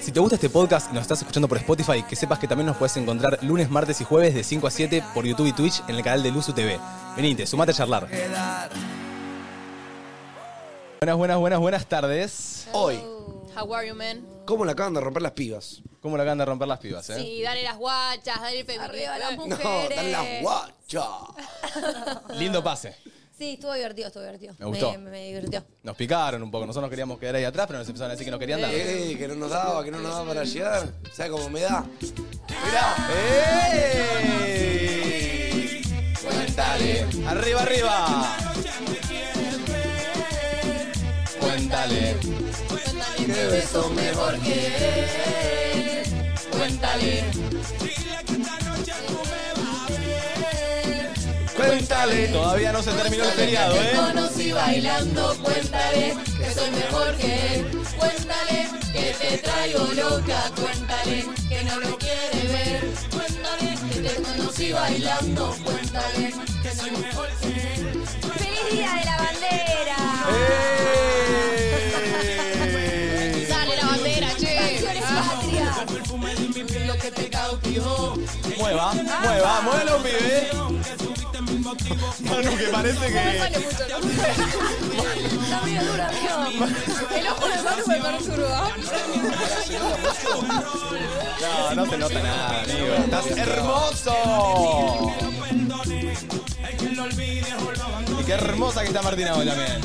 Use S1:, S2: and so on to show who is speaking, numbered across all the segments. S1: Si te gusta este podcast y nos estás escuchando por Spotify, que sepas que también nos puedes encontrar lunes, martes y jueves de 5 a 7 por YouTube y Twitch en el canal de Luzu TV. Venite, sumate a charlar. Buenas, buenas, buenas, buenas tardes.
S2: Hoy,
S3: How are you, man?
S2: ¿cómo la acaban de romper las pibas?
S1: ¿Cómo lo acaban de romper las pibas, eh?
S3: Sí, dale las guachas, dale el feminismo.
S4: Arriba las
S2: No, están las guachas.
S1: Lindo pase.
S4: Sí, estuvo divertido, estuvo divertido.
S1: Me gustó.
S4: Me, me divirtió.
S1: Nos picaron un poco, nosotros nos queríamos quedar ahí atrás, pero nos empezaron a decir que no querían dar.
S2: Eh, que no nos daba, que no nos daba para llegar. ¿Sabes cómo me da?
S1: ¡Eh! Cuéntale. Arriba, arriba. Cuéntale.
S2: Qué beso mejor
S1: Cuéntale. Cuéntale. Todavía no se terminó el feriado, ¿eh?
S3: Conocí bailando, cuéntale que soy mejor que él. Cuéntale que te traigo loca, cuéntale que no lo quiere ver. Cuéntale que te conocí bailando, cuéntale que soy mejor que él.
S4: ¡Feliz Día de la Bandera!
S1: ¡Eh!
S3: Dale la bandera, che.
S4: ¡Canciones patrias!
S3: Lo que te cautivó.
S1: Mueva, mueva, muévelo, pibe. Manu, que parece que.
S3: mucho, ¿no? Está medio duro, amigo. El ojo de Manu me perturba.
S1: No, Ah, no se nota nada, amigo. ¡Estás hermoso! Y qué hermosa que está Martina hoy también.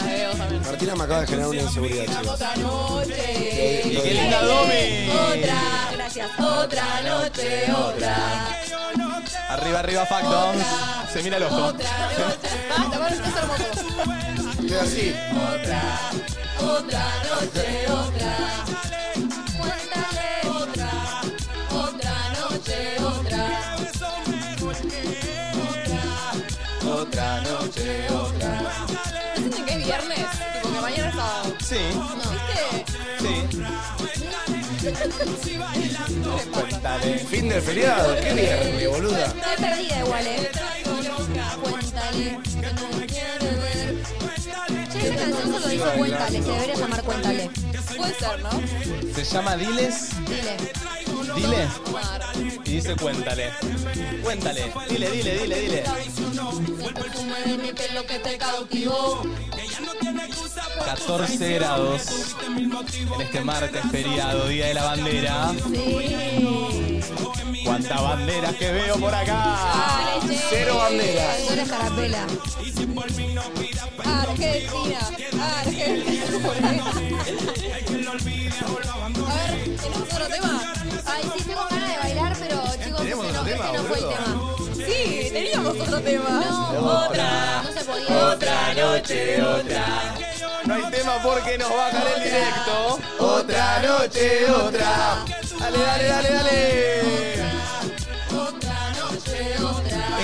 S3: La veo también.
S2: Martina me acaba de generar una inseguridad, chicos.
S3: Otra
S2: Sí,
S3: noche.
S1: Y qué linda Domi.
S3: Otra, gracias. Otra noche, otra.
S1: Arriba, arriba, Factons. Se mira el ojo.
S3: Otra noche. Basta, bueno, estás hermoso.
S2: Estoy así.
S3: Otra noche, otra. Cuéntale otra. Otra noche, otra.
S1: Otra noche, otra.
S3: ¿Sienten que es viernes? Tipo que mañana es sábado.
S1: Sí,
S3: No. ¿Viste?
S1: sí. Cuéntale.
S2: Fin del feriado, qué viernes, boluda.
S4: Estoy perdida igual, eh.
S3: Cuéntale. que no me quiere ver.
S4: Che, esa canción solo dice Cuéntale, se debería llamar Cuéntale.
S3: Puede ser, ¿no?
S1: Se llama Diles.
S4: Dile.
S1: Dile.
S3: Mar.
S1: Y dice cuéntale. Cuéntale. Dile, dile, dile, dile.
S3: El perfume de mi pelo que te cautivó.
S1: 14 grados. En este martes feriado, Día de la Bandera.
S4: Sí.
S1: ¿Cuántas banderas que veo por acá?
S2: Cero banderas.
S4: Yo la carapela.
S3: Argentina, Argentina. A ver, ¿tenemos otro tema?
S4: Ay, sí, tengo ganas de bailar, pero chicos, se
S1: Tenemos
S4: no,
S1: otro tema,
S4: este no fue el
S1: boludo.
S4: tema.
S3: Sí, teníamos otro tema.
S4: No,
S3: otra.
S4: No se podía.
S3: Otra noche, otra.
S1: No hay tema porque nos bajan el directo.
S2: Otra noche, otra.
S1: Dale, dale, dale, dale.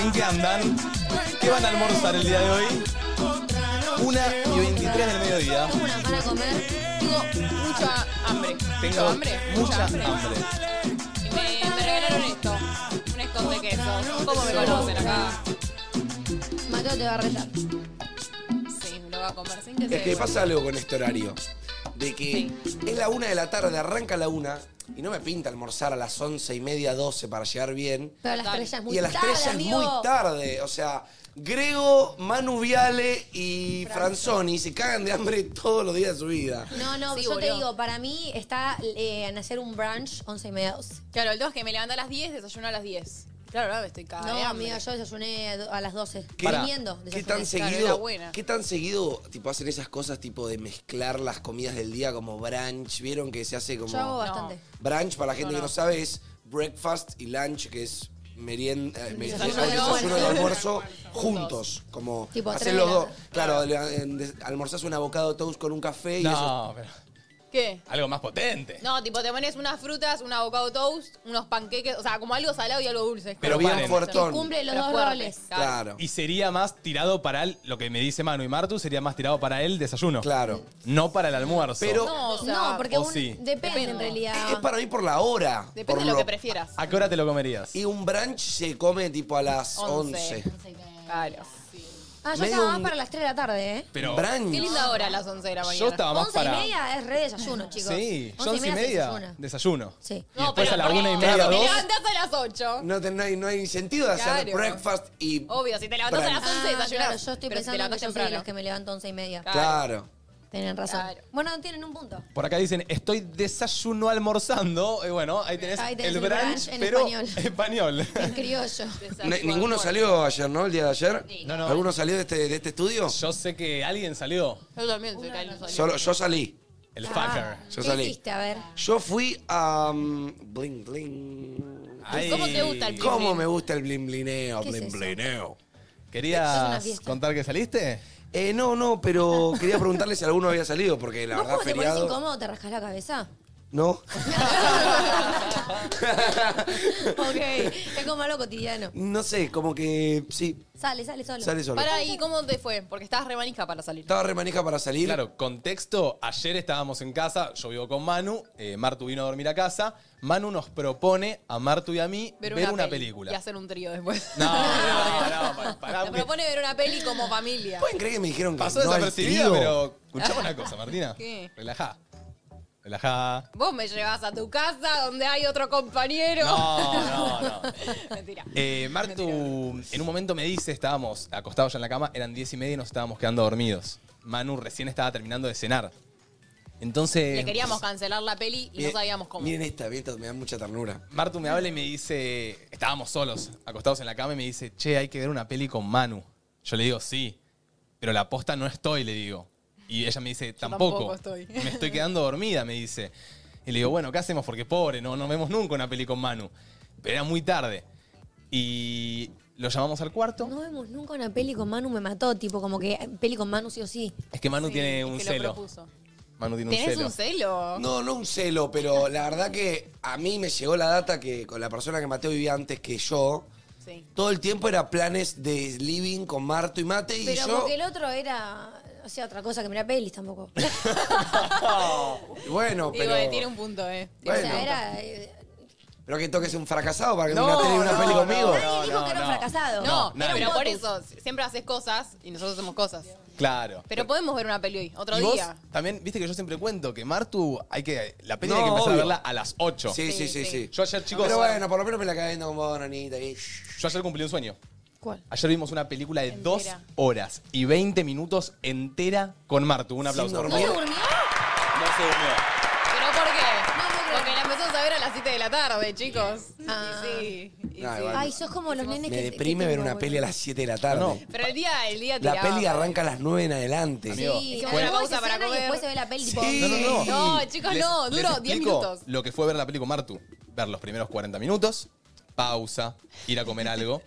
S1: ¿En qué andan? ¿Qué van a almorzar el día de hoy? Una y 23 del mediodía.
S4: Tengo una gana de comer.
S3: Tengo mucha hambre.
S1: Tengo
S3: mucha hambre.
S1: mucha hambre.
S3: Y me, me regalaron esto. Un escón de queso. ¿Cómo me conocen acá?
S4: Mateo te va a retar.
S3: Sí, me lo va a comer sin que se
S2: Es que pasa algo con este horario. De que es la una de la tarde, arranca la una, y no me pinta almorzar a las once y media, doce para llegar bien.
S4: Pero a las
S3: Dale.
S4: estrellas es muy
S2: Y a las
S4: tarde,
S2: 3 es
S4: amigo.
S2: muy tarde. O sea, Grego, Manu Viale y Franzoni se cagan de hambre todos los días de su vida.
S4: No, no,
S3: Sí,
S4: yo te
S3: boludo.
S4: digo, para mí está eh, en hacer un brunch 11 y media 12.
S3: Claro, el 2 que me levanto a las 10, desayuno a las 10. Claro, ahora me estoy cagando.
S4: No, amiga, yo desayuné a do- a las 12.
S2: ¿Qué-
S4: Durmiendo,
S2: ¿Qué
S4: desayuné.
S2: tan
S3: claro,
S2: seguido?
S3: era buena.
S2: ¿Qué tan seguido tipo hacen esas cosas tipo de mezclar las comidas del día como brunch? ¿Vieron que se hace como
S4: Yo hago bastante.
S2: brunch para la gente que no sabe es breakfast y lunch que es merienda, eh, merienda-
S3: Desayuno de
S2: desayuno de
S3: almuerzo.
S2: almuerzo juntos, como
S4: Tipo,
S2: hacer
S4: tres de
S2: los
S4: la
S2: dos.
S4: tarde.
S2: Claro, le- en- des- almorzás un avocado toast con un café y eso
S1: No, pero
S3: ¿Qué?
S1: algo más potente.
S3: No, tipo, te pones unas frutas, un avocado toast, unos panqueques, o sea, como algo salado y algo dulce.
S1: Pero
S2: bien
S1: paren.
S2: fuertón.
S4: Cumple los
S3: Pero
S4: dos
S3: fuerte,
S4: roles.
S2: Claro,
S1: Y sería más tirado para él, lo que me dice Manu y Martu, sería más tirado para el desayuno.
S2: claro.
S1: No para el almuerzo.
S2: Pero-
S3: No, o sea,
S4: no, porque
S1: o
S4: un-
S1: sí.
S4: depende, en
S2: Es
S4: realidad.
S2: para mí por la hora. por
S3: depende de lo que prefieras.
S1: ¿A qué hora te lo comerías?
S2: Y un brunch se come tipo a las
S3: Once.
S2: 11.
S3: Claro.
S4: Ah, yo
S2: medio
S4: estaba más
S2: un
S4: para las 3 de la tarde, ¿eh?
S1: Pero.
S2: brunch.
S5: Qué linda hora las 11 de la mañana.
S1: Yo estaba más
S4: 11 y
S1: para.
S4: media es re desayuno, chicos.
S1: Sí, yo
S4: 11
S1: once y media
S4: desayuno.
S1: desayuno.
S4: Sí.
S1: Y después a la
S5: porque
S1: una y
S5: si
S1: media,
S5: te
S1: dos.
S5: levantás a las 8.
S2: No, te- no hay, no hay sentido de hacer
S5: Claro.
S2: breakfast y.
S4: Oh,
S5: Obvio, si te levantás a las
S2: brunch.
S5: 11
S4: Ah,
S5: desayunás.
S4: claro, yo estoy
S5: pero si te
S4: pensando que
S5: levantás
S4: yo soy de
S5: temprano.
S4: los que me levanto 11 y media.
S2: Claro.
S4: Tienen razón.
S5: Claro.
S4: Bueno, tienen un punto.
S1: Por acá dicen, estoy desayuno almorzando. Y bueno, ahí tenés,
S4: Ahí tenés
S1: el
S4: el
S1: brunch,
S4: brunch en
S1: pero
S4: español.
S1: español.
S4: En criollo.
S2: Ne- ninguno salió ayer, ¿no? El día de ayer.
S1: No, no.
S2: ¿Alguno salió de este, de este estudio?
S1: Yo sé que alguien salió.
S5: Yo también soy tan insólita.
S2: Solo, yo salí.
S5: Ah,
S1: El fucker.
S2: Yo
S4: ¿Qué
S2: salí.
S4: hiciste? A ver.
S2: Yo fui a. mm, bling, bling.
S1: Ay.
S5: ¿Cómo te gusta el
S2: ¿Cómo
S5: bling?
S2: me gusta el bling blineo?
S4: ¿Qué es
S2: Bling
S4: eso?
S2: blineo.
S4: Es una
S1: ¿Querías
S4: fiesta.
S1: contar que saliste?
S2: Eh, no, no, pero quería preguntarle si alguno había salido, porque la
S4: ¿Vos
S2: verdad,
S4: cómo te pones
S2: feriado.
S4: incómodo? ¿Te rascas la cabeza?
S2: No.
S4: ok, es como algo cotidiano.
S2: No sé, como que. Sí,
S4: Sale, sale solo.
S2: sale solo.
S5: Pará, ¿y cómo te fue? Porque estabas re manija para salir.
S2: Estaba re manija para salir.
S1: Claro, contexto, ayer estábamos en casa, yo vivo con Manu, eh, Martu vino a dormir a casa, Manu nos propone a Martu y a mí ver, una,
S5: peli
S1: película.
S5: Y hacer un trío después.
S1: No, no, no, pa- pará,
S5: Te
S1: porque
S5: propone ver una peli como familia.
S2: ¿Pueden creer que me dijeron que
S1: pasó
S2: no al
S1: desapercibida,
S2: trío?
S1: pero escuchame una cosa, Martina.
S5: ¿Qué?
S1: Relajá. Relajá.
S5: Vos me llevas a tu casa donde hay otro compañero.
S1: No, no, no.
S5: Mentira.
S1: Eh, Martu, en un momento me dice, estábamos acostados ya en la cama, eran diez y media y nos estábamos quedando dormidos. Manu recién estaba terminando de cenar. Entonces.
S5: Le queríamos cancelar la peli y no
S2: Miren-
S5: sabíamos cómo.
S2: Miren esta, miren esta, me da mucha ternura.
S1: Martu me habla y me dice, estábamos solos, acostados en la cama, y me dice, che, hay que ver una peli con Manu. Yo le digo, sí, pero la posta no estoy, le digo. Y ella me dice, tampoco.
S5: tampoco estoy".
S1: Me estoy quedando dormida, me dice. Y le digo, bueno, ¿qué hacemos? Porque pobre, no, no vemos nunca una peli con Manu. Pero era muy tarde. Y lo llamamos al cuarto.
S4: No vemos nunca una peli con Manu, me mató. Tipo, como que eh, peli con Manu sí o sí.
S1: Es que Manu
S5: Sí,
S1: tiene
S5: es
S1: un
S5: que lo
S1: celo.
S5: propuso.
S1: Manu tiene un
S5: ¿Tenés
S1: celo.
S5: un celo?
S2: No, no un celo, pero la verdad que a mí me llegó la data que con la persona que Mateo vivía antes que yo,
S5: Sí.
S2: todo el tiempo era planes de living con Marto y Mate y
S4: Pero
S2: yo.
S4: porque el otro era. O sea, otra cosa que mirar pelis tampoco.
S2: Bueno,
S5: Digo,
S2: pero.
S5: eh, tiene un punto, eh.
S4: O
S2: Bueno.
S4: sea, era. eh,
S2: Pero que toques un fracasado para que
S1: No,
S2: no, una tele y una
S1: no,
S2: peli
S1: no,
S2: conmigo.
S4: Nadie
S1: No,
S4: dijo
S1: no,
S4: que era un
S1: no.
S4: fracasado.
S5: No,
S1: nadie.
S5: pero por
S4: Potus.
S5: eso, siempre haces cosas y nosotros hacemos cosas.
S1: Claro.
S5: Pero podemos ver una peli hoy, otro
S1: y vos
S5: día.
S1: también, viste que yo siempre cuento que Martu, hay que, la peli
S2: No,
S1: hay que empezar a
S2: obvio.
S1: verla a las 8.
S2: Sí, sí, sí,
S5: Sí,
S2: sí.
S1: Yo ayer, chicos,
S2: Pero bueno, por lo menos me la quedé viendo con vos, nanita. Y...
S1: yo ayer cumplí un sueño.
S4: ¿Cuál?
S1: Ayer vimos una película de
S5: Entera.
S1: dos horas y 20 minutos entera con Martu. Un aplauso.
S2: Sin
S1: No
S2: dormir.
S4: ¿No se durmió?
S1: se durmió.
S5: ¿Pero por qué?
S4: no creo.
S5: Porque la empezamos a ver a las 7 de la tarde, chicos.
S4: Ah.
S5: Y sí. y
S2: Ah,
S5: sí.
S2: igual.
S4: Ay, sos como los nenes
S2: Me
S4: que.
S2: deprime
S4: que
S2: ver
S4: tengo,
S2: una
S4: boludo.
S2: peli a las 7 de la tarde.
S1: No, no.
S5: Pero el día, el día
S2: La
S5: tiraba. eh.
S2: peli arranca a las 9 en adelante.
S1: Amigo,
S4: Sí,
S5: Hicimos
S4: fue
S5: una pausa
S4: pausa
S5: para
S4: para comer. Y
S5: comer.
S4: después se ve la peli. tipo,
S2: Sí.
S1: No, no, no.
S5: No, chicos, no,
S1: les
S5: duro 10
S1: explico
S5: minutos.
S1: Lo que fue ver la peli con Martu. Ver los primeros 40 minutos, pausa, ir a comer algo,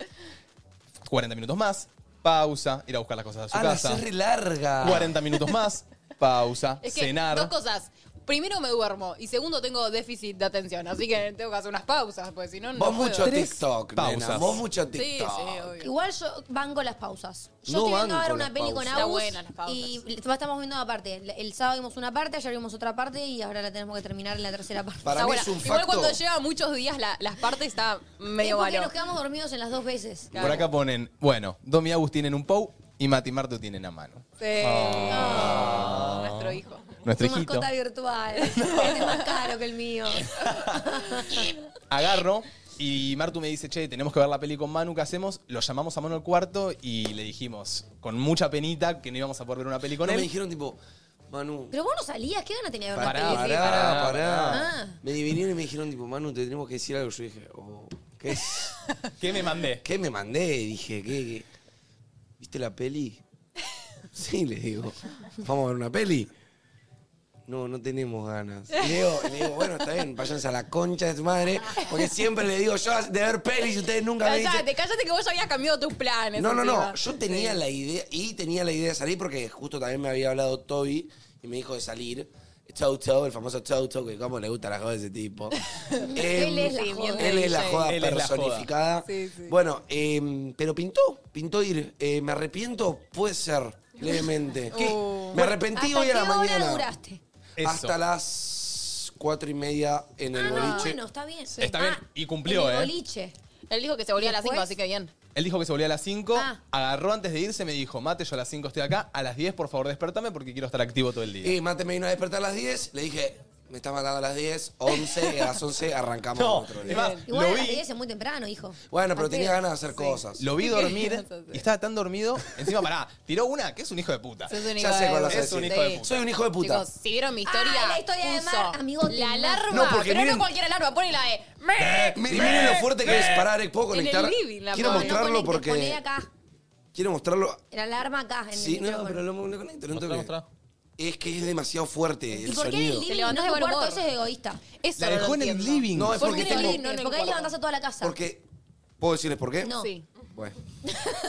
S1: 40 minutos más, pausa, ir a buscar las cosas a su
S5: Ah,
S2: A la
S1: casa,
S2: ser larga.
S1: 40 minutos más, pausa,
S5: Es que
S1: cenar.
S5: dos cosas. Primero me duermo y segundo tengo déficit de atención, así que tengo que hacer unas pausas, porque si no, no
S2: Vos
S5: puedo.
S2: mucho
S1: Tres
S2: TikTok, nena.
S1: pausas.
S2: Vos mucho
S5: Sí, sí,
S2: TikTok.
S5: obvio.
S4: Igual yo banco las pausas. Yo
S2: No
S4: estoy viendo
S2: banco
S4: ahora
S2: las
S4: una peli
S2: pausas.
S4: con
S5: Está
S4: Agus
S5: buena las pausas.
S4: y estamos viendo aparte. El, el sábado vimos una parte, ayer vimos otra parte y ahora la tenemos que terminar en la tercera parte.
S2: Para
S5: Está
S2: mí
S5: buena.
S2: es un
S5: Igual
S2: facto.
S5: cuando lleva muchos días la- las partes está
S4: Es
S5: medio
S4: porque
S5: malo.
S4: nos quedamos dormidos en las dos veces.
S1: Por acá ponen, bueno, Domi y Agus tienen un Pou y Mati y Martu tienen a mano.
S5: Sí.
S1: Ah.
S5: Nuestro hijo.
S1: Nuestro
S4: Tu
S1: hijito.
S4: mascota virtual. Este es más caro que el mío.
S1: Agarro y Martu me dice, che, tenemos que ver la peli con Manu, ¿qué hacemos? Lo llamamos a Manu al cuarto y le dijimos, con mucha penita, que no íbamos a poder ver una peli con
S2: No, me
S1: él.
S2: dijeron tipo, Manu,
S4: Pero vos no salías, ¿qué ganas tenía de ver una
S2: pará,
S1: Pará,
S4: peli?
S2: pará,
S1: pará,
S2: pará. Ah.
S4: pará.
S2: Me vinieron y me dijeron tipo, Manu, te tenemos que decir algo. Yo dije, oh, ¿qué,
S1: ¿Qué me mandé?
S2: qué me mandé? Y Dije, ¿qué, qué? viste la peli? Sí, le digo, ¿vamos a ver una peli? No, no tenemos ganas. Y le digo, le digo, bueno, está bien, váyanse a la concha de tu madre, porque siempre le digo yo de ver pelis y ustedes nunca me dicen...
S5: Cállate, cállate que vos ya habías cambiado tus planes.
S2: No, no,
S5: encima.
S2: no. Yo tenía la idea, y tenía la idea de salir porque justo también me había hablado Toby y me dijo de salir. Toto, el famoso Toto, que cómo le gusta la joda de ese tipo.
S4: Él es la
S2: Em,
S4: joda.
S2: él es la joda
S1: Él es la joda.
S2: personificada.
S5: Sí, sí.
S2: Bueno, em, pero pintó, pintó ir. Eh, ¿Me arrepiento? Puede ser, levemente.
S5: Oh.
S2: Me arrepentí
S4: Uh. ¿Hasta
S2: hoy a la
S4: qué hora
S2: mañana.
S4: duraste?
S1: Eso.
S2: Hasta las cuatro y media en el
S4: Ah, no,
S2: boliche.
S4: bueno, está bien.
S1: Está bien,
S4: Ah,
S1: y cumplió,
S4: en el
S1: ¿eh?
S4: boliche.
S5: Él dijo que se volvía a las
S4: Después-
S5: 5, así que bien.
S1: Él dijo que se volvía a las 5,
S4: Ah.
S1: agarró antes de irse, me dijo, mate, yo a las 5 estoy acá, a las 10 por favor despertame porque quiero estar activo todo el día.
S2: Y Eh, Mate me vino a despertar a las 10, le dije, me está matando a las 10, 11, a las 11 arrancamos
S1: No,
S2: otro
S1: es
S2: día.
S1: más,
S4: Igual
S1: lo
S4: a las
S1: vi,
S4: 10 es muy temprano, hijo.
S2: Bueno, pero tenía
S4: Apeo.
S2: ganas de hacer cosas.
S1: lo vi
S5: ¿Qué
S1: dormir
S5: querías hacer?
S1: y estaba tan dormido, encima pará, tiró una que es un hijo de puta.
S5: Sos un
S2: Ya
S5: hijo
S2: sé
S5: de
S2: cuál vas a
S5: puta.
S1: Es un
S5: Sí.
S1: hijo de puta.
S2: Soy un hijo de puta.
S5: Chicos, si vieron mi historia,
S4: Ah, la historia de
S5: puso
S4: Mar, amigo, te
S5: la
S4: mato.
S5: alarma,
S2: No, porque
S5: pero
S2: miren- Eh,
S5: no cualquier alarma, pone la de... "Me".
S2: Mi- Miren lo fuerte que es parar, eh, puedo
S5: En el
S2: conectar.
S5: living la
S2: Quiero
S5: pongo.
S2: mostrarlo
S4: no conectes, poné
S2: porque.
S4: acá.
S2: Quiero mostrarlo.
S4: El alarma acá. En
S2: Sí,
S4: el
S2: no,
S4: micrófono.
S2: pero lo, lo conecto, no
S1: Mostrá,
S2: toque.
S1: mostrá.
S2: Es que es demasiado fuerte
S4: ¿Y
S2: el
S4: por qué en el
S2: sonido.
S5: Te
S4: living no
S5: levantás
S4: es
S5: de
S4: tu
S5: buen
S4: cuarto?
S5: humor.
S4: Eso es egoísta.
S5: Eso
S1: La
S5: no lo
S1: dejó en el
S5: entiendo.
S1: living.
S2: No, es
S5: ¿Por
S2: porque
S5: qué en el
S2: tengo-
S5: living, no en el
S4: porque ahí
S5: cuarto?
S4: levantás a toda la casa.
S2: Porque. ¿Puedo decirles por qué?
S4: No.
S5: Sí.
S2: Bueno.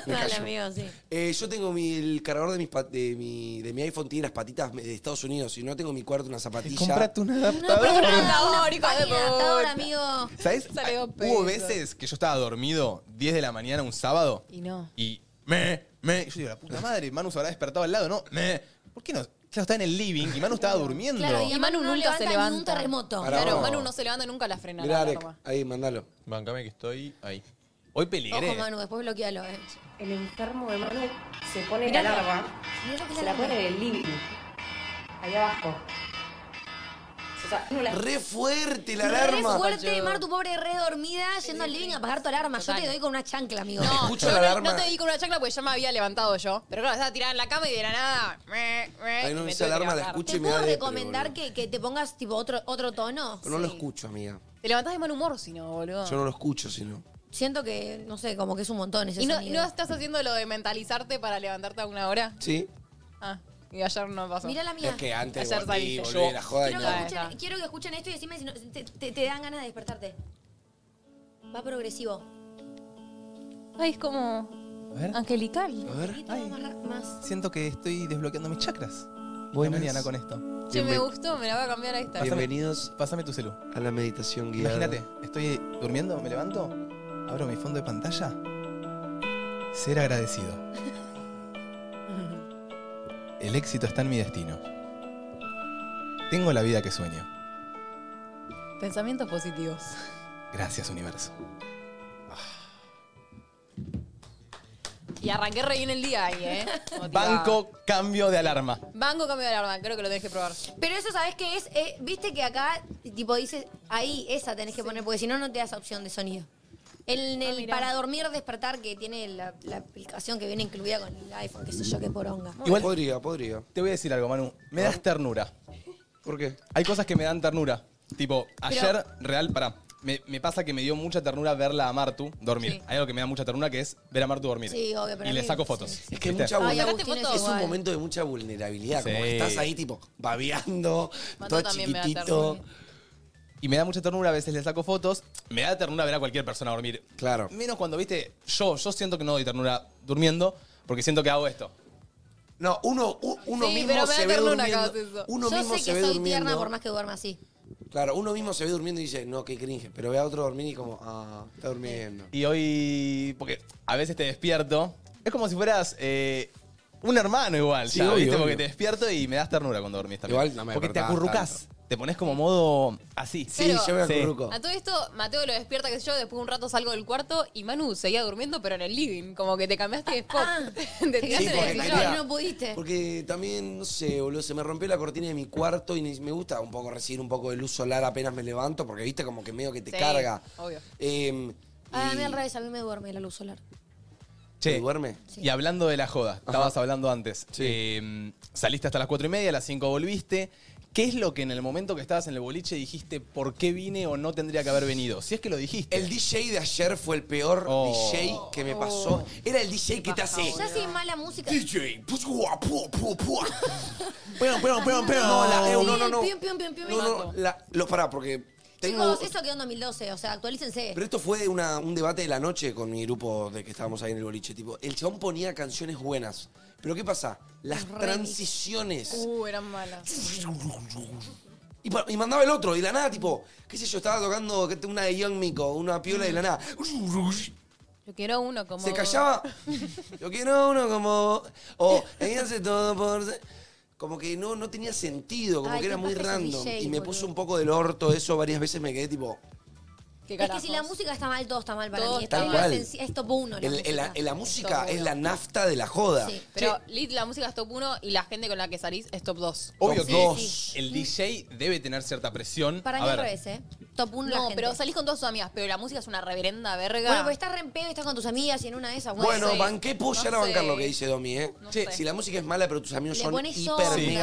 S2: me
S4: Mal
S2: callo.
S4: amigo, sí.
S2: Eh, yo tengo mi, el cargador de, mis pa- de, mi, de mi iPhone, tiene las patitas de Estados Unidos. Y no tengo en mi cuarto una zapatilla.
S1: Comprate un
S5: pero
S1: adaptador.
S5: no.
S4: Una
S5: Ahora, hijo de
S4: página,
S5: puta.
S4: ahora, amigo.
S1: ¿Sabes?
S5: Sale dos
S1: Hubo
S5: pesos.
S1: veces que yo estaba dormido 10 de la mañana un sábado.
S5: Y no.
S1: Y me, me. y Yo digo, la puta madre, Manu se habrá despertado al lado, ¿no? Me. ¿Por qué no? Claro, está en el living y Manu estaba durmiendo.
S4: Claro, y,
S5: Y
S4: Manu
S5: Manu
S4: no
S5: nunca
S4: levanta
S5: se
S4: ni un
S5: levanta.
S4: terremoto.
S2: Pará.
S5: Claro,
S2: vos.
S5: Manu no se levanta nunca la frena.
S2: Mirá,
S5: la
S2: Arek,
S5: alarma.
S2: ahí, mandalo.
S1: Bancame que estoy ahí. Hoy peligré.
S4: Ojo, Manu, después bloquealo, eh.
S6: El enfermo de Manu se pone
S4: Mirá
S6: la
S4: la-
S6: larva,
S4: mirá lo que es
S6: se
S4: la
S6: la
S4: larva.
S6: pone en el living, ahí abajo. O sea, no la-
S2: ¡Re fuerte la
S4: Re
S2: alarma!
S4: fuerte, Mar, tu pobre re dormida, yendo al living a apagar tu alarma. Yo
S5: Total.
S4: te doy con una chancla, amigo.
S5: No,
S2: Escucho
S5: yo
S2: la
S5: no-
S2: alarma.
S5: No te di con una chancla porque ya me había levantado yo. Pero claro, estaba tirada en la cama y de la nada. Me, me,
S2: Ay, no,
S5: me
S2: esa
S5: tuve que
S2: alarma la
S5: levantar.
S2: escucho.
S4: ¿Te
S2: Che, me da
S4: puedo
S2: depre,
S4: recomendar
S2: boludo.
S4: que, que te pongas tipo otro, otro tono?
S2: Pero no lo
S5: Sí.
S2: escucho, amiga.
S5: Te levantás de mal humor si no, boludo.
S2: Yo no lo escucho, sino.
S4: Siento que, no sé, como que es un montón ese
S5: ¿Y no,
S4: sonido.
S5: no estás haciendo lo de mentalizarte para levantarte a una hora?
S2: ¿Sí?
S5: Ah, y ayer no pasó.
S4: Mirá la mía.
S2: Es que antes
S5: Ayer
S2: volví,
S5: saliste.
S2: volví, la joda y
S4: Quiero que,
S2: nada.
S5: Ay, no.
S4: escuchen,
S5: Ya.
S4: quiero que escuchen esto y decime si no- te, te- te dan ganas de despertarte. Va progresivo.
S5: Ay, es como
S1: A ver,
S5: angelical.
S2: A ver.
S4: Poquito más ra- más.
S1: siento que estoy desbloqueando mis chakras.
S2: Buenas.
S1: mañana con esto.
S5: Che, me
S2: Bienven-
S5: gustó, me la voy a cambiar a esta.
S2: Bienvenidos
S1: Pásame tu celu.
S2: a la meditación guiada.
S1: Imagínate, estoy durmiendo, me levanto, abro mi fondo de pantalla. Ser agradecido. El éxito está en mi destino. Tengo la vida que sueño.
S5: Pensamientos positivos.
S1: Gracias, universo.
S5: Y arranqué re bien el día ahí, ¿eh? Motivada.
S1: Banco, cambio de alarma.
S5: Banco cambio de alarma, creo que lo tenés que probar.
S4: Pero eso, ¿sabes qué es? Eh, Viste que acá, tipo, dices, ahí, esa tenés que poner, porque si no, no te das opción de sonido. En el
S5: Ah, mirá.
S4: para dormir, despertar, que tiene la, la aplicación que viene incluida con el iPhone, qué sé yo, qué poronga.
S1: Igual-
S2: Podría, podría.
S1: Te voy a decir algo, Manu. Me das ternura.
S2: ¿Por qué?
S1: Hay cosas que me dan ternura. Tipo, ayer, real, pará. Me, me pasa que me dio mucha ternura verla a Martu dormir.
S5: Sí.
S1: Hay algo que me da mucha ternura que es ver a Martu dormir.
S4: Sí, obvio, pero
S1: Y
S4: a
S1: le
S4: mí-
S1: saco fotos.
S4: sí, sí.
S2: Es que
S1: ¿Viste?
S2: mucha
S5: Ay,
S2: vulnerabilidad.
S5: sacaste fotos.
S2: es un
S4: Igual.
S2: momento de mucha vulnerabilidad. Como que
S1: Sí.
S2: estás ahí, tipo, babeando,
S5: Mató
S2: todo
S5: también me da
S2: chiquitito.
S5: ternura.
S1: Y me da mucha ternura, a veces le saco fotos. Me da ternura ver a cualquier persona dormir.
S2: Claro.
S1: Menos cuando, viste, yo, yo siento que no doy ternura durmiendo, porque siento que hago esto.
S2: No, uno, u- uno
S5: Sí,
S2: mismo
S5: pero me da
S2: se ve
S5: ternura
S2: durmiendo.
S5: cuando haces eso.
S2: Uno
S4: Yo
S2: mismo
S4: sé
S2: se
S4: que
S2: ve
S4: soy
S2: durmiendo.
S4: tierna por más que duerma así.
S2: Claro, uno mismo se ve durmiendo y dice, no, qué cringe. Pero ve a otro dormir y como, ah, está durmiendo.
S1: Y hoy, porque a veces te despierto. Es como si fueras eh, un hermano igual,
S2: Sí,
S1: ya,
S2: obvio,
S1: ¿viste? Porque
S2: obvio.
S1: te despierto y me das ternura cuando dormís también.
S2: Igual no me
S1: Porque te
S2: despertás
S1: acurrucás, te pones como modo así.
S2: Sí,
S5: Pero-
S2: yo me
S1: Sí.
S2: acurruco.
S5: A todo esto, Mateo lo despierta, qué sé yo, después de un rato salgo del cuarto y Manu seguía durmiendo, pero en el living, como que te cambiaste de spot.
S4: Ah,
S5: te
S4: te quedaste
S5: tiraste
S2: Sí, porque
S5: en el
S2: me
S5: sillón.
S2: quería-
S4: no pudiste.
S2: Porque también, no sé, boludo, se me rompió la cortina de mi cuarto y ni- me gusta un poco recibir un poco de luz solar apenas me levanto, porque viste como que medio que te
S5: Sí,
S2: carga.
S5: obvio.
S2: Eh,
S4: Ah, A
S2: y-
S4: mí al revés, a mí me duerme la luz solar.
S2: ¿Te
S1: Che,
S2: duerme?
S1: y hablando de la joda, estabas hablando antes.
S2: Sí.
S1: Eh, saliste hasta las cuatro y media, a las 5 volviste. ¿Qué es lo que en el momento que estabas en el boliche dijiste por qué vine o no tendría que haber venido? Si es que lo dijiste.
S2: El DJ de ayer fue el peor
S1: Oh.
S2: DJ que me pasó. Era el DJ que te hace.
S4: Ya sin mala música.
S2: DJ. pus, guá, pu, pu, pu. Pero, pero, pero, pero. No, la- eh,
S4: Sí,
S2: no, no,
S4: el
S2: no.
S4: pium, pium, pium, pium,
S2: No, no,
S4: mato.
S2: la- Los pará, porque tengo.
S4: Chicos, eso quedó en 2012, o sea, actualícense.
S2: Pero esto fue una- un debate de la noche con mi grupo de que estábamos ahí en el boliche. Tipo, el chabón ponía canciones buenas. Pero ¿qué pasa? Las
S4: Los remix.
S2: transiciones.
S5: Uh, eran malas.
S2: Y, pa- y mandaba el otro, y de la nada, tipo, qué sé yo, estaba tocando una de Young Miko, una piola y de la nada.
S5: Yo quiero uno como.
S2: Se callaba. Yo quiero uno como. O ella hace todo por. Como que no, no tenía sentido, como
S4: Ay,
S2: que era
S4: qué
S2: muy
S4: paja esos
S2: random.
S4: DJs,
S2: y me
S4: boludo.
S2: puso un poco del orto eso varias veces, me quedé tipo.
S5: ¿Qué
S4: Es que si la
S5: carajos?
S4: música está mal, todo está mal para
S5: Todo
S4: mí.
S5: está
S4: Es
S2: Tal
S4: muy
S2: cual.
S4: esencia- Es top uno. la
S2: El- el-
S4: música.
S2: la, la música
S5: Top
S2: es
S5: uno.
S2: la nafta de la joda.
S4: Sí.
S5: Pero Lit, la música es top 1 y la gente con la que salís es top 2.
S1: Obvio
S2: Top
S1: que
S2: dos.
S1: el DJ debe tener cierta presión.
S4: Para
S1: A
S4: mí al
S1: ver,
S4: revés, ¿eh? Top uno la
S5: No,
S4: gente.
S5: pero salís con todas tus amigas, pero la música es una reverenda verga.
S4: Bueno, pues estás re en pedo y estás con tus amigas y en una de esas. Bueno,
S2: Bueno,
S5: sé.
S2: banqué puedo
S5: No
S2: llegar a bancar
S5: sé.
S2: lo que dice Domi, ¿eh?
S5: No
S2: Che,
S5: sé.
S2: Si la música es mala, pero tus amigos
S4: Le
S2: son
S4: pones
S2: hiper
S4: onda,
S2: mega
S4: le pones
S5: Sí,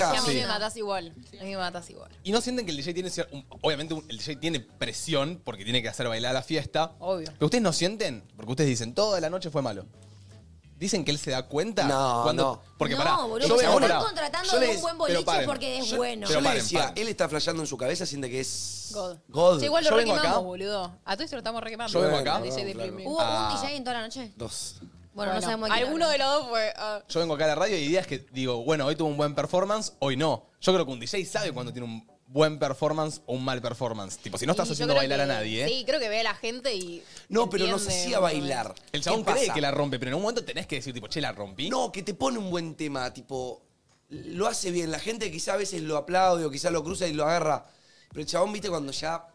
S5: a
S2: manijas.
S5: mí
S1: Sí.
S5: me matás igual. A mí me matás igual.
S1: Y no sienten que el DJ tiene cier- un- Obviamente un- el DJ tiene presión porque tiene que hacer bailar a la fiesta.
S5: Obvio.
S1: Pero ustedes no sienten, porque ustedes dicen, toda la noche fue malo. Dicen que él se da cuenta
S2: No, no.
S1: Porque
S4: no,
S1: pará,
S4: boludo,
S1: yo
S4: se
S1: veo,
S4: están
S1: pará,
S4: contratando
S2: yo
S4: de
S2: les-
S4: un buen
S1: pero
S4: boliche
S1: paren.
S4: porque es
S1: Yo-
S4: bueno.
S1: Pero
S2: Yo le
S1: paren,
S2: decía,
S1: paren.
S2: él está flasheando en su cabeza, siente que es.
S5: God.
S2: God.
S5: Che, igual
S1: Yo
S5: lo re
S1: vengo acá.
S5: quemamos, boludo. A todos se lo estamos re quemando.
S1: Yo vengo
S5: Al
S1: acá.
S5: DJ de
S2: Claro.
S5: Premium.
S4: ¿Hubo
S1: Ah.
S4: un DJ en toda la noche?
S2: Dos.
S4: Bueno, no sabemos quién
S5: Alguno
S4: habla.
S5: de los dos fue. ah.
S1: yo vengo acá a la radio y ideas que digo, bueno, hoy tuvo un buen performance, hoy no. Yo creo que un DJ sabe cuando tiene un buen performance o un mal performance. Tipo, si no
S5: Y
S1: estás
S5: yo
S1: haciendo
S5: creo
S1: bailar
S5: que-
S1: a nadie, ¿eh?
S5: Sí, creo que ve a la gente y.
S2: No, pero no
S5: entiende,
S2: se hacía
S5: más o menos.
S2: bailar.
S1: El chabón
S2: ¿Qué
S1: cree
S2: pasa?
S1: que la rompe, pero en un momento tenés que decir, tipo, che, la rompí.
S2: No, que te pone un buen tema, tipo, lo hace bien. La gente quizá a veces lo aplaude o quizá lo cruza y lo agarra. Pero el chabón, viste, cuando ya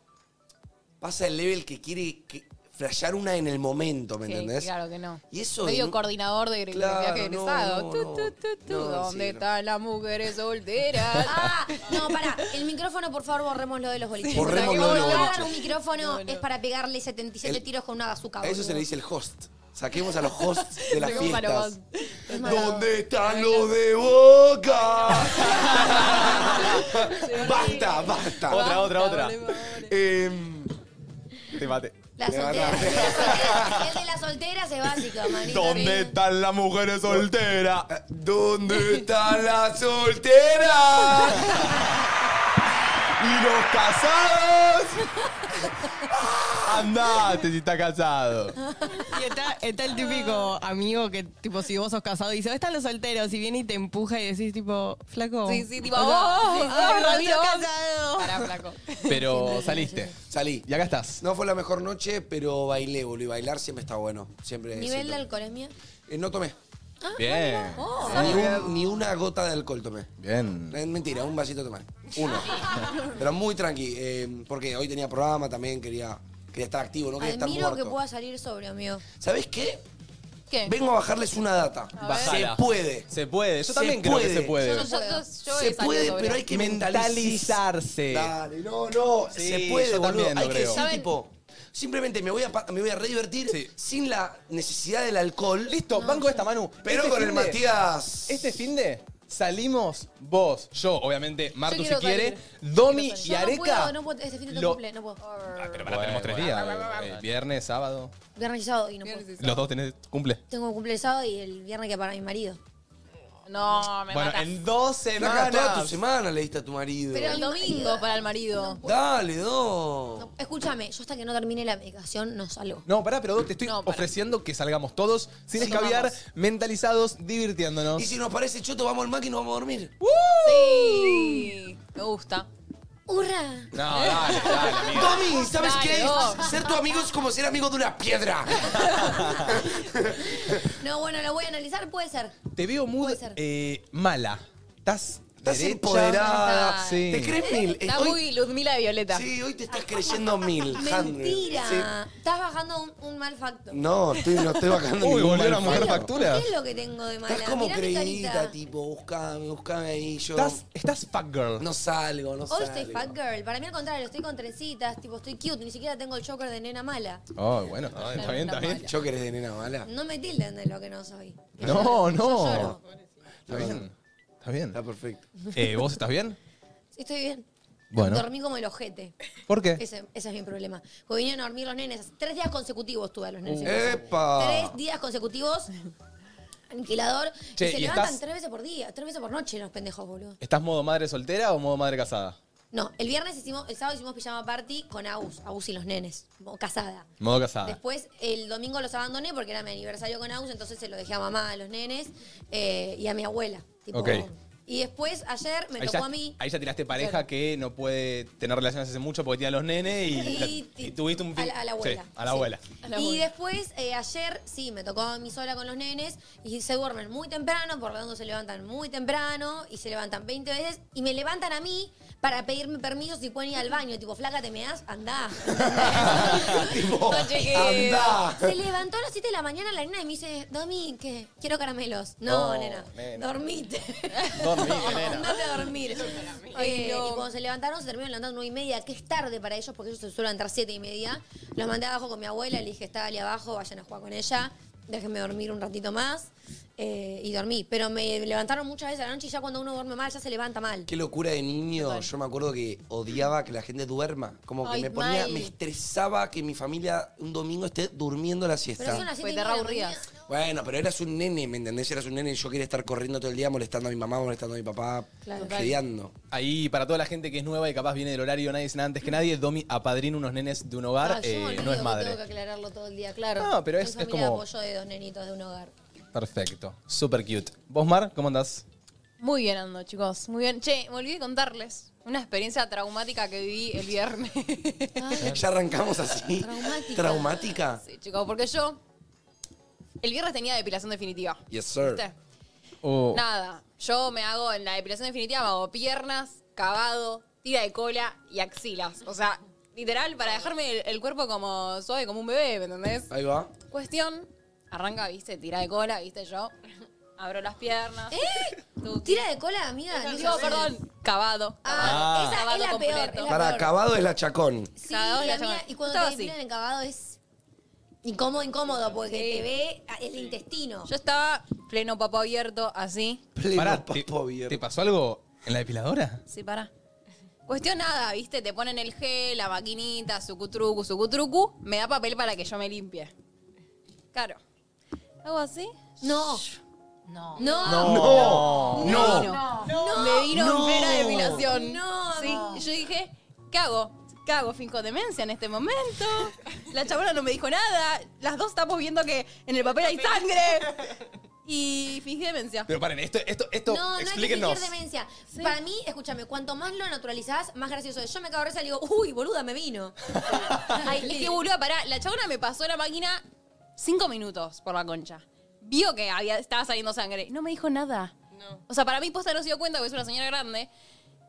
S2: pasa el level que quiere que flashear una en el momento, ¿me
S5: Sí,
S2: entendés?
S5: Claro que no.
S2: Y eso.
S5: Medio
S2: no-
S5: coordinador de
S2: Claro,
S5: viaje
S2: no,
S5: egresado.
S2: no,
S5: Tu,
S2: no.
S5: tu, tu, tu.
S2: No, sí,
S5: ¿Dónde
S2: no.
S5: están las mujeres solteras?
S4: Ah, no, pará. El micrófono, por favor, borremos lo de los boliches.
S2: Borremos
S4: Porque
S2: lo de los
S4: cuando
S2: boliches.
S4: hagan un micrófono
S5: No, no.
S4: es para pegarle 77
S2: El-
S4: tiros con una bazuca.
S2: A eso se
S4: boludo.
S2: le dice el host. Saquemos a los hosts de las
S5: Saquemos a los
S2: fiestas.
S4: Es malo.
S2: ¿Dónde están los de Boca? basta, basta.
S1: Otra, otra, otra.
S5: boludo, boludo.
S2: Em,
S1: Te mate.
S4: La
S2: De
S4: soltera.
S2: verdad.
S4: El de la soltera es básico, manito.
S1: están las mujeres solteras?
S2: ¿Dónde está la soltera?
S1: ¡Y los casados! Andate si está casado.
S7: Y está, está el típico amigo que, tipo, si vos sos casado, dice, "Ah, están los solteros? Y viene y te empuja y decís, tipo, flaco.
S5: Sí, sí, tipo,
S7: o
S5: vos.
S7: sea,
S5: Oh,
S7: sí, sí, Ramiro casado.
S5: Pará, flaco.
S1: Pero saliste.
S2: Salí.
S1: Y acá estás.
S2: No fue la mejor noche, pero bailé, boludo. Y bailar siempre está bueno. Siempre.
S4: ¿Nivel
S2: siempre.
S4: de alcoholemia?
S2: Eh, no tomé.
S1: Bien. Oh,
S2: Ni, un- ni una gota de alcohol tomé.
S1: Bien.
S2: Eh, Mentira, un vasito tomé. Uno. Pero muy tranqui. eh, porque hoy tenía programa también, quería, quería estar activo, no quería
S4: Admiro que
S2: estar muerto.
S4: pueda salir sobre, amigo.
S2: ¿Sabés qué?
S5: ¿Qué?
S2: Vengo a bajarles una data.
S1: Bajala.
S2: Se puede.
S1: Se puede. Yo
S2: Se
S1: también creo
S2: puede.
S1: que se puede.
S5: Yo, yo- yo he
S2: se
S5: salido
S2: puede,
S5: sobre.
S2: pero hay que mentalizar.
S1: Mentalizarse.
S2: Dale, no, no.
S1: Sí,
S2: se puede,
S1: yo
S2: boludo.
S1: también lo
S2: Hay que
S1: creo.
S2: decir,
S5: ¿Saben?
S2: tipo, simplemente me voy a, pa- me voy a re divertir
S1: Sí.
S2: sin la necesidad del alcohol.
S1: Listo, banco esta, Manu.
S2: Pero
S1: Este
S2: con el
S1: finde-
S2: Matías.
S1: Este fin de salimos vos, yo, obviamente, Martu si
S5: quiero
S1: quiere,
S5: salir.
S1: Domi
S5: Yo quiero
S1: y
S4: Yo no
S1: Areca.
S4: puedo, no puedo. Este fin de
S1: lo-
S4: tengo cumple, no puedo.
S1: Ah, pero pará, tenemos tres días. eh, viernes, sábado.
S4: Viernes y sábado y no puedo.
S5: Viernes y
S1: Los dos tenés cumple.
S4: Tengo cumple el sábado y el viernes que para mi marido.
S5: No, me
S1: Bueno,
S5: matás.
S1: en dos
S2: Flaca, toda tu
S1: semanas.
S2: semana le diste a tu marido.
S5: Pero el domingo para el marido.
S2: Dale, no.
S4: No, escúchame, yo hasta que no termine la medicación no salgo.
S1: No, pará, pero Doc, te estoy
S5: No, pará.
S1: ofreciendo que salgamos todos sin
S5: Sí,
S1: escabiar,
S5: vamos.
S1: mentalizados, divirtiéndonos.
S2: Y si nos parece choto, vamos al máquina y nos vamos a dormir.
S5: Sí. Me gusta.
S4: ¡Hurra!
S1: No, dale, dale, amigo.
S2: Tommy, ¿sabes
S5: Dale,
S2: qué?
S5: vos.
S2: Ser tu amigo es como ser amigo de una piedra.
S4: No, bueno, lo voy a analizar, puede ser.
S1: Te veo muy
S4: Puede ser.
S1: eh, mala. Estás
S2: Estás
S1: derecha.
S2: empoderada.
S1: Sí.
S2: ¿Te crees mil?
S5: Está
S2: Hoy-
S5: muy Ludmila de Violeta.
S2: Sí, hoy te estás creyendo mil. hundred.
S4: Mentira. Estás bajando un, un mal factor.
S2: Sí. No, estoy, no estoy bajando
S1: Uy,
S2: ningún
S1: volvieron a
S2: mal
S1: mojar
S2: factor.
S1: factura.
S4: ¿Qué es lo que tengo de mala?
S2: Estás como
S4: Mirá mi
S2: creída,
S4: carita.
S2: tipo, buscame, buscame ahí. Yo
S1: Estás, estás fuck girl.
S2: no salgo, no
S4: Hoy
S2: salgo.
S4: estoy fat girl. Para mí al contrario, estoy con trencitas, tipo, estoy cute, ni siquiera tengo el choker de nena mala.
S1: Oh, bueno, está bien, está bien, está bien.
S5: mala.
S2: ¿Yo querés de nena mala?
S4: No me tilden de lo que no soy.
S1: No,
S4: Yo
S1: no.
S4: lloro.
S1: Está bien. Está bien.
S2: Está perfecto.
S1: Eh, ¿Vos estás bien?
S4: Sí, estoy bien.
S1: Bueno.
S4: Dormí como el ojete.
S1: ¿Por qué?
S4: Ese, ese es mi problema. Porque vinieron a dormir los nenes. Tres días consecutivos tuve a los nenes. en
S1: Uh,
S4: casa.
S2: ¡Epa!
S4: Tres días consecutivos. Aniquilador.
S1: Che,
S4: y se
S1: ¿y
S4: levantan
S1: estás-
S4: tres veces por día, tres veces por noche los pendejos, boludo.
S1: ¿Estás modo madre soltera o modo madre casada?
S4: No, el viernes hicimos, el sábado hicimos pijama party con Agus, Agus y los nenes, como casada.
S1: Modo casada.
S4: Después el domingo los abandoné porque era mi aniversario con Agus, entonces se lo dejé a mamá, a los nenes eh, y a mi abuela. tipo.
S1: Ok.
S4: Y después ayer me
S1: Ahí
S4: tocó
S1: ya,
S4: a mí.
S1: ahí ya tiraste pareja que no puede tener relaciones hace mucho porque tiene a los nenes y, la-
S4: Y-
S1: y tuviste un...
S4: a la- a la abuela.
S1: Sí, a la
S4: Sí.
S1: abuela.
S5: A la
S4: Y
S5: abuela.
S4: después, eh, ayer, sí, me tocó a mí sola con los nenes y se duermen muy temprano, por lo tanto se levantan muy temprano y se levantan 20 veces y me levantan a mí para pedirme permiso si pueden ir al baño. Tipo, flaca, ¿te me das? Andá.
S2: tipo,
S5: No, chiquis.
S2: andá.
S4: Eh, Se levantó a las 7 de la mañana la nena y me dice, Domi, ¿qué? Quiero caramelos. No,
S1: No,
S4: nena,
S1: nena.
S4: dormite.
S1: Dormí, nena.
S4: Andate a dormir. Eh,
S5: no.
S4: Y cuando se levantaron, se terminaron levantando 9 y media, que es tarde para ellos porque ellos se suelen levantar 7 y media. Los mandé abajo con mi abuela, le dije, está Ali abajo, vayan a jugar con ella, déjenme dormir un ratito más. Eh, y dormí. Pero me levantaron muchas veces a la noche y ya cuando uno duerme mal, ya se levanta mal.
S2: Qué locura de niño. Yo me acuerdo que odiaba que la gente duerma. Como que
S5: Ay,
S2: me ponía,
S5: mal.
S2: me estresaba que mi familia un domingo esté durmiendo la siesta.
S4: Pero son las
S5: Fue
S4: 7 y
S5: te
S4: media. de la
S5: reaburrías.
S4: mañana.
S2: Bueno, pero eras un nene, ¿me entendés? Eras un nene y yo quería estar corriendo todo el día molestando a mi mamá, molestando a mi papá,
S4: Claro.
S2: peleando.
S1: Ahí, para toda la gente que es nueva y capaz viene del horario, nadie dice nada antes que nadie, Domi apadrina unos nenes de un hogar,
S4: Ah, yo
S1: eh,
S4: me
S1: no
S4: olvido
S1: es
S4: que Tengo que
S1: madre.
S4: aclararlo todo el día, claro.
S1: No, pero es-
S4: Soy
S1: es
S4: familia de
S1: como-
S4: apoyo de dos nenitos de un hogar.
S1: Perfecto, super cute. Vos, Mar, ¿cómo andás?
S5: Muy bien ando, chicos. Muy bien. Che, me olvidé contarles una experiencia traumática que viví el viernes.
S2: Ya arrancamos así.
S4: Traumática.
S2: Traumática.
S5: sí, chicos, porque yo el viernes tenía depilación definitiva.
S2: Yes, sir.
S5: ¿Viste?
S1: Oh,
S5: Nada, yo me hago en la depilación definitiva, me hago piernas, cavado, tira de cola y axilas. O sea, literal, para dejarme el, el cuerpo como suave, como un bebé, ¿me entendés?
S2: Ahí va.
S5: Cuestión, arranca, viste, tira de cola, viste yo. Abro las piernas. Tuki.
S4: ¿Eh? ¿Tira de cola, amiga? No
S5: Digo,
S4: sé.
S5: perdón, cavado.
S4: Ah,
S1: Ah.
S4: esa es la
S5: Cavado
S4: peor.
S5: completo.
S4: es la
S2: Para
S4: peor.
S2: acabado es la chacón.
S4: Sí,
S5: Cagado y la
S4: amiga,
S5: llaman.
S4: y cuando
S5: Estaba
S4: te
S5: así.
S4: depilan el cagado es incómodo, incómodo, porque
S5: Sí.
S4: te ve el intestino.
S5: Yo estaba pleno papo abierto, así.
S2: Pleno
S1: Pará, ¿te,
S2: papo
S1: ¿te
S2: abierto.
S1: pasó algo en la depiladora?
S5: Sí, para. Cuestión nada, viste, te ponen el gel, la maquinita, sucutrucu, sucutrucu, me da papel para que yo me limpie. Claro. ¿Hago así?
S4: No.
S6: No.
S4: No.
S2: No, no.
S5: No. Me vino
S2: No.
S5: en plena depilación.
S4: No.
S5: Sí, y yo dije, ¿qué hago? ¿Qué hago? Finco demencia en este momento. La chabona no me dijo nada. Las dos estamos viendo que en el papel hay sangre. Y fingí demencia.
S1: Pero paren, esto, esto, esto,
S4: No, no hay que fingir
S1: explíquenos.
S4: demencia. Para mí, escúchame, cuanto más lo naturalizás, más gracioso es. Yo me cago de risa y digo, uy, boluda, me vino.
S5: Ay, es que boludo, pará, la chabona me pasó la máquina cinco minutos por la concha. Vio que había, estaba saliendo sangre. No me dijo nada. O sea, para mí posta no se dio cuenta porque es una señora grande.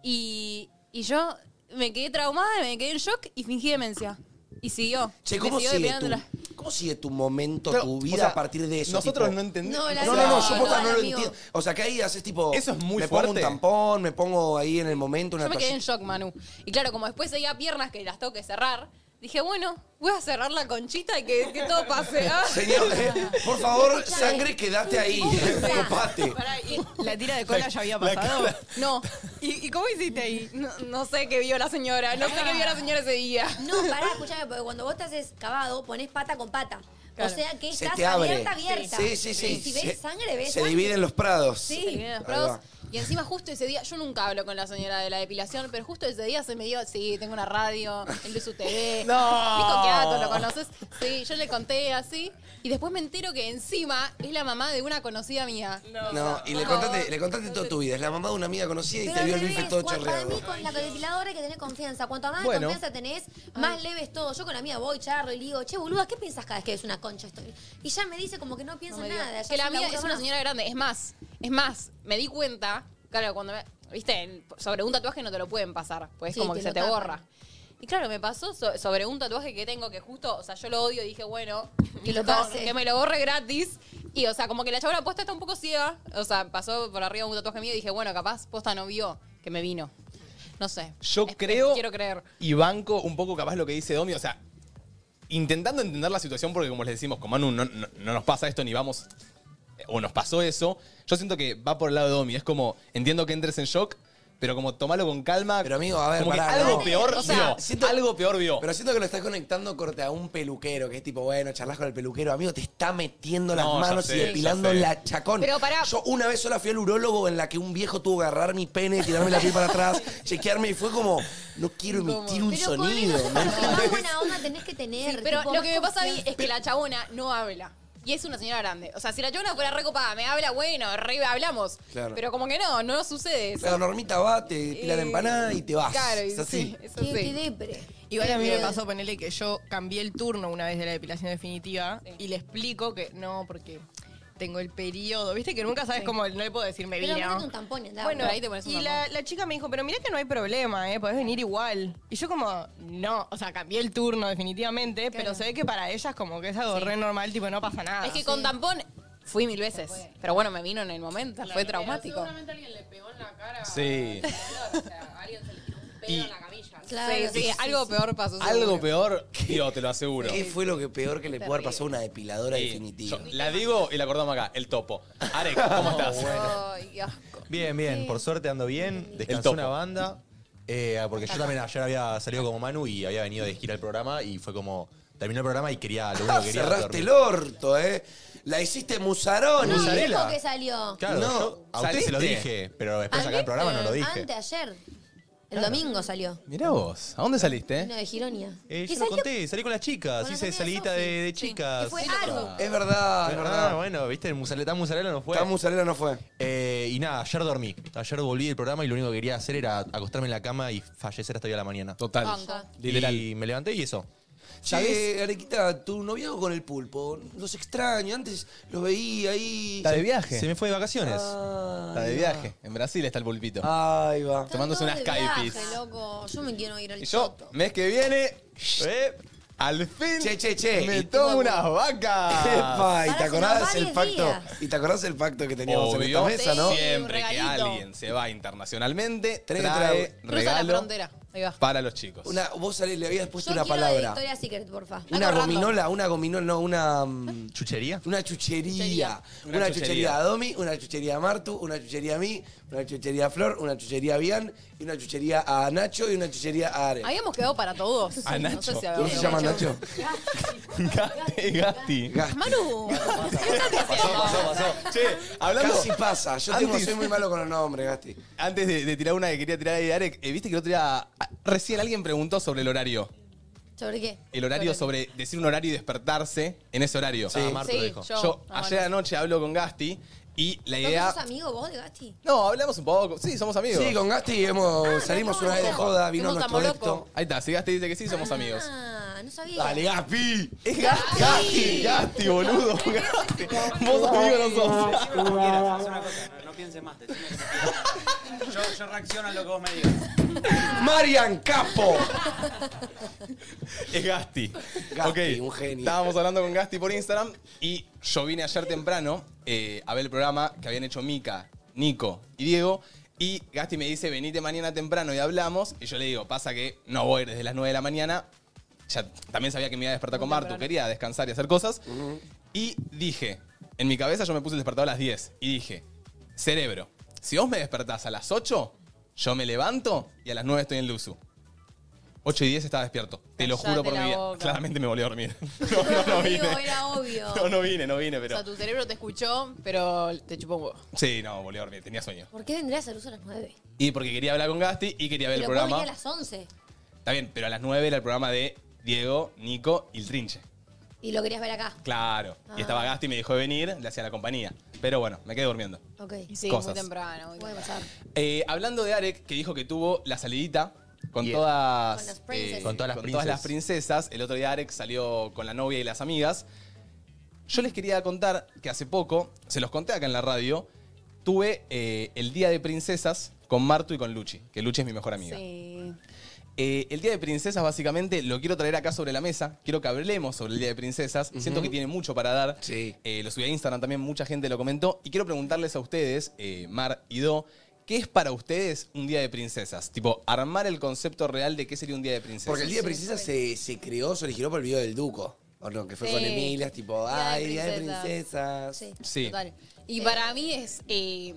S5: Y, y yo me quedé traumada, me quedé en shock y fingí demencia. Y siguió.
S2: Che,
S5: Me
S2: ¿cómo
S5: siguió
S2: sigue, tu,
S5: depilando la-
S2: ¿cómo sigue tu momento,
S1: Claro,
S2: tu
S1: o
S2: vida
S1: sea,
S2: a partir de eso?
S1: Nosotros
S2: tipo-
S1: no entendemos.
S4: No, la-
S2: No, no, no, yo
S4: No,
S2: posta
S4: no,
S2: no lo
S4: amigo.
S2: entiendo. O sea, que ahí haces tipo.
S1: Eso es muy
S2: me
S1: fuerte.
S2: pongo un tampón, me pongo ahí en el momento una
S5: Yo me quedé en
S2: toalla.
S5: shock, Manu. Y claro, como después seguía piernas que las tengo que cerrar, dije, bueno, voy a cerrar la conchita y que, que todo pase. Ah.
S2: Señor, eh, por favor,
S4: eh.
S2: sangre, quédate ahí. Copate.
S7: Pará, y la tira de cola ya había pasado.
S5: No,
S7: ¿Y, y cómo hiciste ahí?
S5: no, no sé qué vio la señora, no sé qué vio la señora ese día.
S4: No, pará, escúchame, porque cuando vos te haces cavado, ponés pata con pata.
S5: Claro.
S4: O sea que
S2: Se
S4: estás
S2: te abre.
S4: abierta, abierta.
S2: Sí, sí, sí.
S4: Y si ves
S2: Se-
S4: sangre, ves
S2: Se
S4: sangre.
S2: dividen los prados.
S4: Sí.
S5: Se vinieron los
S2: Ahí
S5: pros.
S2: va.
S5: Y encima justo ese día, yo nunca hablo con la señora de la depilación, pero justo ese día se me dio, sí, tengo una radio, el de su TV,
S1: No.
S5: Nico Quiato, ¿lo conoces? Sí, yo le conté así. Y después me entero que encima es la mamá de una conocida mía.
S2: No, y le contaste, le contaste toda tu vida. Es la mamá de una amiga conocida y
S4: Pero
S2: te
S4: al
S2: vio el
S4: revés,
S2: bife todo
S4: cuan- para mí
S2: chorreado.
S4: con la depiladora hay que tener confianza. Cuanto más
S1: Bueno.
S4: confianza tenés, más leve es todo. Yo con la mía voy, charlo y le digo, che, boluda, ¿qué piensas cada vez que ves una concha esto? Y ya me dice como que no
S5: No
S4: piensa
S5: me dio.
S4: nada. ya
S5: que la
S4: un
S5: mía
S4: laburo
S5: es una
S4: más.
S5: señora grande, es más, es más, me di cuenta, claro, cuando me, viste, en- sobre un tatuaje no te lo pueden pasar, pues
S4: Sí,
S5: es como
S4: te
S5: que
S4: lo
S5: se te
S4: tapan.
S5: borra. Y claro, me pasó so- sobre un tatuaje que tengo que justo, o sea, yo lo odio y dije, bueno,
S4: Que lo
S5: no,
S4: pase.
S5: que me lo borre gratis. Y, o sea, como que la chabona posta está un poco ciega, o sea, pasó por arriba un tatuaje mío y dije, bueno, capaz posta no vio que me vino. No sé.
S1: Yo
S8: Este,
S5: Es-
S1: creo.
S5: Quiero creer.
S1: Y banco un poco capaz lo que dice Domi, o sea, intentando entender la situación, porque como les decimos, con Manu no, no- no nos pasa esto ni vamos. eh, O nos pasó eso. Yo siento que va por el lado de Domi. Es como, entiendo que entres en shock, pero como tomalo con calma.
S2: Pero, amigo, a ver,
S1: como que
S2: pará,
S1: algo
S2: no.
S1: peor
S5: O sea,
S1: vio.
S2: siento-
S1: algo peor vio.
S2: Pero siento que lo estás conectando corte a un peluquero, que es tipo, bueno, charlas con el peluquero, amigo, te está metiendo las
S1: No, ya
S2: manos
S1: sé,
S2: y
S1: ya
S2: depilando
S1: sé.
S2: la chacón.
S5: Pero pará.
S2: Yo una vez sola fui al urólogo en la que un viejo tuvo que agarrar mi pene, tirarme la piel para atrás, chequearme y fue como, no quiero emitir un
S4: Pero con
S2: sonido.
S4: eso
S2: ¿me
S4: es como que más
S2: entendés?
S4: buena onda tenés que tener.
S5: Pero
S4: tipo,
S5: lo
S4: más
S5: que me pasa a mí
S4: confianza.
S5: es que la chabona no habla. Y es una señora grande. O sea, si la chabona fuera recopada, me habla, bueno, re hablamos.
S2: Claro.
S5: Pero como que no, no sucede eso.
S2: Claro, Normita va, te pila la
S5: Eh,
S2: empanada y te vas.
S5: Claro, y
S2: es así.
S5: sí, eso
S4: Qué, qué
S5: sí.
S4: depre.
S7: Igual a mí
S4: Qué
S7: me
S4: miedo.
S7: pasó ponerle que yo cambié el turno una vez de la depilación definitiva y le explico que no, porque tengo el periodo. Viste que nunca sabes cómo, no le puedo decir me
S4: Pero
S7: vino.
S4: metete un tampón y andá.
S7: Bueno,
S5: Pero ahí te pones un
S7: y
S5: tampón.
S7: la, la chica me dijo, pero mira que no hay problema, ¿eh? podés venir igual. Y yo como, no, o sea, cambié el turno definitivamente, pero se ve que para ellas como que es algo re normal, tipo, no pasa nada.
S5: Es que con tampón fui mil veces. Pero bueno, me vino en el momento. Fue traumático.
S8: Seguramente alguien le pegó en la cara. de
S1: Sí.
S8: dolor, O sea, alguien se le tiró un pedo
S1: Y-
S8: en la camilla.
S4: Claro,
S5: Sí, sí, algo peor pasó.
S1: Algo
S5: seguro.
S1: peor, tío, te lo aseguro.
S2: ¿Qué fue lo que peor que le pudo haber pasado a una depiladora
S1: Sí,
S2: definitiva?
S1: yo la digo y la acordamos acá, el topo. Arek, ¿cómo estás?
S5: Ay, qué asco.
S9: Bien, bien, por suerte ando bien.
S1: El
S9: Descansé
S1: topo.
S9: una banda. eh, porque yo también ayer había salido como Manu y había venido de gira al programa y fue como. Terminó el programa y quería. Lo único que quería era
S2: Ah, Cerraste el
S9: dormir.
S2: orto, ¿eh? La hiciste musarón.
S4: No,
S9: Musarela.
S4: el viejo que salió.
S9: Claro,
S2: No,
S9: yo a usted se lo
S2: saliste.
S9: dije, pero después de sacar el
S4: Antes-
S9: programa no lo dije.
S4: Antes, ayer. El domingo salió.
S1: Mirá vos, ¿a dónde saliste?
S4: Uno de Gironia.
S9: Eh,
S4: ¿Qué
S9: yo lo
S4: salió?
S9: conté, salí con las chicas,
S4: Con las
S9: hice
S4: amigas de
S9: salidita de,
S4: Sofi.
S9: de chicas.
S4: Que fue algo.
S2: Es verdad,
S9: Ah,
S2: es verdad.
S9: bueno, viste, el musale- tan musarela no fue.
S2: Tan musarela no fue.
S9: Eh, y nada, ayer dormí. Ayer volví del programa y lo único que quería hacer era acostarme en la cama y fallecer hasta hoy a la mañana.
S1: Total.
S5: Banca.
S1: Literal.
S9: Y me levanté y eso.
S2: Che, Arequita, tu noviazgo con el pulpo. Los extraño. Antes los veía ahí.
S1: Está de viaje.
S9: Se me fue de vacaciones.
S1: Está de viaje. En Brasil está el pulpito.
S2: Ah, Ahí va.
S4: Están
S1: tomándose
S4: todos
S1: unas
S4: de viaje,
S1: caipis.
S4: loco. Yo me quiero ir al
S1: Y yo,
S4: choto.
S1: mes que viene, eh, al fin
S2: Che, che, che.
S1: me
S2: Y-
S1: tomo unas vacas.
S2: Epa, ¿y te
S4: Pará, se nos
S2: acordás
S4: va
S2: el
S4: diez
S2: pacto?
S4: días.
S2: ¿Y te acordás el pacto que teníamos en esta
S1: Obvio,
S2: mesa, no?
S5: Sí.
S1: Siempre
S5: Un
S1: que
S5: regalito.
S1: alguien se va internacionalmente,
S2: Trae
S1: trae,
S2: trago.
S5: Cruza la
S1: regalo
S5: frontera. Ahí va.
S1: para los chicos.
S2: Una, vos Ale, le habías puesto
S4: Yo
S2: una
S4: quiero de
S2: palabra.
S4: Victoria's Secret, porfa.
S2: Una
S5: Algo random.
S2: gominola, una gominola, no, una. mm,
S9: ¿Chuchería?
S2: Una chuchería. Una,
S1: Una
S2: chuchería.
S1: chuchería.
S2: a Domi, una chuchería a Martu, una chuchería a mí, una chuchería a Flor, una chuchería a Bian, y una chuchería a Nacho y una chuchería a Are.
S5: Habíamos quedado para todos.
S1: A
S5: No sé
S1: Nacho.
S5: si
S2: ¿Cómo se
S5: habíamos
S2: llama
S5: quedado.
S2: Nacho?
S4: Ah,
S1: Gasti, Gasti.
S5: Manu.
S9: Pasó, pasó, pasó.
S1: Che, hablando.
S2: Casi pasa. Yo tengo-
S1: Antes-
S2: soy muy malo con los nombres, Gasti.
S1: Antes de, de tirar una que quería tirar ahí, Arek, eh, viste que el otro día. ah, Recién alguien preguntó sobre el horario.
S4: ¿Sobre qué?
S1: El horario sobre decir un horario y despertarse en ese horario.
S9: Ah, Marto
S5: Sí,
S9: dijo.
S1: Yo,
S5: yo. Ah,
S1: ayer
S5: no.
S1: anoche hablo con Gasti y la idea.
S4: ¿Sos amigo vos de Gasti?
S1: No, hablamos un poco. Sí, somos amigos.
S2: Sí, con Gasti hemos- salimos una vez de joda, vino
S5: Fuimos a
S2: nuestro
S5: Morocco.
S2: electo.
S1: Ahí está, si Gasti dice que sí, somos amigos.
S4: Ah, no sabía.
S2: Dale, Gaspi.
S1: Es Gasti, Gasti, Gasti, boludo. Gasti. Vos amigos no sos.
S10: Decime lo que quieras, haz una cosa, no, no pienses más, decime lo que quieras. Pues yo, yo reacciono a lo que vos me digas.
S2: Marian Capo.
S1: Es Gasti.
S2: Gasti,
S1: Ok,
S2: un genio.
S1: Estábamos hablando con Gasti por Instagram y yo vine ayer temprano eh, a ver el programa que habían hecho Mika, Nico y Diego. Y Gasti me dice, venite mañana temprano y hablamos. Y yo le digo, pasa que no voy desde las 9 de la mañana. Ya también sabía que me iba a despertar con Martu, quería descansar y hacer cosas. Y dije, en mi cabeza yo me puse el despertador a las 10. Y dije, cerebro, si vos me despertás a las 8, yo me levanto y a las 9 estoy en Luzu. 8 y 10 estaba despierto. Te lo
S5: Cállate
S1: juro por
S5: la
S1: mi vida.
S5: boca.
S1: Claramente me volví a dormir. No, no, no
S4: Amigo,
S1: vine.
S4: era obvio.
S1: No, no vine, no vine,
S5: O sea,
S1: pero.
S5: tu cerebro te escuchó, pero te chupó un huevo.
S1: Sí, no, volví a dormir, tenía sueño.
S4: ¿Por qué vendrías a luz a las 9?
S1: Y porque quería hablar con Gasti y quería ver
S4: Pero
S1: el
S4: vos venía
S1: programa.
S4: a las 11
S1: Está bien, pero a las 9 era el programa de Diego, Nico y el Trinche.
S4: y lo querías ver acá.
S1: Claro.
S4: Ah.
S1: Y estaba Gasti y me dejó de venir, le hacía la compañía. Pero bueno, me quedé durmiendo.
S4: Ok.
S5: Sí,
S1: Cosas.
S5: muy temprano. muy
S4: Puede
S5: temprano.
S4: pasar.
S1: Eh, hablando de Arek, que dijo que tuvo la salidita con
S9: Yeah.
S1: todas. eh,
S4: Con las princesas.
S9: Con todas las
S1: con todas las
S9: princes.
S1: princesas. El otro día Arek salió con la novia y las amigas. Yo les quería contar que hace poco, se los conté acá en la radio, tuve eh, el día de princesas con Martu y con Luchi, que Luchi es mi mejor amiga.
S5: Sí.
S1: Eh, el Día de Princesas, básicamente, lo quiero traer acá sobre la mesa. Quiero que hablemos sobre el Día de Princesas. Siento que tiene mucho para dar.
S2: Sí.
S1: Eh, lo subí a Instagram también, mucha gente lo comentó. Y quiero preguntarles a ustedes, eh, Mar y Do, ¿qué es para ustedes un Día de Princesas? Tipo, armar el concepto real de qué sería un Día de Princesas.
S2: Porque el Día de Princesa se, se creó, se originó por el video del Duco. O no, que fue
S5: Sí.
S2: con Emilia, tipo,
S5: Día de
S2: ay, Día de
S5: Princesa".
S2: Princesas.
S4: Sí.
S1: Sí.
S5: Total. Y para mí es. eh,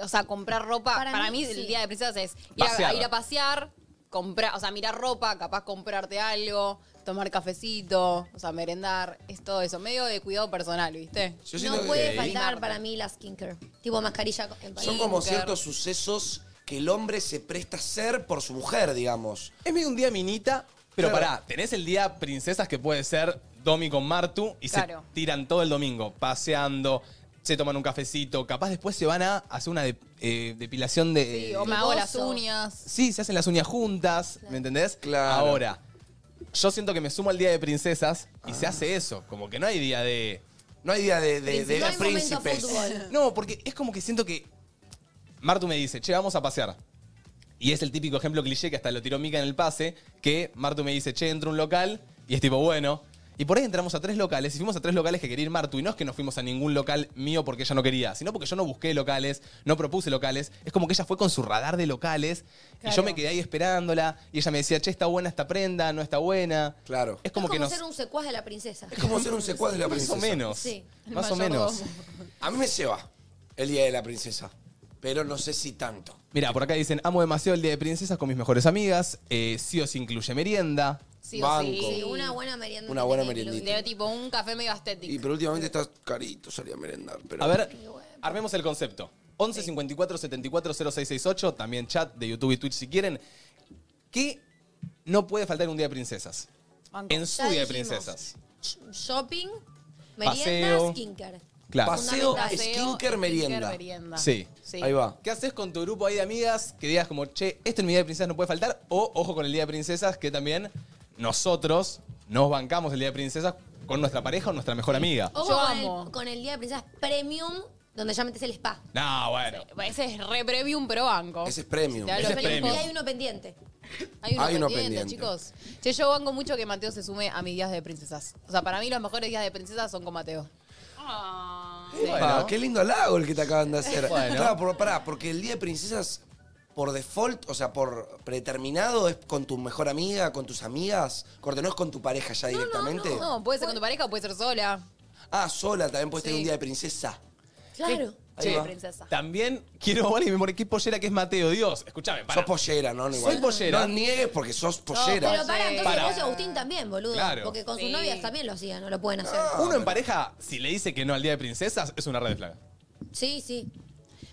S5: o sea, comprar ropa.
S4: Para
S5: Para,
S4: mí,
S5: mí,
S4: sí.
S5: el día de princesas es ir a,
S1: Pasear.
S5: ir a pasear, comprar, o sea, mirar ropa, capaz comprarte algo, tomar cafecito, o sea, merendar, es todo eso. Medio de cuidado personal, ¿viste?
S2: Yo siento
S4: No
S2: que
S4: puede
S1: sí.
S4: faltar para mí la skincare. Tipo mascarilla eh,
S2: son
S4: en pañal.
S2: como
S5: Skincare.
S2: ciertos sucesos que el hombre se presta a ser por su mujer, digamos.
S1: Es medio un día minita, pero
S2: Claro.
S1: pará, tenés el Día Princesas que puede ser Domi con Martu y
S5: Claro.
S1: se tiran todo el domingo paseando. Se toman un cafecito, capaz después se van a hacer una de- eh, depilación de.
S5: Sí, o me hago las
S4: Gozo.
S5: uñas.
S1: Sí, se hacen las uñas juntas, ¿me entendés?
S2: Claro.
S1: Ahora, yo siento que me sumo al día de princesas y se hace eso. Como que no hay día de
S2: No hay día de, de, de
S1: No hay momento
S2: príncipes.
S1: fútbol. No, porque es como que siento que. Martu me dice, che, vamos a pasear. Y es el típico ejemplo cliché que hasta lo tiró Mica en el pase, que Martu me dice, che, entra un local, y es tipo, bueno. Y por ahí entramos a tres locales, y fuimos a tres locales que quería ir Martu, y no es que no fuimos a ningún local mío porque ella no quería, sino porque yo no busqué locales, no propuse locales, es como que ella fue con su radar de locales, y yo
S4: Claro.
S1: me quedé ahí esperándola, y ella me decía, che, está buena esta prenda, no está buena. Claro. Es como,
S4: es como
S1: que nos...
S4: ser un secuaz de la princesa. Es
S2: como ser un secuaz de la princesa.
S1: Más o menos.
S4: Sí.
S1: Más o menos.
S2: A mí me lleva el día de la princesa, pero no sé si tanto.
S1: Mira, por acá dicen, amo demasiado el Día de Princesas con mis mejores amigas. Eh, sí o sí incluye merienda.
S5: Sí,
S2: Banco.
S5: sí.
S4: Una buena merienda.
S2: Una buena meriendita.
S5: De tipo un café medio estético.
S2: Y pero últimamente está carito salir a merendar. Pero...
S1: A ver, armemos el concepto. 11 54 74 0668, también chat de YouTube y Twitch si quieren. ¿Qué no puede faltar en un Día de Princesas?
S4: Banco.
S1: En su
S4: Ya
S1: Día de
S4: dijimos.
S1: Princesas.
S4: Sh- Shopping,
S1: Paseo.
S4: merienda, skinker.
S1: Claro.
S2: Paseo,
S4: Fundamental.
S2: skinker, merienda.
S1: Sí.
S4: Sí.
S2: Ahí va.
S1: ¿Qué haces con tu grupo ahí de amigas que digas como, che, este en mi Día de Princesas no puede faltar? O, ojo con el Día de Princesas, que también nosotros nos bancamos el Día de Princesas con nuestra pareja o nuestra mejor amiga.
S4: Ojo
S5: Yo
S4: con,
S5: amo.
S4: El, con el día de princesas premium, donde ya metes el spa.
S1: No, bueno.
S5: Ese es re premium, pero banco.
S2: Ese es premium.
S5: Te hablo
S1: Ese es
S5: de
S1: premium.
S4: Y
S5: tiempos.
S4: hay uno pendiente.
S5: Hay uno,
S2: Hay uno
S5: pendiente,
S2: pendiente.
S5: chicos. Che, yo banco mucho que Mateo se sume a mis días de princesas. O sea, para mí los mejores días de princesas son con Mateo.
S2: Epa,
S1: Bueno.
S2: qué lindo halago el que te acaban de hacer.
S1: Bueno.
S2: Claro, por- pará, porque el día de princesas, por default, o sea, por predeterminado, es con tu mejor amiga, con tus amigas. Corte, no es con tu pareja ya directamente.
S5: No, puede ser con tu pareja o puede ser sola.
S2: Ah, sola también puedes tener
S5: Sí.
S2: un día de princesa.
S5: Claro.
S2: Ahí va.
S5: princesa.
S1: También quiero, vale, me morí qué pollera que es Mateo, Dios. Escúchame, para.
S2: Sos pollera, ¿no?
S1: Soy
S2: Igual.
S1: pollera.
S2: No niegues porque sos pollera.
S4: Pero para, entonces
S1: Pará.
S4: vos y Agustín también, boludo.
S1: Claro. Ah.
S4: Porque con sus
S5: Sí.
S4: novias también lo hacían, no lo pueden hacer.
S2: Ah.
S1: Uno en pareja, si le dice que no al Día de Princesas, es una red flag.
S4: Sí, sí.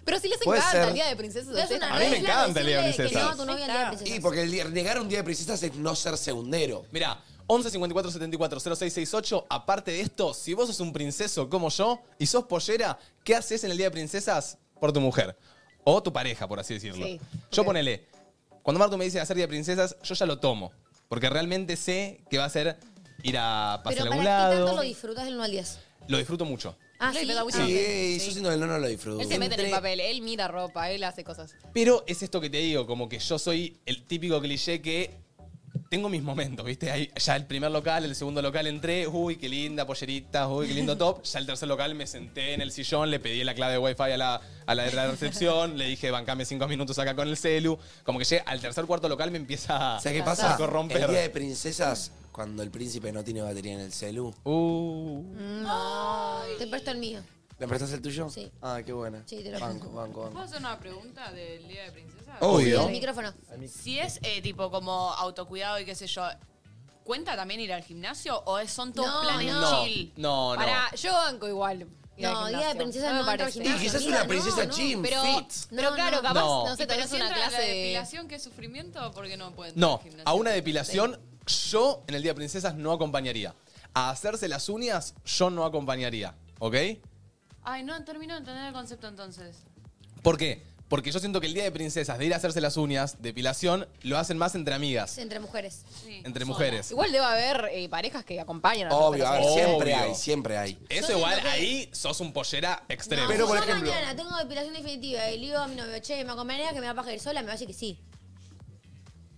S5: Pero si les
S2: Puede
S5: encanta
S2: ser.
S5: el día de princesas.
S4: Pero es
S5: ustedes
S4: una
S1: A mí me
S4: regla
S1: encanta el día de
S4: decirle Que no a
S1: princesas.
S4: tu novia el día de princesas.
S2: Y porque el día- negar un día de princesas es no ser segundero.
S1: Mira, 11 54 74 0668. Aparte de esto, si vos sos un princeso como yo y sos pollera, ¿qué haces en el Día de Princesas por tu mujer? O tu pareja, por así decirlo.
S5: Sí,
S1: Yo
S5: ok.
S1: ponele, cuando Martu me dice hacer Día de Princesas, yo ya lo tomo. Porque realmente sé que va a ser ir a
S4: Pero
S1: pasar a
S4: para
S1: algún
S4: qué tanto
S1: lado.
S4: lo disfrutas del 1 al 10.
S1: Lo disfruto mucho.
S4: Ah,
S5: Lo
S4: sí.
S5: disfrutas mucho.
S4: Ah,
S2: Sí,
S5: Sí.
S2: eh, yo siento que no, no lo disfruto.
S5: Él se mete en el
S2: Entre-
S5: papel, él mira ropa, él hace cosas.
S1: Pero es esto que te digo, como que yo soy el típico cliché que tengo mis momentos, ¿viste? Ahí ya el primer local, el segundo local entré, uy, qué linda pollerita, uy, qué lindo top. Ya el tercer local me senté en el sillón, le pedí la clave de wifi a la, a la de la recepción, le dije, bancame cinco minutos acá con el celu. Como que llegué al tercer cuarto local me empieza
S2: ¿Sabes qué
S1: a
S2: pasa?
S1: corromper.
S2: El día de princesas, cuando el príncipe no tiene batería en el celu.
S1: Uh.
S4: Te presto el mío.
S2: ¿Le prestás el tuyo?
S4: Sí.
S2: Ah, qué buena.
S4: Sí, te lo
S2: Banco, banco, banco.
S8: ¿Puedo hacer una pregunta del Día de Princesa?
S4: Y
S2: Obvio.
S4: el micrófono.
S8: Si es eh, tipo como autocuidado y qué sé yo, ¿cuenta también ir al gimnasio o es- son todos
S4: No,
S8: planes
S4: no.
S8: chill?
S1: No, no.
S5: Para, yo banco igual. ir al
S4: No, día de
S5: gimnasio.
S4: princesas
S5: me
S4: no entra al
S5: parece.
S2: Y
S4: gimnasio.
S2: quizás
S4: Amiga,
S2: una princesa
S4: no, no,
S2: gym,
S5: Pero,
S2: fit.
S5: pero
S4: No,
S5: claro,
S4: no.
S5: capaz,
S1: No.
S5: no,
S8: Y
S5: sé, tenés
S8: pero si
S5: una
S8: entra
S5: clase
S8: la
S5: de...
S8: depilación, ¿qué sufrimiento? Porque no pueden
S1: No, a una depilación yo en el Día de Princesas no acompañaría. A hacerse las uñas yo no acompañaría, ¿ok?
S8: Ay, no termino de entender el concepto entonces.
S1: ¿Por qué? Porque yo siento que el día de princesas, de ir a hacerse las uñas, depilación, lo hacen más entre amigas,
S4: Entre mujeres.
S8: Sí.
S1: entre mujeres.
S5: Igual debe haber eh, parejas que acompañan a las
S2: Obvio, a ver,
S5: personas.
S1: Obvio.
S2: siempre hay, siempre hay.
S1: Eso
S4: Yo
S1: igual,
S4: siento que-
S1: ahí sos un pollera extremo.
S4: No,
S2: Pero,
S4: si
S2: por
S4: yo
S2: ejemplo-
S4: mañana tengo depilación definitiva y le digo a mi novio, che, me acompañaría que me va a pagar ir sola, me va a decir que sí.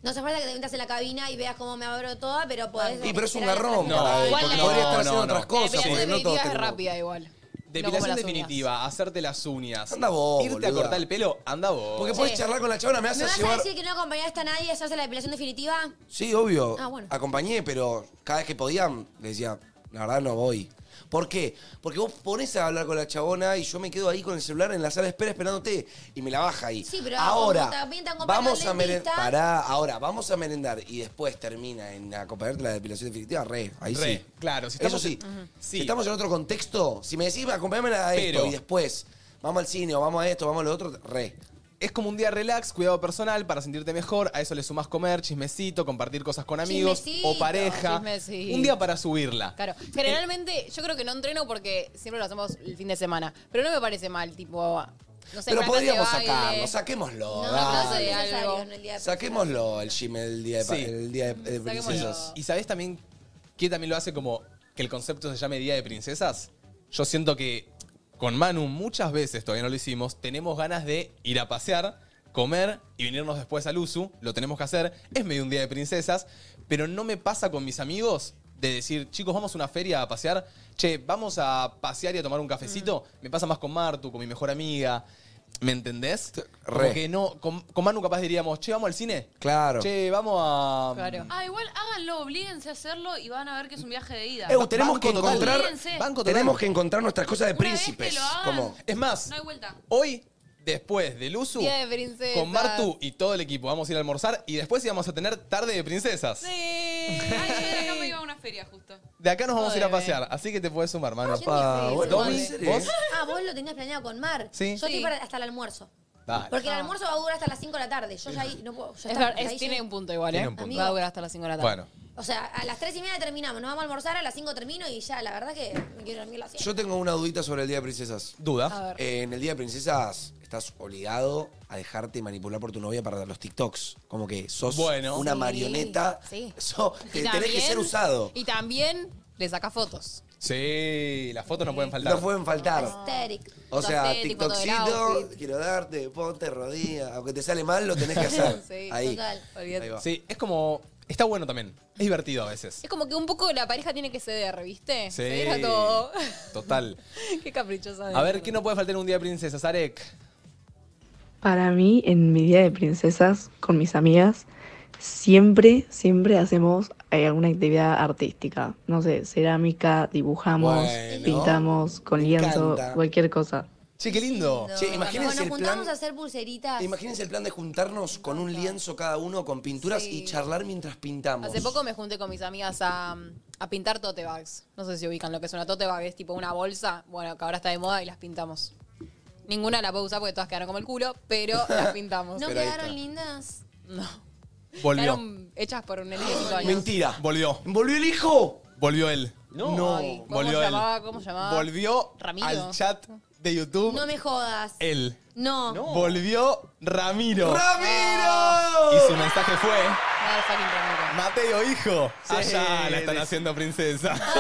S4: No hace falta que te metas en la cabina y veas cómo me abro toda, pero podés.
S2: Y pero es un
S4: esperar hasta
S2: garrón,
S4: que-
S1: No,
S2: para él,
S5: igual
S2: porque
S5: no,
S2: podría estar
S1: no,
S2: haciendo
S1: no.
S2: otras
S1: La
S5: La
S2: cosas,
S5: depilación
S2: porque no
S5: definitiva
S2: todos
S5: es
S2: tenemos-
S5: rápida igual. No como
S1: Depilación
S5: las uñas.
S1: definitiva, hacerte las uñas.
S2: Anda vos,
S1: Irte a
S2: boluda.
S1: cortar el pelo, anda vos.
S2: Porque podés charlar con la chabona, me
S4: ¿Me
S2: hace
S4: vas a
S2: llevar...
S4: decir que no acompañaste a nadie a hacerse la depilación definitiva?
S2: Sí, obvio.
S4: Ah, bueno.
S2: Acompañé, pero cada vez que podía, le decía, la verdad no voy. ¿Por qué? Porque vos ponés a hablar con la chabona y yo me quedo ahí con el celular en la sala de espera esperándote y me la baja ahí.
S4: Sí, pero
S2: ahora
S4: como también te acompaña
S2: vamos
S4: el
S2: a merendar.
S4: dentista.
S2: Pará, ahora vamos a merendar y después termina en acompañarte la depilación definitiva, re, ahí
S1: Re,
S2: sí.
S1: claro, si
S2: Eso
S1: estamos
S2: sí.
S1: en- Ujú. Sí.
S2: Si estamos en otro contexto, si me decís acompáñame a esto
S1: Pero-
S2: y después vamos al cine o vamos a esto, vamos a lo otro, re.
S1: Es como un día relax, cuidado personal para sentirte mejor. A eso le sumás comer, chismecito, compartir cosas con amigos o
S4: Chismecito,
S1: pareja.
S5: chismecito.
S1: Un día para subirla.
S5: Claro,
S8: Eh,
S5: generalmente yo creo que no entreno porque siempre lo hacemos el fin de semana, pero no me parece mal, tipo, no sé,
S2: pero
S5: una clase de
S2: podríamos
S5: baile.
S2: sacarlo, saquémoslo.
S4: No,
S2: dale.
S4: no
S5: sé,
S4: es
S5: algo.
S4: necesario en el día de
S2: Saquémoslo el gym el día de, pa-
S1: Sí.
S2: el día de, de
S5: Saquémoslo.
S2: princesas.
S1: ¿Y sabés también que también lo hace como que el concepto se llame Día de Princesas? yo siento que con Manu muchas veces, todavía no lo hicimos, tenemos ganas de ir a pasear, comer y venirnos después al USU. Lo tenemos que hacer. Es medio un día de princesas, pero no me pasa con mis amigos de decir, chicos, vamos a una feria a pasear. Che, vamos a pasear y a tomar un cafecito.
S4: Mm.
S1: Me pasa más con Martu, con mi mejor amiga. ¿Me entendés?
S2: Re.
S1: Porque no, con, con Manu capaz diríamos, che, vamos al cine.
S2: Claro.
S1: Che, vamos a.
S8: Ah, igual háganlo, oblíguense a hacerlo y van a ver que es un viaje de ida.
S2: Eh, tenemos que
S8: total.
S2: encontrar,
S8: Oblíguense.
S2: tenemos que encontrar nuestras cosas de
S8: Una vez que
S2: príncipes.
S8: lo hagan,
S2: como
S1: Es más,
S8: No hay vuelta.
S1: hoy, después del uso,
S5: Día de princesas.
S1: con Martu y todo el equipo vamos a ir a almorzar y después íbamos a tener tarde de princesas.
S2: Eh,
S8: Ay, yo de acá me iba a una feria justo.
S1: De acá nos vamos a ir a pasear, así que te puedes sumar, mano.
S2: Papá, bueno,
S1: Domi,
S2: madre.
S1: vos.
S4: Ah, vos lo tenías planeado con Mar.
S1: Sí.
S4: Yo estoy
S1: Sí.
S4: para hasta el almuerzo.
S1: Dale.
S4: Porque el
S2: Ah.
S4: almuerzo va a durar hasta las 5 de la tarde. Yo ya ahí no puedo. ya
S5: Es
S4: está,
S5: verdad,
S4: ahí
S5: es- tiene
S4: llegué.
S5: un punto igual,
S1: Tiene
S5: ¿eh?
S1: un punto.
S5: Va a durar hasta las 5 de la tarde.
S1: Bueno,
S4: O sea, a las 3 y media terminamos. Nos vamos a almorzar a las 5 termino y ya, la verdad que me quiero dormir a las 7.
S2: Yo tengo una dudita sobre el Día de Princesas.
S1: duda.
S2: Eh, en el Día de Princesas estás obligado a dejarte manipular por tu novia para los TikToks. Como que sos
S1: Bueno.
S2: una
S5: Sí,
S2: marioneta.
S5: sí.
S2: So- te-
S5: Y
S2: tenés que
S5: también-
S2: ser usado.
S5: Y también le saca fotos.
S1: Sí, las fotos no pueden faltar.
S2: No pueden faltar.
S4: Aesthetic.
S2: O sea,
S5: Aesthetic, foto del
S2: TikTokcito,
S5: outfit.
S2: quiero darte, ponte rodilla. Aunque te sale mal, lo tenés que hacer.
S5: Sí,
S2: Ahí.
S4: total.
S5: Olvídate.
S2: Ahí va.
S1: Sí, es como. Está bueno también. Es divertido a veces.
S5: Es como que un poco la pareja tiene que ceder, ¿viste?
S1: Sí.
S5: Ceder a todo.
S1: Total.
S5: Qué caprichosa. de
S1: A ver,
S5: mierda.
S1: ¿qué no puede faltar en un día de princesas, Arek?
S11: Para mí, en mi día de princesas con mis amigas, siempre, siempre hacemos eh, alguna actividad artística. No sé, cerámica, dibujamos,
S2: Bueno,
S11: pintamos con
S2: me
S11: lienzo,
S2: encanta.
S11: cualquier cosa.
S1: Che, qué lindo.
S2: Che, imagínense
S4: Nos
S2: el
S4: juntamos
S2: plan-
S4: a hacer pulseritas.
S2: Imagínense el plan de juntarnos con un lienzo cada uno con pinturas y charlar mientras pintamos.
S5: Hace poco me junté con mis amigas a, a pintar tote bags. No sé si ubican lo que es una tote bag, es tipo una bolsa, bueno, que ahora está de moda y las pintamos. Ninguna la puedo usar porque todas quedaron como el culo, pero las pintamos.
S4: ¿No
S2: Pero ahí
S4: quedaron
S2: está.
S4: lindas?
S5: No.
S1: Volvió.
S5: Quedaron hechas por un nene de 5 años.
S2: Mentira.
S1: Volvió.
S2: ¿Volvió el hijo?
S1: Volvió él.
S5: Ay, ¿Cómo
S1: Volvió él.
S5: llamaba? ¿Cómo llamaba?
S1: Volvió
S5: Ramiro.
S1: al chat de YouTube.
S4: No me jodas.
S1: Él.
S4: No.
S1: Volvió Ramiro. Y
S2: ¡Ramiro!
S1: su mensaje fue:
S5: Ah, el fucking Ramiro.
S1: Mateo, hijo. allá la están haciendo princesa.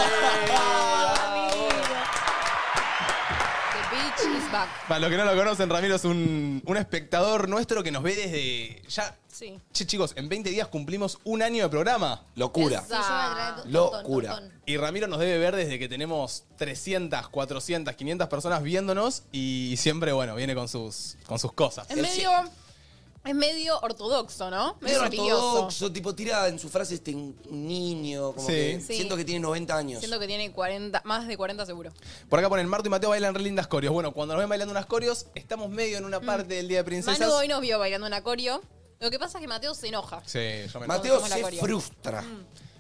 S5: The beach is back.
S1: Para los que no lo conocen, Ramiro es un, un espectador nuestro que nos ve desde ya.
S5: Sí.
S1: Che, chicos, en 20 días cumplimos un año de programa.
S2: Locura.
S4: Sí, yo voy a traer tu-
S2: Locura.
S4: tortón, tortón.
S1: Y Ramiro nos debe ver desde que tenemos 300, 400, 500 personas viéndonos y siempre, bueno, viene con sus, con sus cosas.
S5: Es medio. Es medio ortodoxo, ¿no?
S2: Medio
S5: Medio religioso.
S2: ortodoxo, tipo tira en su frase este un niño, como
S1: Sí.
S2: que
S5: Sí.
S2: siento que tiene 90 años.
S5: Siento que tiene 40, más de 40 seguro.
S1: Por acá ponen, Marto y Mateo bailan re lindas corios. Bueno, cuando nos ven bailando unas corios, estamos medio en una parte del Día de Princesas.
S5: Mm. Manu hoy nos vio bailando un acorio. Lo que pasa es que Mateo se enoja.
S1: Sí, yo me
S2: Mateo
S5: Somos la
S2: se
S5: coreo. Mm.
S2: frustra.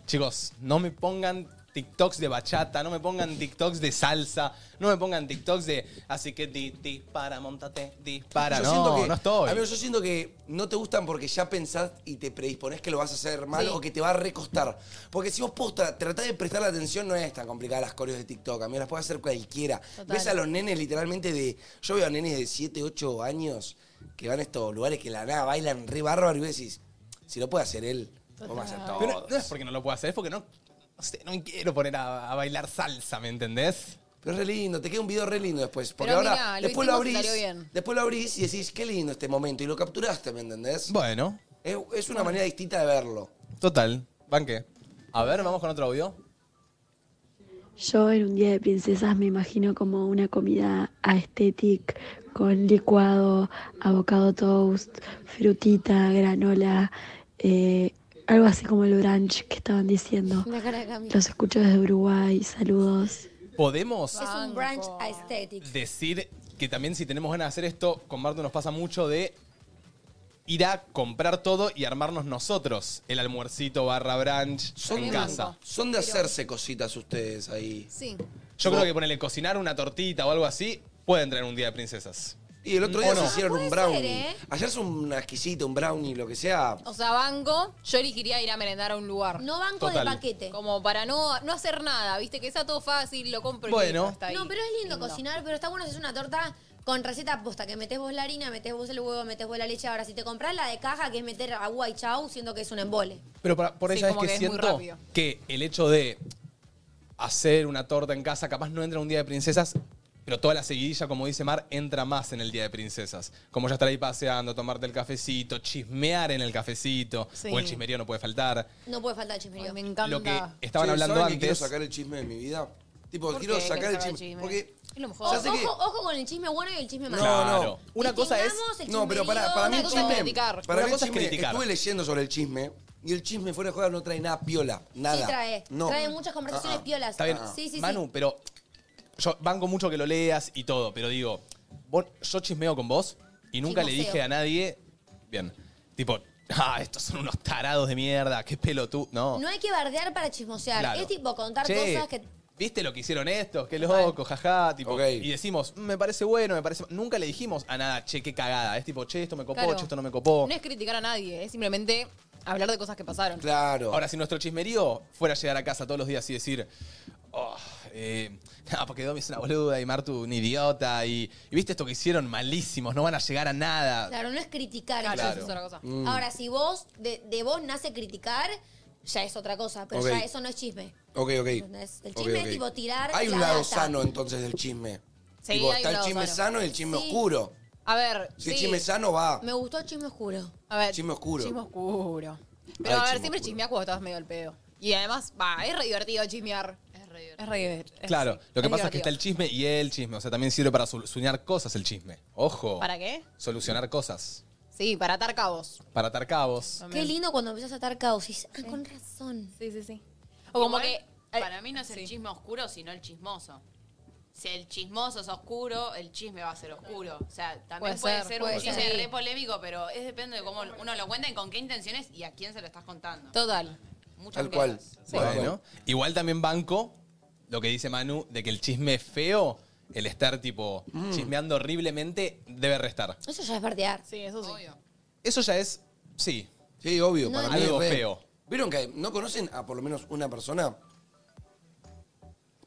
S1: Chicos, no me pongan TikToks de bachata, no me pongan TikToks de salsa, no me pongan TikToks de así que di, dispara, montate, dispara.
S2: Yo
S1: no,
S2: siento que,
S1: no estoy.
S2: Amigo, yo siento que no te gustan porque ya pensás y te predisponés que lo vas a hacer mal
S5: Sí.
S2: o que te va a recostar. Porque si vos posta, tratás de prestar la atención, no es tan complicada las coreos de TikTok. Amigo, las puede hacer cualquiera. Ves a los nenes literalmente de. Yo veo a nenes de 7, 8 años que van a estos lugares que la nada bailan re bárbaro y vos decís, si lo puede hacer él, vamos a hacer todo.
S1: Pero no es porque no lo puedo hacer, es porque no, no sé, no me quiero poner a, a bailar salsa, ¿me entendés?
S2: Pero es re lindo, te queda un video re lindo después. Porque
S5: Pero
S2: ahora,
S5: mirá, lo
S2: después lo
S5: hicimos y
S2: abrís.
S5: salió bien.
S2: Después lo abrís y decís, qué lindo este momento. Y lo capturaste, ¿me entendés?
S1: Bueno,
S2: Es, es una manera distinta de verlo.
S1: total, banqué. A ver, vamos con otro audio.
S11: Yo en un día de princesas me imagino como una comida aesthetic con licuado, avocado toast, frutita, granola, eh, algo así como el brunch que estaban diciendo.
S4: La cara de Cami.
S11: Los escucho desde Uruguay, saludos.
S1: Podemos
S4: Es un branch aesthetic.
S1: decir que también si tenemos ganas de hacer esto, con Marto nos pasa mucho de ir a comprar todo y armarnos nosotros el almuercito barra brunch en casa.
S2: Son de hacerse cositas ustedes ahí.
S5: Sí.
S1: Yo creo que ponerle cocinar una tortita o algo así puede entrar en un día de princesas.
S2: Y el otro día
S1: ¿O no?
S2: se hicieron un
S4: Puede
S2: brownie.
S4: ser, ¿eh?
S2: Ayer es un exquisito, un brownie, lo que sea.
S5: O sea, banco, yo elegiría ir a merendar a un lugar.
S4: No banco
S1: Total.
S4: de paquete.
S5: Como para no, no hacer nada, ¿viste? Que sea todo fácil, lo compro y
S1: Bueno.
S5: listo, está ahí.
S4: No, pero es lindo, cocinar, pero está bueno hacer una torta con receta posta, que metes vos la harina, metes vos el huevo, metes vos la leche. Ahora, si te compras la de caja, que es meter agua y chau, siento que es un embole.
S1: Pero para- por
S5: Sí,
S1: ella es
S5: como
S1: que,
S5: que es muy
S1: siento
S5: rápido.
S1: que el hecho de hacer una torta en casa, capaz no entra un día de princesas, pero toda la seguidilla, como dice Mar, entra más en el día de princesas. Como ya estar ahí paseando, tomarte el cafecito, chismear en el cafecito,
S4: Sí.
S1: o el chismerío no puede faltar.
S4: No puede faltar el chismerío. Me
S1: encanta. Lo que estaban
S2: Che, ¿saben
S1: hablando
S2: que
S1: antes-
S2: quiero sacar el chisme de mi vida. Tipo,
S4: ¿Por
S2: quiero
S4: qué
S2: sacar el
S4: querés
S2: chisme.
S4: sacar el
S2: Porque.
S4: Es lo
S2: O
S4: mejor.
S2: sea, sé
S4: ojo,
S2: que-
S4: ojo con el chisme bueno y el chisme malo.
S2: No, no.
S4: Una cosa es. El
S2: No, pero para, para mí el
S4: cosa es
S2: chisme.
S4: criticar.
S2: Para mí
S4: Una
S2: el
S4: cosa es
S2: chisme,
S4: criticar.
S2: Estuve leyendo sobre el chisme y el chisme fuera de juego no trae nada piola. Nada.
S4: Sí, trae.
S2: No.
S4: Trae muchas conversaciones
S1: Ah, ah.
S4: piolas.
S1: Está bien.
S4: Sí, sí, sí.
S1: Manu, pero yo banco mucho que lo leas y todo, pero digo, vos- yo chismeo con vos y nunca le
S4: Chismoseo.
S1: dije a nadie, bien, tipo, ah, estos son unos tarados de mierda, qué pelotudo. No.
S4: No hay que bardear para chismosear.
S1: Claro.
S4: Es tipo contar
S1: Che,
S4: cosas que.
S1: ¿Viste lo que hicieron estos? Qué loco, jajá. Tipo, Y decimos, "Mm, me parece bueno, me parece. Nunca le dijimos a nada, che, qué cagada. Es tipo, che, esto me copó,
S5: Claro.
S1: che, esto no me copó.
S5: No es criticar a nadie, es simplemente hablar de cosas que pasaron.
S2: Claro.
S1: Ahora, si nuestro chismerío fuera a llegar a casa todos los días y decir, oh, eh, no, porque Domi es una boluda y Martu un idiota y, y viste esto que hicieron malísimos, no van a llegar a
S2: Ah.
S1: nada.
S4: Claro, no es criticar.
S1: Claro,
S4: entonces.
S1: eso es otra cosa. Mm.
S4: Ahora, si vos, de, de vos nace criticar, ya es otra cosa. Pero
S2: Ok.
S4: ya eso no es chisme.
S2: Ok, ok.
S4: ¿Entendés? El chisme
S2: Ok,
S4: es
S2: ok.
S4: tipo tirar.
S2: Hay un
S4: la
S2: lado
S4: data.
S2: sano entonces del chisme.
S4: Sí,
S2: Tipo,
S4: hay
S2: está
S4: un
S2: el
S4: lado
S2: chisme
S4: sano.
S2: sano y el chisme
S4: Sí.
S2: oscuro.
S5: A ver,
S2: Si el chisme sano va.
S4: Me gustó el chisme oscuro.
S5: A ver.
S2: Chisme oscuro.
S5: Chisme oscuro. Pero a ver,
S2: chisme
S5: siempre chismeás cuando estás medio al pedo. Y además, va, es re divertido chismear. Es re divertido. Es re divertido.
S1: Claro, lo que
S5: es
S1: pasa es que
S5: divertido.
S1: está el chisme y el chisme. O sea, también sirve para solucionar cosas el chisme. Ojo.
S5: ¿Para qué?
S1: Solucionar cosas.
S5: Sí, para atar cabos.
S1: Para atar cabos.
S4: Qué lindo cuando empiezas a atar caos. y dices, ah, con razón.
S5: Sí, sí, sí. O como que.
S8: Para mí no es el chisme oscuro, sino el chismoso. Si el chismoso es oscuro, el chisme va a ser oscuro. O sea, también
S5: Puede
S8: puede,
S5: ser,
S8: ser,
S5: puede
S8: un chisme
S5: ser.
S8: re polémico, pero es depende de cómo uno lo cuenta y con qué intenciones y a quién se lo estás contando.
S5: Total.
S8: Muchas cosas.
S1: Bueno, igual también banco lo que dice Manu de que el chisme es feo, el estar tipo chismeando horriblemente debe restar.
S4: Eso ya es bardear.
S5: Sí, eso sí.
S1: Eso ya es, sí.
S2: Sí, obvio. para mí
S1: algo
S2: es re-
S1: feo.
S2: ¿Vieron que no conocen a por lo menos una persona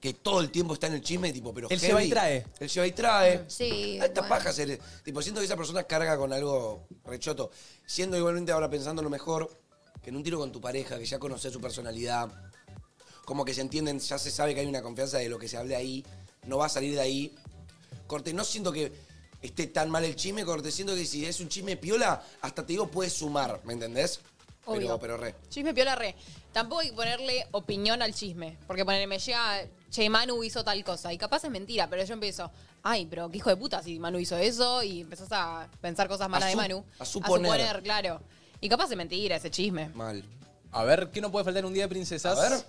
S2: que todo el tiempo está en el chisme, tipo, pero
S1: Él
S2: heavy?
S1: lleva y trae.
S2: Él lleva y trae.
S4: Sí.
S2: Alta paja ser. Tipo, siento que esa persona carga con algo rechoto. Siendo igualmente ahora pensando lo mejor, que en un tiro con tu pareja, que ya conoces su personalidad, como que se entienden, ya se sabe que hay una confianza de lo que se hable ahí, no va a salir de ahí. Corte, no siento que esté tan mal el chisme, corte, siento que si es un chisme piola, hasta te digo, puedes sumar, ¿me entendés? Pero,
S5: Obvio.
S2: pero re.
S5: Chisme piola re. Tampoco hay que ponerle opinión al chisme. Porque ponerle, me llega, che, Manu hizo tal cosa. Y capaz es mentira, pero yo empiezo, ay, pero qué hijo de puta si Manu hizo eso. Y empezás a pensar cosas malas
S2: A
S5: de
S2: su-
S5: Manu.
S2: a suponer.
S5: claro. Y capaz es mentira ese chisme.
S2: Mal.
S1: A ver, ¿qué no puede faltar en un día de princesas? A ver.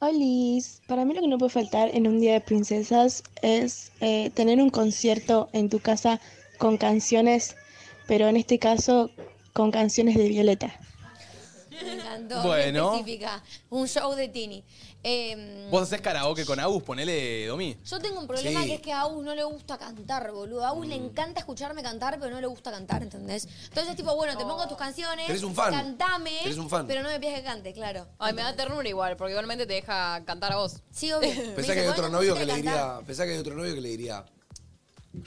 S12: Olis, para mí lo que no puede faltar en un día de princesas es eh, tener un concierto en tu casa con canciones, pero en este caso con canciones de Violeta.
S4: Me encantó.
S1: Bueno.
S4: Bueno. Específica. Un show de Tini. Eh,
S1: Vos haces karaoke con Agus, ponele Domi.
S4: yo tengo un problema
S1: Sí.
S4: que es que a Agus no le gusta cantar, boludo. A Agus le encanta escucharme cantar, pero no le gusta cantar, ¿entendés? Entonces, tipo, bueno, te pongo tus canciones.
S5: Tenés un fan.
S4: Cantame.
S5: Tenés un fan.
S4: Pero no me pidas que cante, claro.
S5: Ay, me da ternura igual, porque igualmente te deja cantar a vos.
S4: Sí, obvio.
S2: Pensá que hay otro novio que le diría. Pensá que hay otro novio que le diría.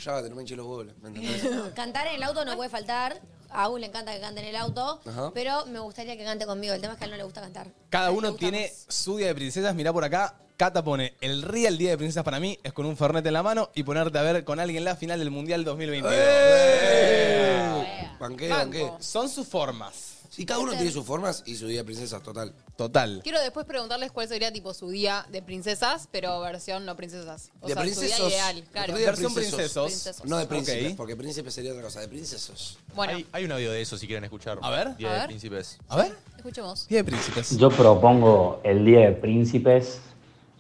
S2: Ya, te no me hinches los huevos. ¿me entendés?
S4: Cantar en el auto no puede faltar. A Agus le encanta que cante en el auto,
S1: Ajá.
S4: pero me gustaría que cante conmigo. El tema es que a él no le gusta cantar.
S1: Cada uno tiene su día de princesas. Mirá por acá. Cata pone, el real día de princesas para mí es con un fernet en la mano y ponerte a ver con alguien la final del Mundial 2022.
S2: ¡Eh! Banqué, banqué.
S1: Son sus formas.
S2: Sí, cada uno tiene sus formas y su día de princesas, total.
S1: Total.
S5: Quiero después preguntarles cuál sería tipo su día de princesas, pero versión no princesas. O
S2: de
S5: sea,
S2: princesos.
S5: su día ideal, claro.
S2: Otro día de princesos.
S5: Princesos.
S2: No de príncipes,
S1: Ok.
S2: porque príncipe sería otra cosa. De princesos.
S5: Bueno.
S9: Hay, hay un audio de eso si quieren escuchar.
S1: A ver.
S9: Día
S5: A
S9: de
S5: ver.
S9: príncipes.
S1: A ver.
S5: Escuchemos.
S1: Día de príncipes.
S13: Yo propongo el Día de Príncipes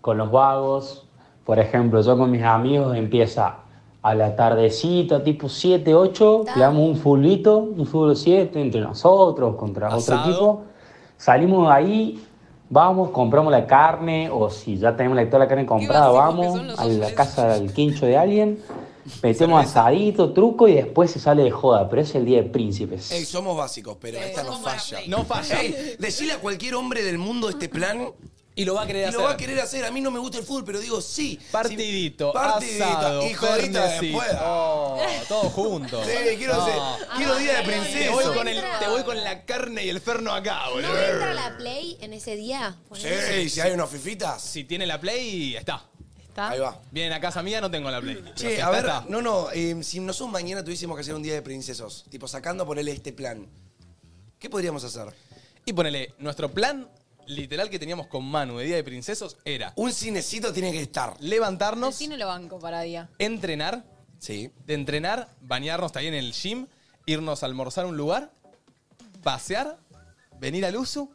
S13: con los vagos. Por ejemplo, yo con mis amigos empieza a la tardecita, tipo 7, 8, creamos un fulbito, un fútbol 7 entre nosotros, contra otro
S14: Asado.
S13: equipo. Salimos de ahí, vamos, compramos la carne, o si ya tenemos la, toda la carne comprada, vamos a la casa del quincho de alguien, metemos asadito, truco y después se sale de joda, pero es el Día de Príncipes.
S2: Ey, somos básicos, pero esta no falla. No
S1: falla.
S2: Ey, decile a cualquier hombre del mundo este plan
S1: Y lo va a querer
S2: Y
S1: hacer.
S2: lo va a querer hacer. A mí no me gusta el fútbol, pero digo sí.
S1: Partidito,
S2: Partidito,
S1: asado,
S2: y jodita
S1: carnecito.
S2: después.
S1: Oh, todo junto.
S2: Sí, quiero hacer-
S4: Ah,
S2: quiero día de princesa.
S1: Te voy, con el,
S4: entra.
S1: te voy con la carne y el ferno acá, boludo.
S4: ¿Entra la Play en ese día?
S1: Sí,
S2: si hay unas fifitas.
S1: Si tiene la Play, está.
S4: ¿Está?
S2: Ahí va.
S1: Vienen a casa mía, no tengo la Play. Pero si
S2: Che,
S1: está,
S2: a ver,
S1: está.
S2: no, no, eh, si nosotros mañana tuviésemos que hacer un día de princesos, tipo sacando por él este plan, ¿qué podríamos hacer?
S1: Y ponele, nuestro plan literal que teníamos con Manu de Día de Princesos era...
S2: Un cinecito tiene que estar.
S5: El
S1: Levantarnos,
S5: cine lo banco para día.
S1: entrenar.
S2: Sí.
S1: De entrenar, bañarnos también en el gym, irnos a almorzar a un lugar, pasear, venir al uso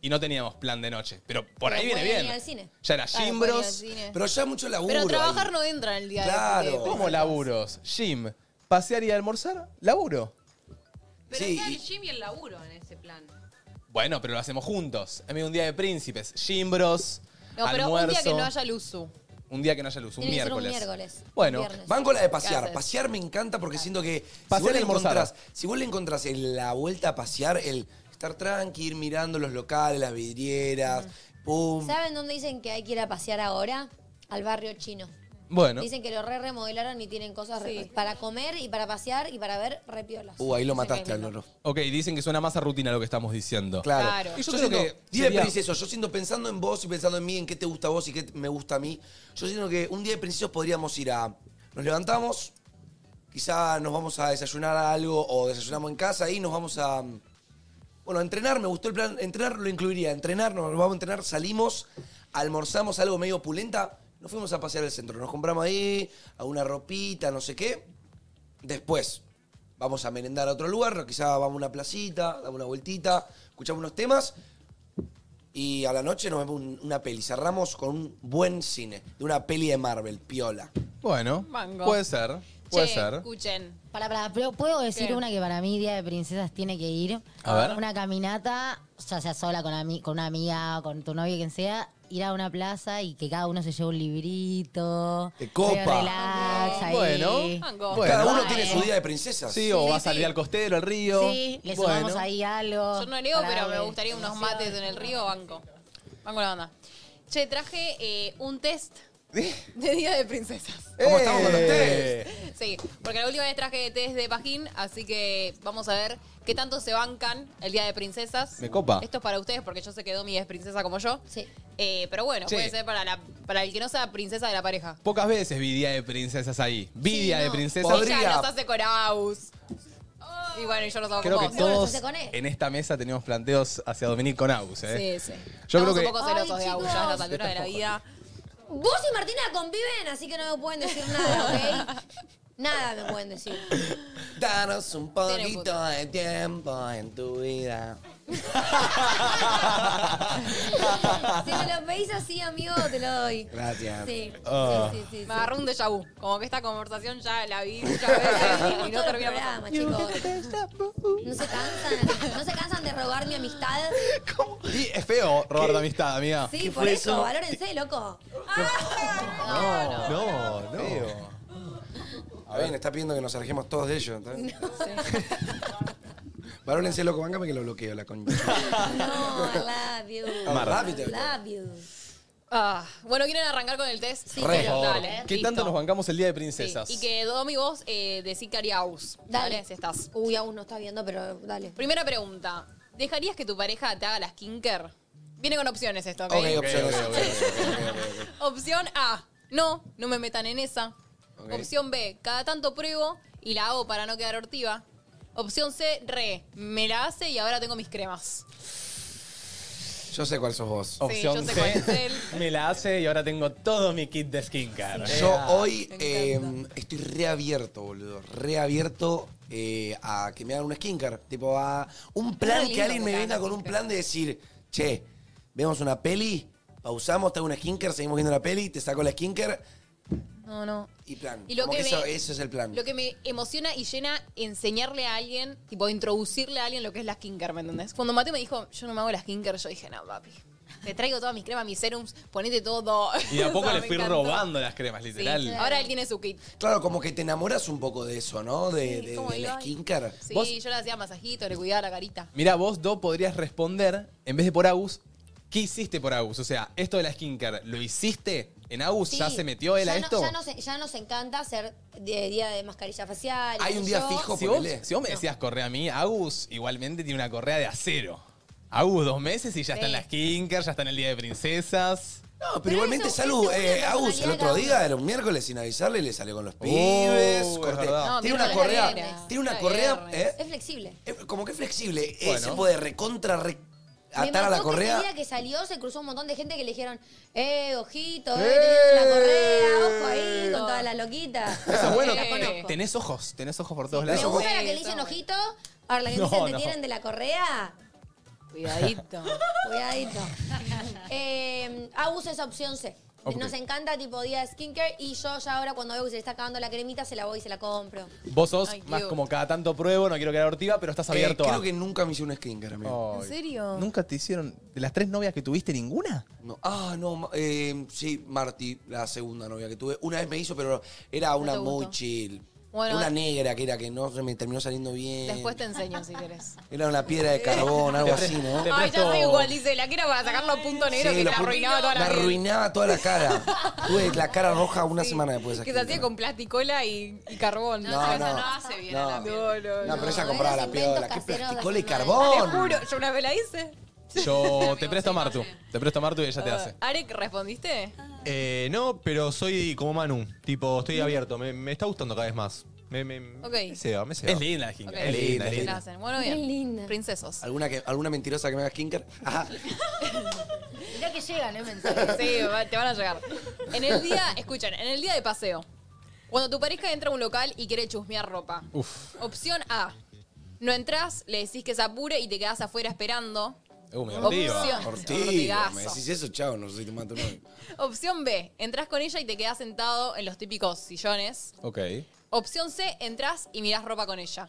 S1: y no teníamos plan de noche. Pero por ahí
S5: Pero
S1: viene
S5: pueden ir
S1: bien.
S5: al cine.
S1: Ya era
S5: Claro,
S1: gym
S5: pueden ir
S1: bros,
S5: al cine.
S2: Pero ya mucho laburo.
S5: Pero trabajar no entra en el día de de-
S1: ¿Cómo laburos? Gym, pasear y almorzar, laburo.
S8: Pero
S1: Sí,
S8: está
S1: y-
S8: el gym y el laburo en ese plan.
S1: Bueno, pero lo hacemos juntos. Es medio un día de príncipes, gym bros,
S5: No, pero
S1: almuerzo.
S5: un día que no haya luzu.
S1: un día que no haya luz, un
S5: Tiene que ser
S1: miércoles.
S5: un miércoles.
S1: Bueno,
S2: Van con la de pasear.
S1: Gracias.
S2: Pasear me encanta porque siento que si
S1: Pasear
S2: vos, le
S1: y almorzar.
S2: encontrás, si vos le encontrás en la vuelta a pasear, el estar tranqui, ir mirando los locales, las vidrieras, pum.
S4: ¿Saben dónde dicen que hay que ir a pasear ahora? Al barrio chino.
S2: Bueno.
S4: Dicen que lo re remodelaron y tienen cosas re- para comer y para pasear y para ver repiolas.
S2: Uh, ahí lo mataste al loro.
S1: Ok, dicen que suena más a rutina lo que estamos diciendo.
S2: Claro.
S1: Y yo,
S2: yo
S1: creo
S2: siento,
S1: que.
S2: Día de
S1: sería-
S2: princesos, yo siento pensando en vos y pensando en mí, en qué te gusta a vos y qué me gusta a mí. Yo siento que un día de princesos podríamos ir a. Nos levantamos, quizá nos vamos a desayunar a algo o desayunamos en casa y nos vamos a. Bueno, a entrenar, me gustó el plan. Entrenar lo incluiría. Entrenar, nos vamos a entrenar, salimos, almorzamos algo medio opulenta, nos fuimos a pasear al centro. Nos compramos ahí, a una ropita, no sé qué. Después, vamos a merendar a otro lugar, quizá vamos a una placita, damos una vueltita, escuchamos unos temas y a la noche nos vemos un- una peli. Cerramos con un buen cine, de una peli de Marvel, piola.
S1: Bueno,
S5: Mango.
S1: puede ser, puede ser.
S5: Escuchen.
S14: Para, para, pero puedo decir
S5: ¿Qué?
S14: una que para mí Día de Princesas tiene que ir.
S1: A ver.
S14: Una caminata, ya sea sola con, ami- con una amiga, con tu novia, quien sea, ir a una plaza y que cada uno se lleve un librito.
S2: De copa.
S14: medio Relax, ahí.
S2: Bueno, cada uno tiene su día de princesa.
S1: Sí, o vas a salir al costero, al río.
S14: Sí, le sumamos ahí algo.
S5: Yo no leo,
S14: para
S5: pero me
S14: darle
S5: gustaría unos
S14: emoción.
S5: mates en el río, banco. Banco la banda. Che, traje eh, un test de Día de Princesas.
S2: ¿Cómo estamos con los
S1: Eh.
S5: Sí, porque la última vez traje test de Pajín, así que vamos a ver qué tanto se bancan el Día de Princesas.
S1: Me copa.
S5: Esto es para ustedes, porque yo sé que Domi es princesa como yo. Eh,
S4: Sí.
S5: pero bueno,
S1: Che.
S5: puede ser para, la, para el que no sea princesa de la pareja.
S1: Pocas veces vi día de princesas ahí. Vi día de princesas.
S5: Ella nos hace coraus. Y bueno, y yo los hago
S1: Creo
S5: con
S1: que
S5: vos.
S1: todos en esta mesa teníamos planteos hacia Dominique con Agus, ¿eh?
S5: Sí, sí.
S1: Yo
S5: Estamos
S1: creo
S5: un
S1: que-
S5: poco celosos
S4: Ay,
S5: de Agus
S4: chicos.
S5: ya a esta altura de la vida.
S4: Vos y Martina conviven, así que no me pueden decir nada, ¿ok? nada me pueden decir.
S2: Danos un
S4: Tiene un
S2: poquito de tiempo en tu vida.
S4: Si me lo pedís así, amigo, te lo doy.
S2: Gracias.
S4: Sí.
S2: Ah.
S4: Sí, sí, sí, sí.
S5: Me agarró un déjà vu. Como que esta conversación ya la vi muchas veces y no
S4: Todo el
S5: termina
S4: programa,
S5: más.
S4: chicos. No se cansan, no se cansan de robar mi amistad.
S1: Y es feo robar de amistad, amiga.
S4: Sí, por eso, valórense, loco. Ah.
S1: No, no, no.
S2: A ver, está pidiendo que nos alejemos todos de ellos. ¿entendés? Valórense, loco, bancame que lo bloqueo la concha.
S4: No, I love you.
S2: Mar.
S4: I love you.
S5: Ah, bueno, ¿quieren arrancar con el test? Sí,
S1: Por favor.
S5: dale.
S1: ¿Qué
S5: listo.
S1: tanto nos bancamos el día de
S5: Sí,
S1: princesas?
S5: Y que Domi vos eh, decís que haría Aus. Dale. si estás.
S4: Uy, aún no está viendo, pero dale.
S5: Primera pregunta. ¿Dejarías que tu pareja te haga las skinker? Viene con opciones esto, ¿ok?
S2: Ok, opciones.
S5: Opción A. No, no me metan en esa.
S2: Ok.
S5: Opción B. Cada tanto pruebo y la hago para no quedar hortiva. Opción C. Re. Me la hace y ahora tengo mis cremas.
S2: Yo sé cuál sos vos.
S1: Opción
S5: yo sé
S1: C.
S5: cuál es él.
S1: Me la hace y ahora tengo todo mi kit de skincare.
S2: Yo hoy eh, estoy reabierto, boludo. Reabierto eh, a que me hagan un skincare. Tipo, a un plan
S10: lindo
S2: que alguien
S10: que
S2: me
S10: te
S2: venga
S10: hagan
S2: con un plan de decir, che, vemos una peli, pausamos, te hago un skincare, seguimos viendo la peli, te saco la skincare
S5: No, no.
S2: y plan.
S5: Y lo
S2: Como
S5: que
S2: que eso,
S5: me-
S2: eso es el plan.
S5: Lo que me emociona y llena enseñarle a alguien, tipo introducirle a alguien lo que es la skinker, ¿me entendés? Cuando Mateo me dijo, yo no me hago la skinker, yo dije, no, papi. Te traigo todas mis cremas, mis serums, ponete todo.
S1: Y de a poco
S5: O sea,
S1: le
S5: Ah, me
S1: fui
S5: encantó.
S1: robando las cremas,
S5: Sí,
S1: literal.
S5: Ahora él tiene su kit.
S2: Claro, como que te enamoras un poco de eso, ¿no? De,
S5: Sí,
S2: de-
S5: como
S2: del
S5: digo, ay.
S2: skincare.
S5: Sí,
S1: ¿Vos?
S5: yo le hacía masajito, le cuidaba la carita.
S1: Mirá, vos, Do, podrías responder, en vez de por Agus, ¿Qué hiciste por Agus? O sea, esto de la skincare, ¿lo hiciste en Agus? ¿Ya
S4: Sí.
S1: se metió él
S4: ya
S1: a
S4: no-
S1: esto?
S4: ya, nos, ya nos encanta hacer de- día de mascarilla facial. y qué sé yo.
S1: Si vos, si vos me decías correa a mí, Agus igualmente tiene una correa de acero. Agus dos meses y ya está en la skincare, ya está en el día de princesas.
S2: No, pero, igualmente Salud, eh, Agus el otro día, de los miércoles sin avisarle, le salió con los pibes.
S1: Oh, es
S2: corte.
S1: verdad. No,
S2: tiene una
S1: miércoles
S2: correa,
S1: viernes.
S2: tiene una
S4: Está
S2: correa,
S4: bien.
S2: eh,
S4: Es flexible.
S2: eh, como que es flexible, eh,
S1: Bueno.
S2: se puede recontra re-
S4: Me
S2: atar a la
S4: mató que ese
S2: correa.
S4: día que salió se cruzó un montón de gente que le dijeron, eh, ojito, eh, tenés una correa, ojo ahí, con todas las loquitas.
S1: Eso es bueno.
S4: Eh, la conozco.
S1: te- Tenés ojos, tenés ojos por todos
S4: Me
S1: lados.
S4: gusta la que le dicen ojito, ahora la que
S1: No,
S4: dicen te
S1: no.
S4: tienen de la correa.
S5: Cuidadito.
S4: Cuidadito. Eh, Agus es opción C.
S1: Ok.
S4: Nos encanta tipo día de skincare y yo ya ahora cuando veo que se le está acabando la cremita se la voy y se la compro.
S1: Vos sos
S4: Ay,
S1: más
S4: cute.
S1: como cada tanto pruebo, no quiero quedar hortiva, pero estás
S2: Eh,
S1: abierto a.
S2: creo que nunca me hice una skincare, amigo.
S1: Ay.
S5: serio?
S1: ¿Nunca te hicieron. ¿De las tres novias que tuviste ninguna?
S2: No. Ah, no, ma- eh, sí, Marty, la segunda novia que tuve. Una vez me hizo, pero era una
S5: te gustó?
S2: muy chill.
S5: Bueno.
S2: una negra que era que no se me terminó saliendo bien.
S5: Después te enseño si querés.
S2: Era una piedra de carbón, algo así, ¿no?
S5: Ay, ya sé igual, dice, la que era para sacar los puntos negros
S2: Sí,
S5: que te
S2: los pun-
S5: arruinaba toda
S2: me
S5: la piel.
S2: arruinaba toda la cara. Tuve la cara roja una semana después de
S5: Que
S2: esa
S5: se
S2: química.
S5: hacía con plasticola y, y carbón.
S2: No, No, no. eso no hace bien a la No. piel. No, pero ella compraba la piola. ¿Qué plasticola y
S5: Te
S2: carbón?
S5: juro, yo una vez la hice.
S1: Yo te presto a Martu. Te presto a Martu y ella te hace.
S5: Arek, ¿respondiste?
S9: Eh, no, pero soy como Manu. Tipo, estoy abierto. Me, me está gustando cada vez más. Me, me,
S5: Ok.
S9: me ceba, me ceba.
S1: Es linda la skincare.
S5: Ok.
S9: Es linda, es
S5: Se
S9: linda.
S5: la hacen. Bueno, bien.
S14: Qué
S5: Princesos.
S2: ¿Alguna, que, ¿Alguna mentirosa que me haga skincare? Ajá.
S14: Mirá que llegan, ¿eh? Mensajes.
S5: Sí, va- te van a llegar. En el día, escuchen, en el día de paseo, cuando tu pareja entra a un local y quiere chusmear ropa.
S1: Uf.
S5: Opción A. No entras, le decís que se apure y te quedás afuera esperando.
S1: Uh, me
S5: Opción.
S2: Ortiva. Ortiva.
S5: Ortigazo.
S2: Me decís eso, chao, no sé si te mato o no.
S5: Opción B. Entras con ella y te quedás sentado en los típicos sillones.
S1: Ok.
S5: Opción C. Entras y mirás ropa con ella.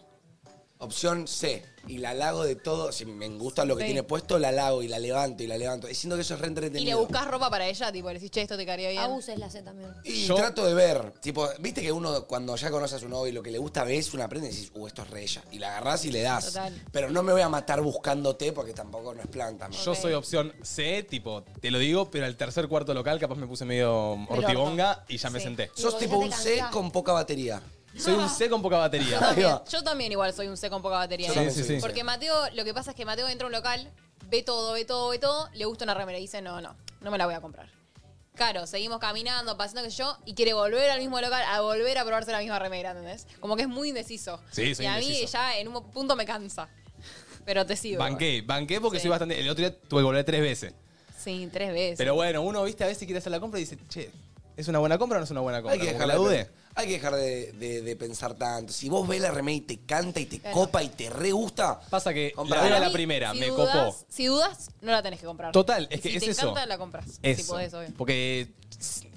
S2: Opción C. Y la lago de todo. Si me gusta lo que
S5: Sí.
S2: tiene puesto, la lago y la levanto y la levanto. Y siento que eso es re
S5: Y le
S2: entretenido.
S5: buscas ropa para ella, tipo, le decís, che, esto te quedaría bien.
S4: Agus es la C también.
S2: Y trato de ver, tipo, viste que uno cuando ya conoce a su novio y lo que le gusta ves, uno aprende y decís, uh, esto es re ella. Y la agarrás y le das.
S5: Total.
S2: Pero no me voy a matar buscándote porque tampoco no es plan también.
S1: Yo soy opción C, tipo, te lo digo, pero al tercer cuarto local capaz me puse medio ortibonga y ya me senté.
S2: Sos tipo un C con poca batería.
S1: Soy un C con poca batería.
S5: Yo también igual soy un C con poca batería.
S1: Yo
S5: ¿eh?
S1: también soy un C.
S5: Porque Mateo, lo que pasa es que Mateo entra a un local, ve todo, ve todo, ve todo, le gusta una remera y dice, no, no, no me la voy a comprar. Claro, seguimos caminando, pasando que yo, y quiere volver al mismo local a volver a probarse la misma remera, ¿entendés? Como que es muy indeciso.
S1: Sí, soy
S5: y a mí
S1: indeciso.
S5: ya en un punto me cansa. Pero te sigo.
S1: Banqué, banqué porque
S5: Sí.
S1: soy bastante. El otro día tuve que volver tres veces.
S5: Sí, tres veces.
S1: Pero bueno, uno, viste, a veces quiere hacer la compra y dice, che, ¿es una buena compra o no es una buena compra?
S2: Hay que
S1: Como
S2: dejar,
S1: la
S2: de,
S1: dudé.
S2: hay que dejar de, de- de pensar tanto. Si vos ves la remera y te canta y te copa y te re gusta.
S1: Pasa que
S2: compra.
S1: la vi a la primera,
S5: Si
S1: me
S5: dudas-
S1: copó.
S5: Si dudas, no la tenés que comprar.
S1: Total,
S5: Y
S1: es que
S5: si
S1: es
S5: te
S1: eso.
S5: encanta, la compras. Si
S1: Eso.
S5: podés, obvio.
S1: Porque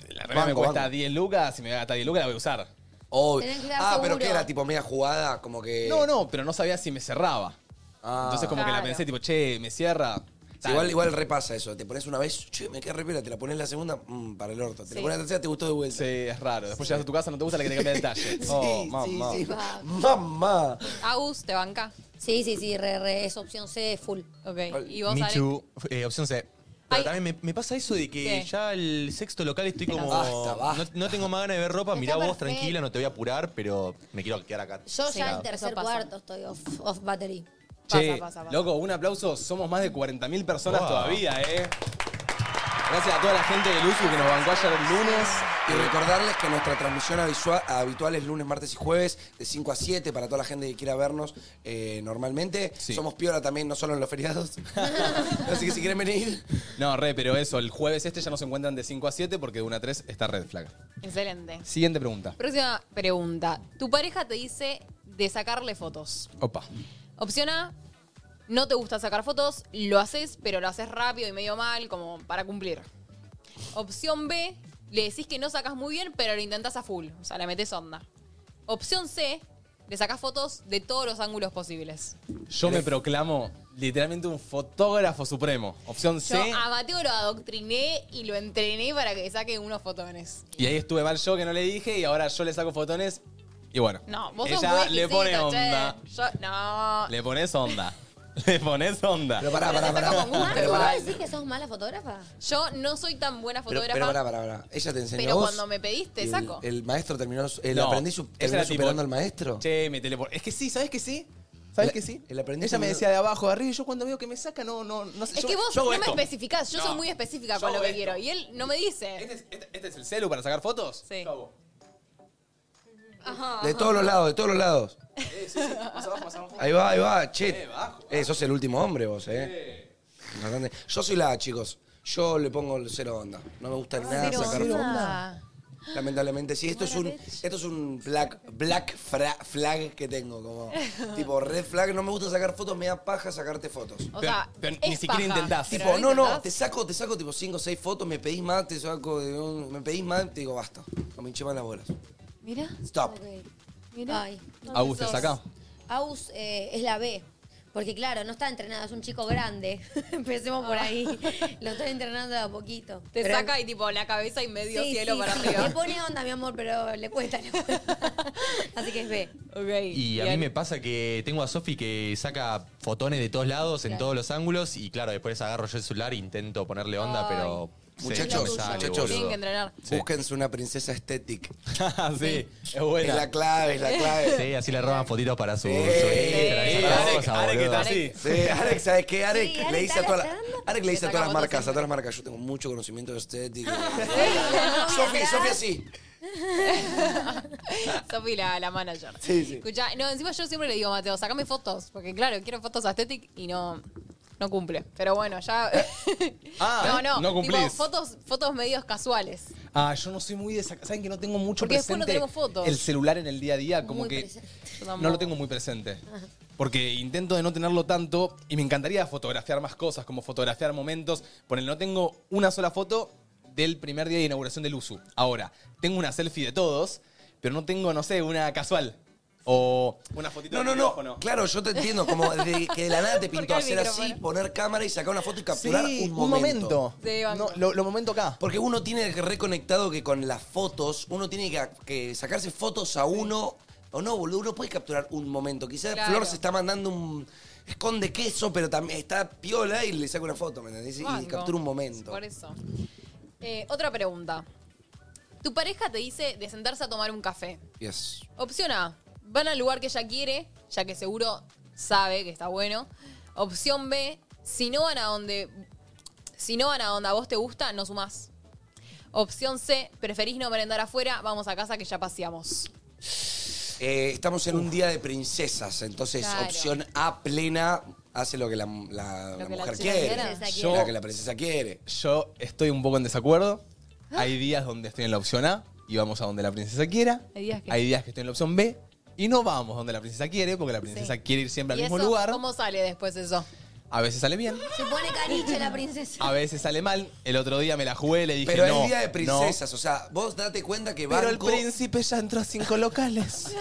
S1: la remera me
S2: Banco,
S1: cuesta
S2: banco.
S1: 10 lucas, si me gasta 10 lucas la voy a usar.
S2: Obvio.
S4: Tenés que estar
S2: Ah, pero
S4: seguro.
S2: que era tipo media jugada, como que.
S1: No, no, pero no sabía si me cerraba. Entonces como que la
S2: Claro.
S1: pensé, tipo, che, me cierra.
S2: Sí, igual, igual repasa eso. Te pones una vez, che, me queda repera, te la pones la segunda, mm, para el orto. Te
S1: Sí.
S2: la pones la tercera, te gustó de vuelta.
S1: Sí, es raro. Después llegas a tu casa, no te gusta, le querés cambiar el talle. Oh,
S2: Sí,
S1: mamá.
S2: sí, sí. Mamá.
S5: Agus, ¿te banca?
S4: Sí, sí, sí, re, re, es opción C full.
S5: Ok. ¿Y
S9: Me too. Eh, opción C. Pero también me, me pasa eso de que
S4: ¿Qué?
S9: ya el sexto local estoy como.
S2: Basta, basta.
S9: No, no tengo más ganas de ver ropa. Mirá vos
S4: perfecto.
S9: tranquila, no te voy a apurar, pero me quiero quedar acá.
S4: Yo ya
S9: Claro.
S4: en tercer
S5: pasa.
S4: cuarto estoy off, off battery.
S1: Che,
S4: Pasa, pasa, pasa.
S1: loco, un aplauso. Somos más de 40.000 personas
S9: Wow.
S1: todavía, ¿eh? Gracias a toda la gente de Luzu que nos bancó ayer el lunes.
S2: Y recordarles que nuestra transmisión avisua- habitual es lunes, martes y jueves, de 5 a 7, para toda la gente que quiera vernos eh, normalmente. Somos piola también, no solo en los feriados. Así que si quieren venir.
S1: No, re, pero eso, el jueves este ya nos encuentran de 5 a 7 porque de 1 a 3 está red flag.
S5: Excelente.
S1: Siguiente pregunta.
S5: Próxima pregunta. Tu pareja te dice de sacarle fotos.
S1: Opa.
S5: Opción A, no te gusta sacar fotos, lo haces, pero lo haces rápido y medio mal, como para cumplir. Opción B, le decís que no sacas muy bien, pero lo intentás a full, o sea, le metes onda. Opción C, le sacás fotos de todos los ángulos posibles.
S1: Yo me proclamo literalmente un fotógrafo supremo. Opción C.
S5: Yo a Mateo lo adoctriné y lo entrené para que saque unos fotones.
S1: Y ahí estuve mal yo que no le dije y ahora yo le saco fotones. Y bueno.
S5: No, vos sos
S1: Ella
S5: muy
S1: le pone
S5: exquisito, che.
S1: onda.
S5: Yo, no.
S1: Le pones onda. Le pones onda. Pero
S2: pará, pará, pará.
S4: Manu, ¿vos decís que sos mala fotógrafa?
S5: Yo no soy tan buena
S2: Pero,
S5: fotógrafa.
S2: pero pará, pará, pará. Ella te enseñó
S5: pero
S2: a vos
S5: cuando me pediste,
S2: y el-
S5: saco.
S1: eh,
S2: El, maestro terminó, su- el
S1: No,
S2: aprendiz su-
S1: esa
S2: terminó
S1: era tipo-
S2: superando al maestro.
S1: Che, me telepor... Es que sí, ¿sabes que sí? ¿Sabes
S2: El-
S1: que sí?
S2: el aprendiz
S1: Ella me
S2: terminó-
S1: decía de abajo, de arriba, y yo cuando veo que me saca, no, no, no sé.
S5: es
S1: yo-
S5: que vos
S1: yo hago
S5: no me
S1: esto.
S5: especificás, yo
S1: No.
S5: soy muy específica
S1: Yo
S5: con lo
S1: hago
S5: que
S1: esto.
S5: quiero. Y él no me dice.
S1: ¿Este es el celu para sacar fotos? Sí.
S5: Ajá.
S2: De todos los lados, de todos los lados. Ahí va, ahí va, che.
S1: Eh, bajo.
S2: Eh, sos el último hombre vos, eh. Bastante- Yo soy la, A, chicos. Yo le pongo el cero onda. No me gusta nada
S5: Cero
S2: sacar
S5: onda.
S2: fotos. Lamentablemente, sí, esto es un, esto es un black, black fra- flag que tengo, como tipo red flag, no me gusta sacar fotos, me da paja sacarte fotos.
S5: O sea,
S1: Pero ni es siquiera paja, intentás. pero
S2: Tipo,
S1: lo
S2: no, no, te saco, te saco tipo 5 o 6 fotos, me pedís más, te saco, de un- me pedís más, te digo basta. No me hinché más las bolas.
S5: Mira.
S2: Stop.
S4: Mira. Ay.
S1: Agus, ¿te saca?
S4: Aus eh, es la B. Porque claro, no está entrenado, es un chico grande. Empecemos por ahí. Lo estoy entrenando de a poquito.
S5: Te
S4: Pero-
S5: saca y tipo la cabeza y medio
S4: Sí,
S5: cielo
S4: sí,
S5: para
S4: sí.
S5: arriba.
S4: Le pone onda, mi amor, pero le cuesta, le cuesta. Así que es B.
S5: Ok.
S9: Y a mí me pasa que tengo a Sofi que saca fotones de todos lados, en
S4: Claro.
S9: todos los ángulos, y claro, después agarro yo el celular e intento ponerle onda,
S5: Ay.
S9: pero. sí, no me
S2: Muchachos,
S9: sale,
S2: muchachos,
S9: boludo.
S5: Tienen que entrenar.
S2: búsquense una princesa estética.
S1: sí, es buena.
S2: Es la clave, es la clave.
S9: Sí, así le roban fotitos para su.
S2: Sí.
S9: su Instagram,
S2: Sí,
S9: esas
S2: Arek,
S9: cosas,
S1: Arek
S9: boludo.
S1: está así.
S2: Sí, Alex, ¿sabes qué? Alex
S4: Sí, Alex
S2: le dice a
S4: está
S2: todas las.
S4: gastando.
S2: Alex le dice a
S4: Te
S2: todas las
S4: saca
S2: marcas, a todas las marcas. Yo tengo mucho conocimiento de estética. Sofi,
S5: Sofía,
S2: Sofi así.
S5: Sofi, la, la manager.
S2: Sí, sí.
S5: Escucha, no, encima yo siempre le digo, Mateo, sacame fotos. Porque claro, quiero fotos aesthetic y no, no cumple. Pero bueno, ya. eh,
S1: Ah,
S5: no, no.
S1: no cumplís.
S5: Tipo, fotos, fotos medios casuales.
S1: Ah, yo no soy muy de sacar. ¿Saben que no tengo mucho
S5: Porque después no
S1: presente
S5: tenemos fotos.
S1: el celular en el día a día? Ah, Como
S5: Muy
S1: que
S5: presente.
S1: no lo tengo muy presente. Porque intento de no tenerlo tanto y me encantaría fotografiar más cosas, como fotografiar momentos. Por no tengo una sola foto del primer día de inauguración del USU. Ahora, tengo una selfie de todos, pero no tengo, no sé, una casual. O una fotito
S2: No,
S1: del
S2: no,
S1: micrófono.
S2: no. Claro, yo te entiendo. Como de- que de la nada te pintó
S1: Porque el
S2: hacer así,
S1: micrófono.
S2: poner cámara y sacar una foto y capturar
S1: Sí,
S2: un
S1: un
S2: momento.
S1: momento. No, lo, lo momento acá.
S2: Porque uno tiene que reconectado que con las fotos, uno tiene que, que sacarse fotos a uno. O no, boludo, uno puede capturar un momento. Quizás
S5: Claro.
S2: Flor se está mandando un. Esconde queso, pero también está piola y le saca una foto, ¿me entendés? Y
S5: Banco.
S2: captura un momento.
S5: Por eso. Eh, otra pregunta. Tu pareja te dice de sentarse a tomar un café.
S2: Yes.
S5: Opción A, van al lugar que ella quiere, ya que seguro sabe que está bueno. Opción B, si no van a donde, si no van a donde a vos te gusta, no sumás. Opción C, preferís no merendar afuera, vamos a casa que ya paseamos.
S2: Eh, estamos en un día de princesas, entonces
S5: Claro.
S2: opción A plena hace lo que la, la- la
S5: que la
S2: mujer
S5: chica
S2: quiere.
S5: quiera. Princesa
S1: quiere.
S2: Lo que la princesa quiere.
S1: Yo estoy un poco en desacuerdo. Hay días donde estoy en la opción A y vamos a donde la princesa quiera.
S5: Hay días que-
S1: Hay días que estoy en la opción B y no vamos donde la princesa quiere porque la princesa quiere ir siempre al
S5: ¿Y
S1: mismo
S5: eso?
S1: lugar.
S5: ¿Cómo sale después eso?
S1: A veces sale bien,
S4: Se pone caniche la princesa.
S1: a veces sale mal. El otro día me la jugué, le dije
S2: Pero
S1: no,
S2: es día de
S1: no.
S2: princesas, o sea, vos date cuenta que
S1: Pero el
S2: Banco...
S1: príncipe ya entró a cinco locales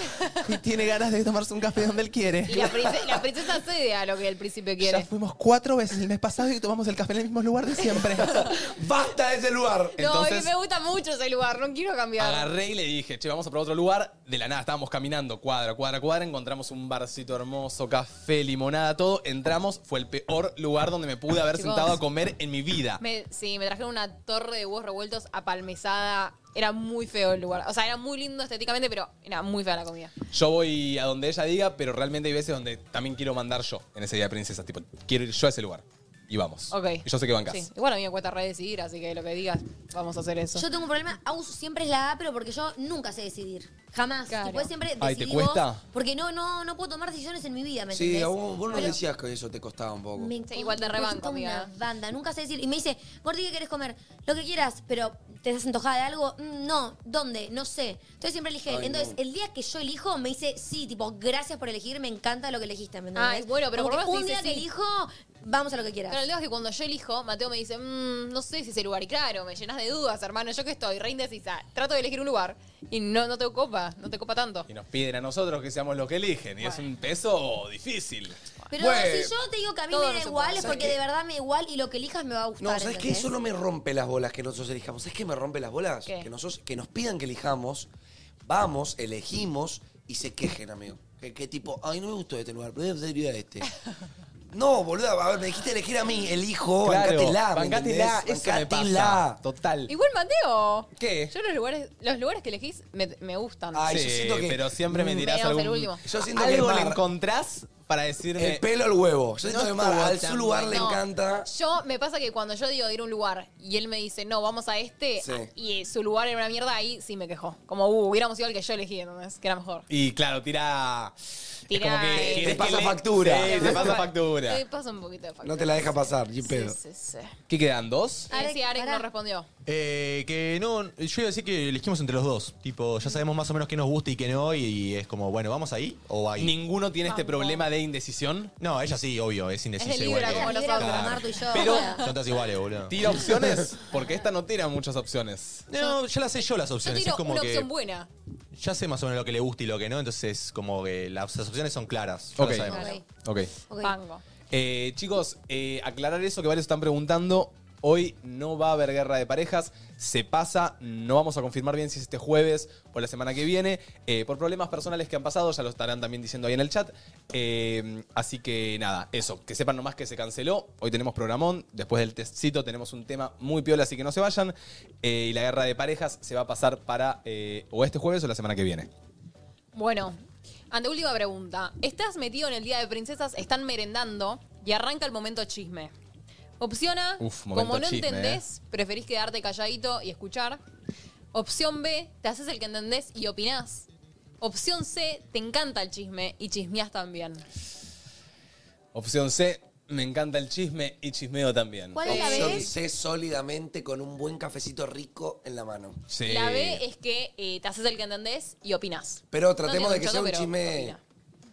S1: y tiene ganas de tomarse un café donde él quiere.
S5: Y la, prince- la princesa cede a lo que el príncipe quiere.
S1: Ya fuimos cuatro veces el mes pasado y tomamos el café en el mismo lugar de siempre.
S2: ¡Basta de ese lugar!
S5: no, es que me gusta mucho ese lugar, no quiero cambiar.
S1: Agarré y le dije, che, vamos a probar otro lugar. De la nada, estábamos caminando cuadra, cuadra, cuadra. Encontramos un barcito hermoso, café, limonada, todo. Entramos, fue el peor lugar donde me pude haber
S5: Chicos.
S1: sentado a comer en mi vida.
S5: Me- sí, me trajeron una torre de huevos revueltos apalmezada. Era muy feo el lugar. O sea, era muy lindo estéticamente, pero era muy fea la comida.
S1: Yo voy a donde ella diga, pero realmente hay veces donde también quiero mandar yo en ese día de princesas. Tipo, quiero ir yo a ese lugar. Y vamos.
S5: Ok.
S1: Y yo sé que bancas.
S5: Sí. Igual a mí me cuesta redecidir, así que lo que digas, vamos a hacer eso.
S4: Yo tengo un problema, Aus siempre es la A, pero porque yo nunca sé decidir. Jamás.
S5: Claro.
S4: Tipo, siempre
S2: Ay, ¿te
S4: decidí vos,
S2: cuesta?
S4: porque no, no, no puedo tomar decisiones en mi vida, ¿me
S2: Sí,
S4: entendés?
S2: a vos, vos nos
S4: Pero-
S2: decías que eso te costaba un poco.
S4: Me
S5: Sí, igual te
S4: encanta
S5: rebanco, amiga.
S4: una banda, nunca sé decir. Y me dice, Gordi, ¿qué querés comer? Lo que quieras, pero ¿te estás antojada de algo? Mm, no, ¿dónde? No sé. Entonces siempre elige él.
S5: Ay,
S4: Entonces,
S5: no.
S4: el día que yo elijo, me dice, sí, tipo, gracias por elegir, me encanta lo que elegiste, ¿me
S5: Ay,
S4: entendés?
S5: bueno, pero
S4: Como
S5: por
S4: que
S5: lo menos
S4: un
S5: te
S4: día
S5: dice
S4: que
S5: sí.
S4: elijo, vamos a lo que quieras.
S5: Pero el tema es que cuando yo elijo, Mateo me dice, "Mm, no sé si ese lugar. Y claro, me llenas de dudas, hermano. Yo que estoy re indecisa. Trato de elegir un lugar y no, no te copa, no te copa tanto.
S1: Y nos piden a nosotros que seamos los que eligen. Y es un peso difícil.
S4: Pero si yo te digo que a mí
S5: todo
S4: me
S5: no
S4: da
S5: se
S4: igual,
S5: puede.
S4: es porque
S5: ¿Sabes
S4: de verdad me da igual y lo que elijas me va a gustar.
S2: No, ¿sabes qué?
S4: ¿entendés?
S2: Eso no me rompe las bolas que nosotros elijamos. ¿Sabes qué me rompe las bolas?
S4: ¿Qué?
S2: Que, nosotros, que nos pidan que elijamos, vamos, elegimos y se quejen, amigo. Que, que tipo, ay, no me gustó este lugar, pero debería ir a este. No, boluda, a ver, me dijiste elegir a mí, elijo,
S1: Claro,
S2: bancátela, ¿me
S1: bancátela,
S2: entendés?
S1: eso me
S2: Bancátela.
S1: pasa. Total.
S5: Igual, Mateo.
S1: ¿Qué?
S5: Yo los lugares, los lugares que elegís me, me gustan. Mm,
S1: Ay, yo siento que- pero siempre
S2: Mm.
S1: me dirás
S5: Menos
S1: algún-
S5: el último.
S1: Yo siento que Algo le Mar- encontrás para decirme.
S2: El pelo al huevo. Yo siento
S1: No
S2: que Mar, al
S1: estuvo
S2: su lugar
S1: tan
S2: le
S1: mal.
S2: encanta.
S5: Yo me pasa que cuando yo digo ir a un lugar y él me dice, no, vamos a este,
S1: Sí.
S5: a- y eh, su lugar era una mierda, ahí sí me quejó. Como, uh, hubiéramos ido al que yo elegí, ¿entendés? Que era mejor.
S1: Y claro, tira.
S5: Tira,
S1: es como que,
S5: eh,
S1: querés
S2: Te pasa
S1: que le-
S2: factura.
S1: Sí, te pasa factura.
S5: Te pasa un poquito de factura.
S2: No te la deja pasar, ni pedo.
S5: Sí, sí.
S1: ¿Qué quedan? ¿Dos?
S5: Ahora sí, Arek no respondió.
S9: Eh, que no, yo iba a decir que elegimos entre los dos. Tipo, ya sabemos más o menos qué nos gusta y qué no, y, y es como, bueno, ¿vamos ahí o ahí?
S1: ¿Ninguno tiene este problema de indecisión?
S9: No, ella sí, obvio, es indecisa
S4: Es de
S9: igual.
S4: Libra,
S9: que-
S4: como nosotros,
S9: Claro.
S4: Marto y yo.
S1: Pero-
S4: o sea.
S9: Son todas iguales, boludo.
S1: ¿Tira opciones? Porque esta no tira muchas opciones.
S9: No, ya las sé yo las
S5: Yo
S9: opciones.
S5: tiro
S9: es como
S5: una
S9: que
S5: opción buena.
S9: ya sé más o menos lo que le gusta y lo que no, entonces como que las, las opciones son claras. ya
S1: Ok.
S9: lo sabemos.
S5: Claro.
S1: Ok.
S5: Pango.
S1: Eh, chicos, eh, aclarar eso que varios están preguntando. Hoy no va a haber guerra de parejas. Se pasa. No vamos a confirmar bien si es este jueves o la semana que viene. Eh, por problemas personales que han pasado, ya lo estarán también diciendo ahí en el chat. Eh, así que nada, eso. Que sepan nomás que se canceló. Hoy tenemos programón. Después del testcito tenemos un tema muy piola, así que no se vayan. Eh, y la guerra de parejas se va a pasar para eh, o este jueves o la semana que viene.
S5: Bueno, ante última pregunta. Estás metido en el Día de Princesas, están merendando y arranca el momento chisme. Opción A,
S1: Uf, momento
S5: como no
S1: chisme, eh.
S5: entendés, preferís quedarte calladito y escuchar. Opción B, te haces el que entendés y opinás. Opción C, te encanta el chisme y chismeás también.
S1: Opción C. Me encanta el chisme y chismeo también.
S2: Opción C sólidamente con un buen cafecito rico en la mano.
S1: Sí.
S5: La B es que eh, te haces el que entendés y opinás.
S2: Pero
S5: No
S2: tratemos de que
S5: entiendo
S2: sea un
S5: pero
S2: chisme
S5: opina.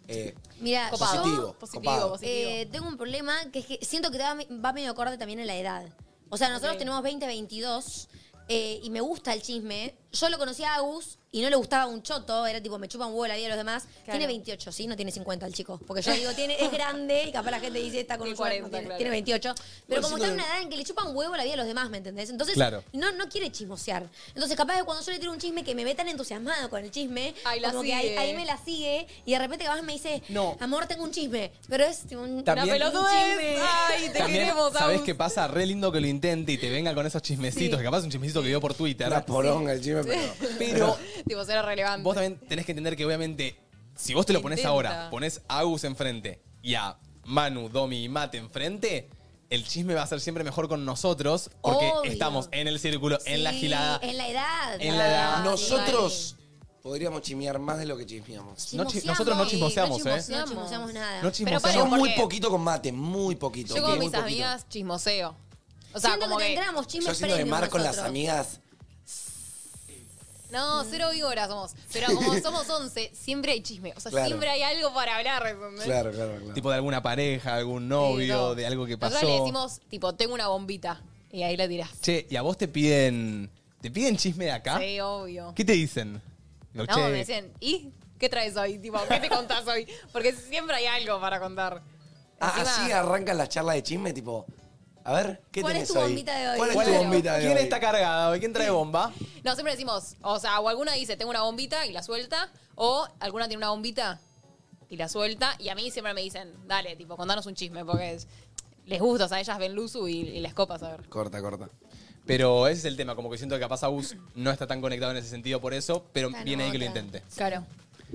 S2: eh,
S4: Mira,
S2: Copado.
S4: yo
S2: Positivo, copado.
S4: eh, tengo un problema que es que siento que va, va medio acorde también en la edad. O sea, nosotros
S5: Ok.
S4: tenemos 20, 22 eh, y me gusta el chisme. Yo lo conocí a Agus y no le gustaba un choto, era tipo, me chupa un huevo la vida de los demás.
S5: Claro.
S4: Tiene 28, ¿sí? No tiene 50 el chico. Porque yo digo, tiene, es grande y capaz la gente dice, está con
S5: Tiene
S4: un 40,
S5: 40,
S4: tiene,
S5: claro.
S4: tiene 28. Pero
S5: Bueno,
S4: como está
S5: siento
S4: en una
S5: que-
S4: edad en que le chupa un huevo la vida de los demás, ¿me entendés? Entonces,
S1: Claro.
S4: no, no quiere chismosear. Entonces, capaz que cuando yo le tiro un chisme que me ve tan entusiasmado con el chisme,
S5: Ay, la
S4: como que ahí,
S5: sigue.
S4: ahí me la sigue y de repente capaz me dice, amor, tengo un chisme. Pero es tipo un,
S1: También-
S4: una pelota
S5: Una
S4: un
S5: pelotudez.
S4: chisme.
S5: Ay, te
S1: También,
S5: queremos,
S1: ¿Sabés
S5: Agus.
S1: qué pasa? Re lindo que lo intente y te venga con esos chismecitos,
S5: Sí.
S1: que capaz un chismecito que vio por Twitter.
S2: una poronga el chisme, pero.
S1: Pero
S5: tipo, será relevante.
S1: vos también tenés que entender que obviamente, si vos te lo pones
S5: Intenta.
S1: ahora, pones a Agus enfrente y a Manu, Domi y Mate enfrente, el chisme va a ser siempre mejor con nosotros porque
S4: Obvio.
S1: estamos en el círculo, en la
S4: Sí,
S1: gilada.
S4: En la edad.
S1: En la edad.
S4: Ah,
S2: Nosotros podríamos chismear más de lo que chismeamos.
S1: No chi- Chismoseamos. nosotros no chismoseamos,
S5: Sí, no
S1: ¿eh?
S5: chismoseamos.
S4: No chismoseamos nada.
S1: No
S5: Pero
S1: chismoseamos.
S5: paren,
S2: Yo muy
S5: porque
S2: poquito con mate, muy poquito.
S5: Yo con
S2: muy
S5: mis
S2: poquito.
S5: amigas chismoseo. O sea,
S4: Siento
S5: como
S4: que
S5: que...
S4: tendríamos chismes
S2: Yo siento que
S4: premium
S2: Mar con las
S4: nosotros.
S2: amigas.
S5: No, cero víboras somos. Pero como somos 11, siempre hay chisme. O sea,
S1: Claro.
S5: siempre hay algo para hablar. ¿entendés?
S2: claro, claro.
S1: Tipo de alguna pareja, algún
S5: Sí,
S1: novio,
S5: no.
S1: de algo que
S5: Nosotros le
S1: pasó.
S5: decimos, tipo, tengo una bombita. Y ahí la tirás.
S1: Che, ¿y a vos te piden, te piden chisme de acá?
S5: Sí, obvio.
S1: ¿Qué te dicen? Lo
S5: No,
S1: che,
S5: me decían, ¿y qué traes hoy? Tipo, ¿qué te contás hoy? Porque siempre hay algo para contar.
S2: Ah,
S5: Encima-
S2: así arrancan las charlas de chisme, tipo. A ver, ¿qué
S5: ¿Cuál es
S2: tenés
S5: tu
S2: hoy?
S5: bombita de hoy?
S2: ¿Cuál es
S5: ¿Cuál
S2: tu
S5: es?
S2: bombita de hoy?
S1: ¿Quién está cargada hoy? ¿Quién trae bomba?
S5: No, siempre decimos, o sea, o alguna dice, tengo una bombita y la suelta, o alguna tiene una bombita y la suelta, y a mí siempre me dicen, dale, tipo, contanos un chisme, porque es- les gusta, o sea, ellas ven Luzu y, y les copas, a ver.
S2: Corta, corta.
S1: Pero ese es el tema, como que siento que capaz Agus no está tan conectado en ese sentido por eso, pero
S5: Claro,
S1: viene ahí que lo
S5: claro.
S1: intente.
S5: Claro.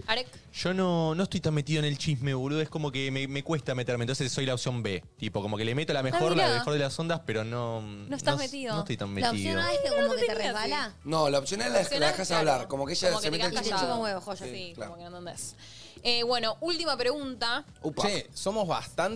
S5: Arek,
S9: Yo no, no estoy tan metido en el chisme, boludo. Es como que me, me cuesta meterme. Entonces soy la opción B. Tipo, como que le meto la mejor,
S5: mirá.
S9: la mejor de las ondas, pero no. No
S5: estás metido.
S9: No estoy tan
S4: La opción
S9: metido.
S4: A es que como que te resbala.
S2: No, la opción es la, que la dejas hablar. Como que ella
S5: como que
S2: se
S5: te
S2: mete
S5: quedas
S2: el chisme.
S5: callado.
S4: chupa un huevo, joya.
S5: Sí,
S2: Sí, claro.
S5: como que no entendés. Eh, bueno, última pregunta.
S1: Che, somos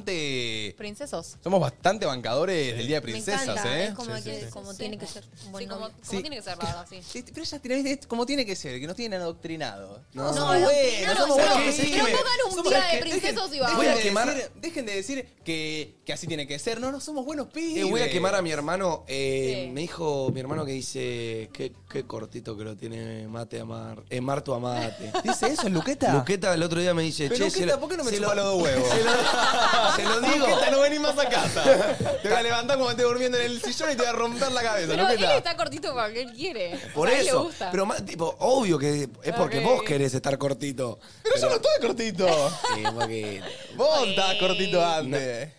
S1: bastante.
S5: Princesos.
S1: Somos bastante bancadores del Día de
S5: Me
S1: Princesas,
S5: encanta,
S1: ¿eh?
S5: es como Sí, que- sí, sí.
S4: Como tiene que ser. un buen
S5: Sí, como,
S4: novio.
S5: como tiene que ser, la verdad, sí.
S1: Sí, Pero ya tirás, es como tiene que ser, que no tienen adoctrinado.
S2: No.
S1: somos
S2: No,
S1: buenos,
S2: no,
S1: somos
S2: no,
S1: buenos.
S2: no,
S1: sí,
S2: no
S1: me-
S2: pongan un
S1: somos-
S5: día
S1: ¿sabes
S5: de
S1: qué?
S5: princesas
S1: Dejen-
S5: y
S1: dejen
S5: vamos.
S2: Voy a
S1: de
S2: quemar-
S1: decir- Dejen de decir que, que así tiene que ser. No, no, somos buenos pibes.
S2: Eh, voy a quemar a mi hermano. eh, Me dijo mi hermano que dice, qué, qué cortito que lo tiene mate a Mar. Es Marto a mate.
S1: ¿Dice eso, Luqueta?
S2: Luqueta el otro día me dice,
S1: Pero
S2: che, se
S1: Queta,
S2: lo-
S1: ¿por qué no me
S2: se
S1: chupa
S2: lo-
S1: los dos huevos?
S2: Se lo, se lo digo.
S1: Luqueta, no venís más a casa. Te voy a levantar como estés durmiendo en el sillón y te voy a romper la cabeza,
S5: Pero él
S1: Luqueta.
S5: está cortito para lo que él quiere.
S2: Por
S5: A él le
S2: eso.
S5: gusta.
S2: Pero más, tipo, obvio que es porque
S5: Ok.
S2: vos querés estar cortito.
S1: Pero yo no estoy cortito.
S2: Sí, Maquita.
S1: Vos estabas cortito antes.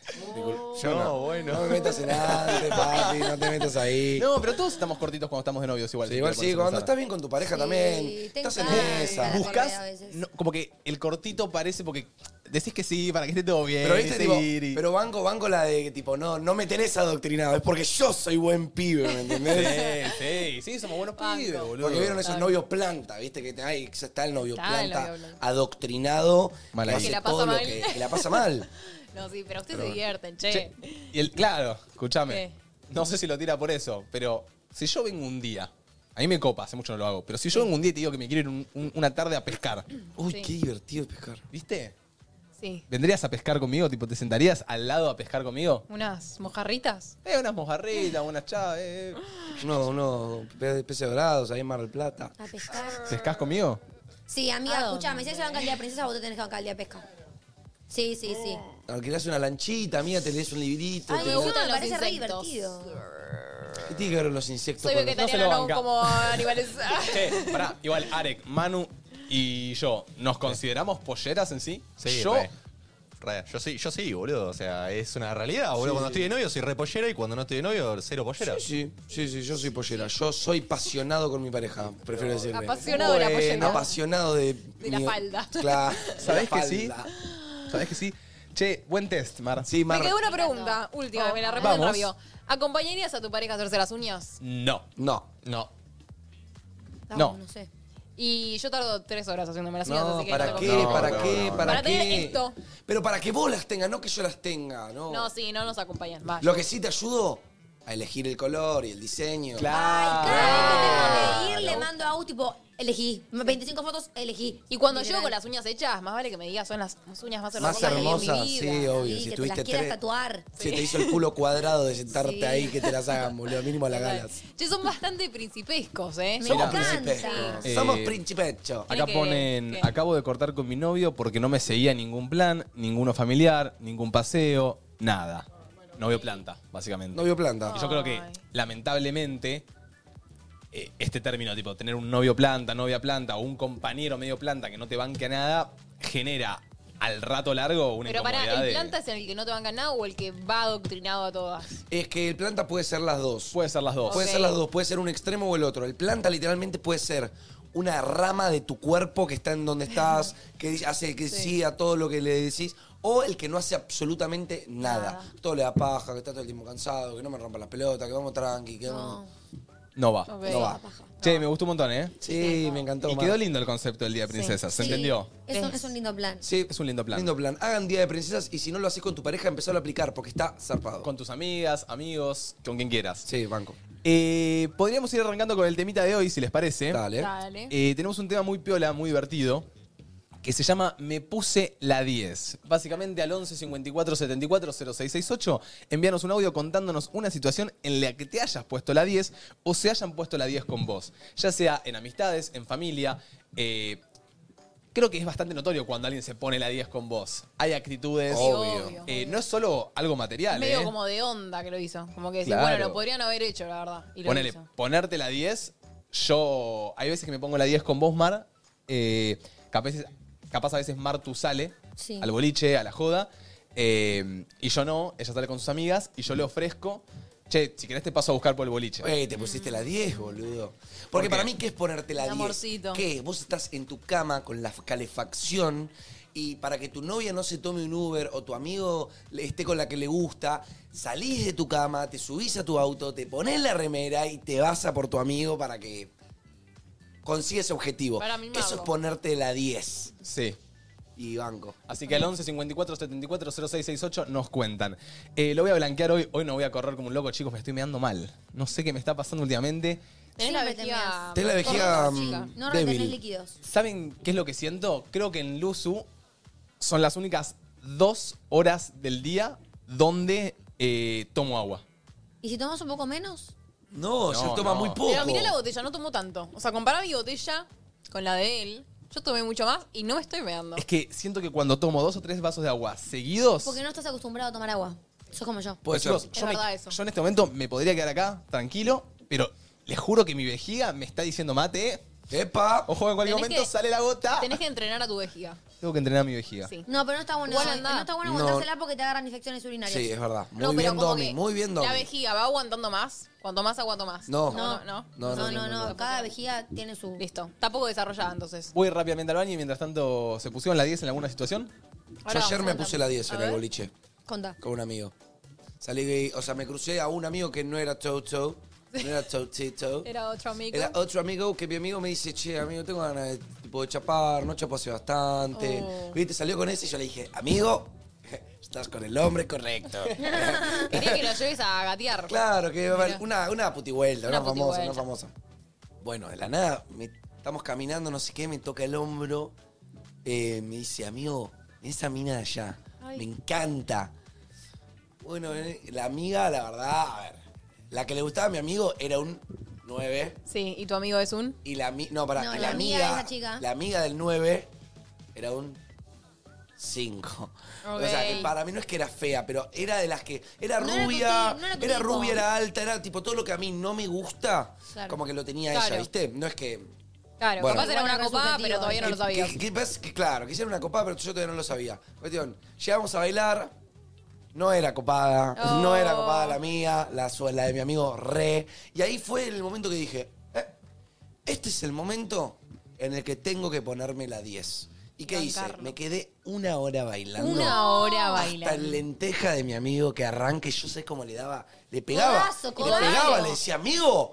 S2: Yo no, bueno. No me metas en antes, papi, no te metas ahí.
S1: No, pero todos estamos cortitos cuando estamos de novios igual.
S2: Sí, igual sí, cuando estás bien con tu pareja también.
S4: te
S2: Estás en
S4: encanta
S2: esa.
S4: la correa
S2: Buscas.
S4: a veces.
S1: No, como que el cortito parece porque decís que sí, para que esté todo bien.
S2: Pero viste,
S1: y
S2: tipo,
S1: seguir y-
S2: pero banco, banco la de que tipo, no, no me tenés adoctrinado, es porque yo soy buen pibe, ¿me entendés?
S1: Sí, sí, sí, somos buenos pibes, boludo.
S2: Porque vieron esos
S1: Claro.
S2: novios planta, viste que ay, está el novio
S5: Está el
S2: planta
S5: novio planta.
S2: adoctrinado,
S1: Mal
S2: que
S1: ahí.
S2: hace
S1: Que la
S5: pasa
S2: todo lo
S5: mal.
S2: que, que la pasa mal.
S5: No, sí, pero
S1: Pero
S5: ustedes se
S1: bueno.
S5: divierten, che.
S1: Che, Y el, claro, escúchame.
S5: ¿Qué?
S1: No sé si lo tira por eso, pero si yo vengo un día, a mí me copa, hace mucho no lo hago, pero si yo vengo un día y te digo que me quiero ir un- un- una tarde a pescar,
S2: Uy,
S5: Eh, Sí.
S2: qué divertido pescar.
S1: ¿viste?
S5: Sí.
S1: ¿Vendrías a pescar conmigo? Tipo, ¿te sentarías al lado a pescar conmigo?
S5: ¿Unas mojarritas?
S1: Eh, unas mojarritas, unas chavas. eh.
S2: No, no, pe- peces dorados ahí en Mar del Plata.
S4: A pescar.
S1: ¿Pescás conmigo?
S4: Sí, amiga, escúchame, si se banca el día de princesa, vos te tenés que bancar el día de pesca. Sí, sí, sí.
S2: Alquilás una lanchita, amiga, te lees un librito.
S4: Ay,
S2: te
S4: me
S2: lees-
S4: gusta, me
S5: los
S4: parece re
S5: insectos.
S4: divertido.
S2: ¿Qué tiene que ver los insectos?
S5: Soy
S2: con los-
S5: vegetariana, no,
S1: banca.
S5: como animales.
S1: Che, pará, igual, Arek, Manu y yo, ¿nos consideramos polleras en sí?
S9: Sí,
S1: yo.
S9: re. Re. Yo sí, yo sí, boludo. O sea, es una realidad, boludo.
S2: Sí.
S9: Cuando estoy de novio soy re pollera y cuando no estoy de novio, cero pollera.
S2: Sí, sí, sí, sí, yo soy pollera. Yo soy apasionado con mi pareja, prefiero decirle.
S5: Apasionado de la pollera.
S2: Apasionado de.
S5: De la
S2: mi-
S5: falda.
S2: Claro.
S1: ¿Sabés que sí?
S2: falda.
S1: ¿Sabés que sí? Che, buen test, Mar.
S2: Sí,
S5: Me quedó una pregunta, última, me la responden
S1: Vamos.
S5: rápido. ¿Acompañarías a tu pareja a hacerse las uñas?
S1: No.
S2: No.
S9: No.
S5: Ah,
S1: No.
S5: No sé. Y yo tardo tres horas haciéndome las uñas,
S2: No,
S5: así que
S2: ¿para
S5: no
S2: qué?
S5: tengo-
S2: ¿Para
S9: no,
S2: qué?
S9: no,
S2: ¿Para
S5: Para tener
S2: qué?
S5: esto.
S2: Pero para que vos las tengas, no que yo las tenga, ¿no?
S5: No, sí, no nos acompañan. Vaya.
S2: Lo que sí te ayudo a elegir el color y el diseño.
S1: Claro.
S4: Cada vez que tengo que ir, le mando a U, tipo, elegí. 25 fotos, elegí.
S5: Y cuando llego con las uñas hechas, más vale que me digas, son las uñas más hermosas,
S2: Más hermosa,
S5: que vi en mi vida.
S2: sí, obvio.
S4: Sí,
S2: si
S4: que te las
S2: tuviste
S4: quieras
S2: tres.
S4: tatuar.
S2: Si te hizo el culo cuadrado de sentarte
S5: Sí.
S2: ahí, que te las hagan, boludo. Mínimo a la galas.
S5: Che, son bastante principescos, ¿eh?
S2: Somos
S1: encanta.
S2: príncipes.
S1: Sí.
S2: Somos
S1: Eh,
S2: príncipecho.
S1: Acá
S5: que-
S1: ponen,
S5: ¿qué?
S1: acabo de cortar con mi novio porque no me seguía ningún plan, ninguno familiar, ningún paseo, nada. Novio planta, básicamente.
S2: Novio planta.
S1: Y yo creo que, lamentablemente, eh, este término, tipo, tener un novio planta, novia planta o un compañero medio planta que no te banque a nada, genera al rato largo una
S5: Pero
S1: incomodidad
S5: para, ¿el
S1: de-
S5: planta es el que no te van nada o el que va adoctrinado a todas?
S2: Es que el planta puede ser las dos.
S1: Puede ser las dos.
S2: Puede
S5: Ok.
S2: ser las dos, puede ser un extremo o el otro. El planta literalmente puede ser una rama de tu cuerpo que está en donde estás, que dice- hace que sí. a todo lo que le decís, o el que no hace absolutamente nada. Todo le da paja, que está todo el tiempo cansado, que no me rompa las pelotas, que vamos tranqui, que vamos...
S1: No va.
S5: Ok.
S1: No va. Che, me gustó un montón, ¿eh?
S2: Sí, me encantó.
S1: Y
S2: Mar.
S1: quedó lindo el concepto del Día de Princesa, ¿se
S4: Sí,
S1: entendió?
S4: Es un, es un lindo plan.
S2: Sí,
S1: Es un lindo plan.
S2: lindo plan. Hagan Día de Princesas y si no lo haces con tu pareja, empezalo a aplicar porque está zarpado.
S1: Con tus amigas, amigos, con quien quieras.
S2: Sí, banco.
S1: Eh, podríamos ir arrancando con el temita de hoy, si les parece.
S2: Dale.
S5: Dale.
S1: Eh, tenemos un tema muy piola, muy divertido, que se llama Me puse la 10. Básicamente al 11 54 74 0668, envíanos un audio contándonos una situación en la que te hayas puesto la 10 o se hayan puesto la 10 con vos. Ya sea en amistades, en familia. eh, creo que es bastante notorio cuando alguien se pone la 10 con vos. Hay actitudes.
S2: Sí, obvio.
S1: Eh, no es solo algo material.
S5: Medio
S1: eh.
S5: como de onda que lo hizo. Como que decís,
S1: Claro.
S5: bueno, lo podrían haber hecho, la verdad. Y lo
S1: Ponele,
S5: hizo.
S1: ponerte la 10, yo. Hay veces que me pongo la 10 con vos, Mar. eh, capaz, capaz a veces Mar tú sale
S4: Sí.
S1: al boliche, a la joda. eh, y yo no, ella sale con sus amigas y yo le ofrezco. Che, si querés te paso a buscar por el boliche.
S2: Ey, te pusiste la 10, boludo.
S1: ¿Por
S2: Porque
S1: qué?
S2: para mí, ¿qué es ponerte la
S5: El
S2: 10?
S5: amorcito.
S2: ¿Qué? Vos estás en tu cama con la calefacción y para que tu novia no se tome un Uber o tu amigo le- esté con la que le gusta, salís de tu cama, te subís a tu auto, te pones la remera y te vas a por tu amigo para que consiga ese objetivo.
S5: Para
S2: Eso
S5: mimarlo.
S2: es ponerte la 10
S1: Sí.
S2: y banco.
S1: Así que al 11 54 74 0668 nos cuentan. Eh, lo voy a blanquear hoy. Hoy no voy a correr como un loco, chicos. Me estoy meando mal. No sé qué me está pasando últimamente.
S5: Tenés la
S4: Siempre te
S5: vejiga.
S4: meas.
S2: Tenés la vejiga
S5: corta, chica.
S2: mm,
S4: No retenés
S2: débil.
S4: líquidos.
S1: ¿Saben qué es lo que siento? Creo que en Luzu son las únicas dos horas del día donde eh, tomo agua.
S4: ¿Y si tomas un poco menos?
S2: No,
S1: No,
S2: ya toma
S1: no.
S2: muy poco.
S5: Pero mirá la botella, no tomó tanto. O sea, compará mi botella con la de él. Yo tomé mucho más y no me estoy meando.
S1: Es que siento que cuando tomo dos o tres vasos de agua seguidos.
S4: Porque no estás acostumbrado a tomar agua. Sos como yo.
S1: Pues, chicos,
S4: Es
S1: yo, me-
S4: verdad eso.
S1: yo en este momento me podría quedar acá, tranquilo, pero les juro que mi vejiga me está diciendo mate.
S2: ¡Epa!
S1: Ojo, en cualquier
S5: Tenés
S1: momento
S5: que-
S1: sale la gota.
S5: Tenés que entrenar a tu vejiga.
S1: Tengo que entrenar mi vejiga.
S5: Sí.
S4: No, pero no está bueno.
S5: Igual
S4: No,
S5: andá.
S4: está bueno
S1: No.
S4: aguantársela porque te agarran infecciones urinarias.
S2: Sí, es verdad. Muy
S5: No, pero
S2: bien,
S5: como
S2: Domi.
S5: que
S2: Muy bien, Domi.
S5: La vejiga va aguantando más. Cuanto más aguanto más.
S2: No.
S5: No, no.
S2: No, no, no, no.
S5: Cada
S4: vejiga tiene su.
S5: Listo. Está poco desarrollada entonces.
S1: Voy rápidamente al baño y mientras tanto, ¿se pusieron la 10 en alguna situación?
S2: Yo ayer me puse la 10 en el boliche
S4: Conta.
S2: con un amigo. Salí, o sea, me crucé a un amigo que no era Toto, no era Totito.
S5: Era otro amigo.
S2: Era otro amigo que mi amigo me dice, che, amigo, tengo ganas de, tipo, de chapar, no chapo hace bastante.
S5: Oh.
S2: Viste, salió con ese y yo le dije, amigo, estás con el hombre correcto.
S5: Quería que lo lleves a gatear.
S2: claro, que va a haber
S5: Mira.
S2: una, una putivuelta,
S5: Una
S2: una, famosa,
S5: putivuelta.
S2: una famosa. Bueno, de la nada, me- estamos caminando, no sé qué, me toca el hombro, eh, me dice, amigo, esa mina de allá,
S3: Ay.
S2: me encanta. Bueno, eh, la amiga, la verdad, a ver, la que le gustaba a mi amigo era un 9.
S5: Sí, y tu amigo es un.
S2: Y la amiga. No, pará. y
S5: No, la
S2: la,
S5: amiga
S2: amiga.
S5: de esa chica.
S2: La amiga del 9 era un 5. O sea, que
S3: Ok.
S2: para mí no es que era fea, pero era de las que. Era
S3: No era tu
S2: rubia,
S3: ti-
S2: era,
S3: no era tu tipo.
S2: rubia, era alta, era tipo todo lo que a mí no me gusta,
S5: Claro.
S2: como que lo tenía
S5: Claro.
S2: ella, ¿viste? No es que.
S5: Claro,
S2: Bueno.
S5: capaz era
S2: Igual
S5: una
S2: era
S5: copada,
S2: subjetivo,
S5: pero todavía no lo sabía.
S2: Que- que- ves que, claro, que hicieron una copada, pero yo todavía no lo sabía. Cuestión, llegamos a bailar, no era copada,
S3: Oh.
S2: no era copada la mía, la, su- la de mi amigo re. Y ahí fue el momento que dije, eh, este es el momento en el que tengo que ponerme la 10. ¿Y qué hice? Me quedé una hora bailando.
S5: Una hora
S2: Hasta
S5: bailando.
S2: el lenteja de mi amigo que arranque, yo sé cómo le daba, le pegaba,
S5: Codazo,
S2: le
S5: codazo.
S2: pegaba, le decía, amigo,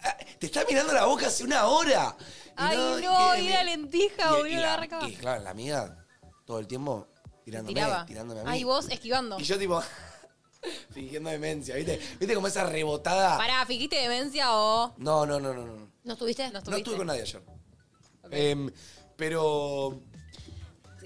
S2: ah, te está mirando la boca hace una hora. Y
S5: Ay,
S2: no,
S5: no,
S2: que
S5: ir
S2: me-
S5: a lentija,
S2: y-
S5: boludo,
S2: y la-
S5: la recaba.
S2: Y claro, la amiga todo el tiempo tirándome,
S5: Tiraba.
S2: tirándome a mí.
S5: Ay, vos esquivando.
S2: Y yo tipo, fingiendo demencia, ¿viste? ¿Viste como esa rebotada?
S5: Pará, ¿fingiste demencia o.?
S2: No, no, no, no, no.
S4: ¿No estuviste?
S2: No estuve con nadie ayer. Em, pero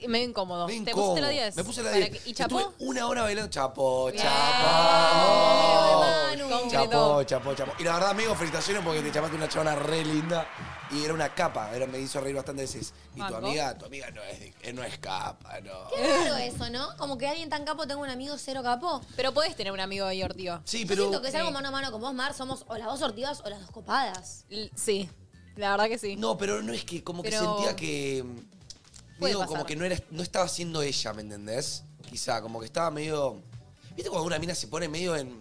S5: Sí, Medio incómodo. ¿Te
S2: incómodo.
S5: pusiste la 10?
S2: Me puse la
S5: Para
S2: 10.
S5: que- ¿Y chapó?
S2: Estuve una hora bailando. Chapo,
S5: Bien.
S2: chapo. Oh,
S5: Amigo de Manu.
S2: Chapo, chapo, chapo. Y la verdad, amigo, felicitaciones porque te chapaste una chabona re linda. Y era una capa, era- me hizo reír bastante veces. Y tu
S4: Banco.
S2: amiga, tu amiga no es, eh, no es capa, no.
S4: Qué raro eso, ¿no? Como que alguien tan capo tenga un amigo cero capo.
S5: Pero podés tener un amigo ahí ortivo.
S2: Sí,
S4: Yo siento que
S1: eh.
S4: salgo mano a mano con vos, Mar, somos o las dos sortivas o las dos copadas.
S5: Sí, la verdad que sí.
S2: No, pero no es que como que
S4: Pero-
S2: sentía que.
S5: Puede
S2: Digo,
S5: pasar.
S2: como que no, era, no estaba siendo ella, ¿me entendés? Quizá, como que estaba medio. ¿Viste cuando una mina se pone medio en.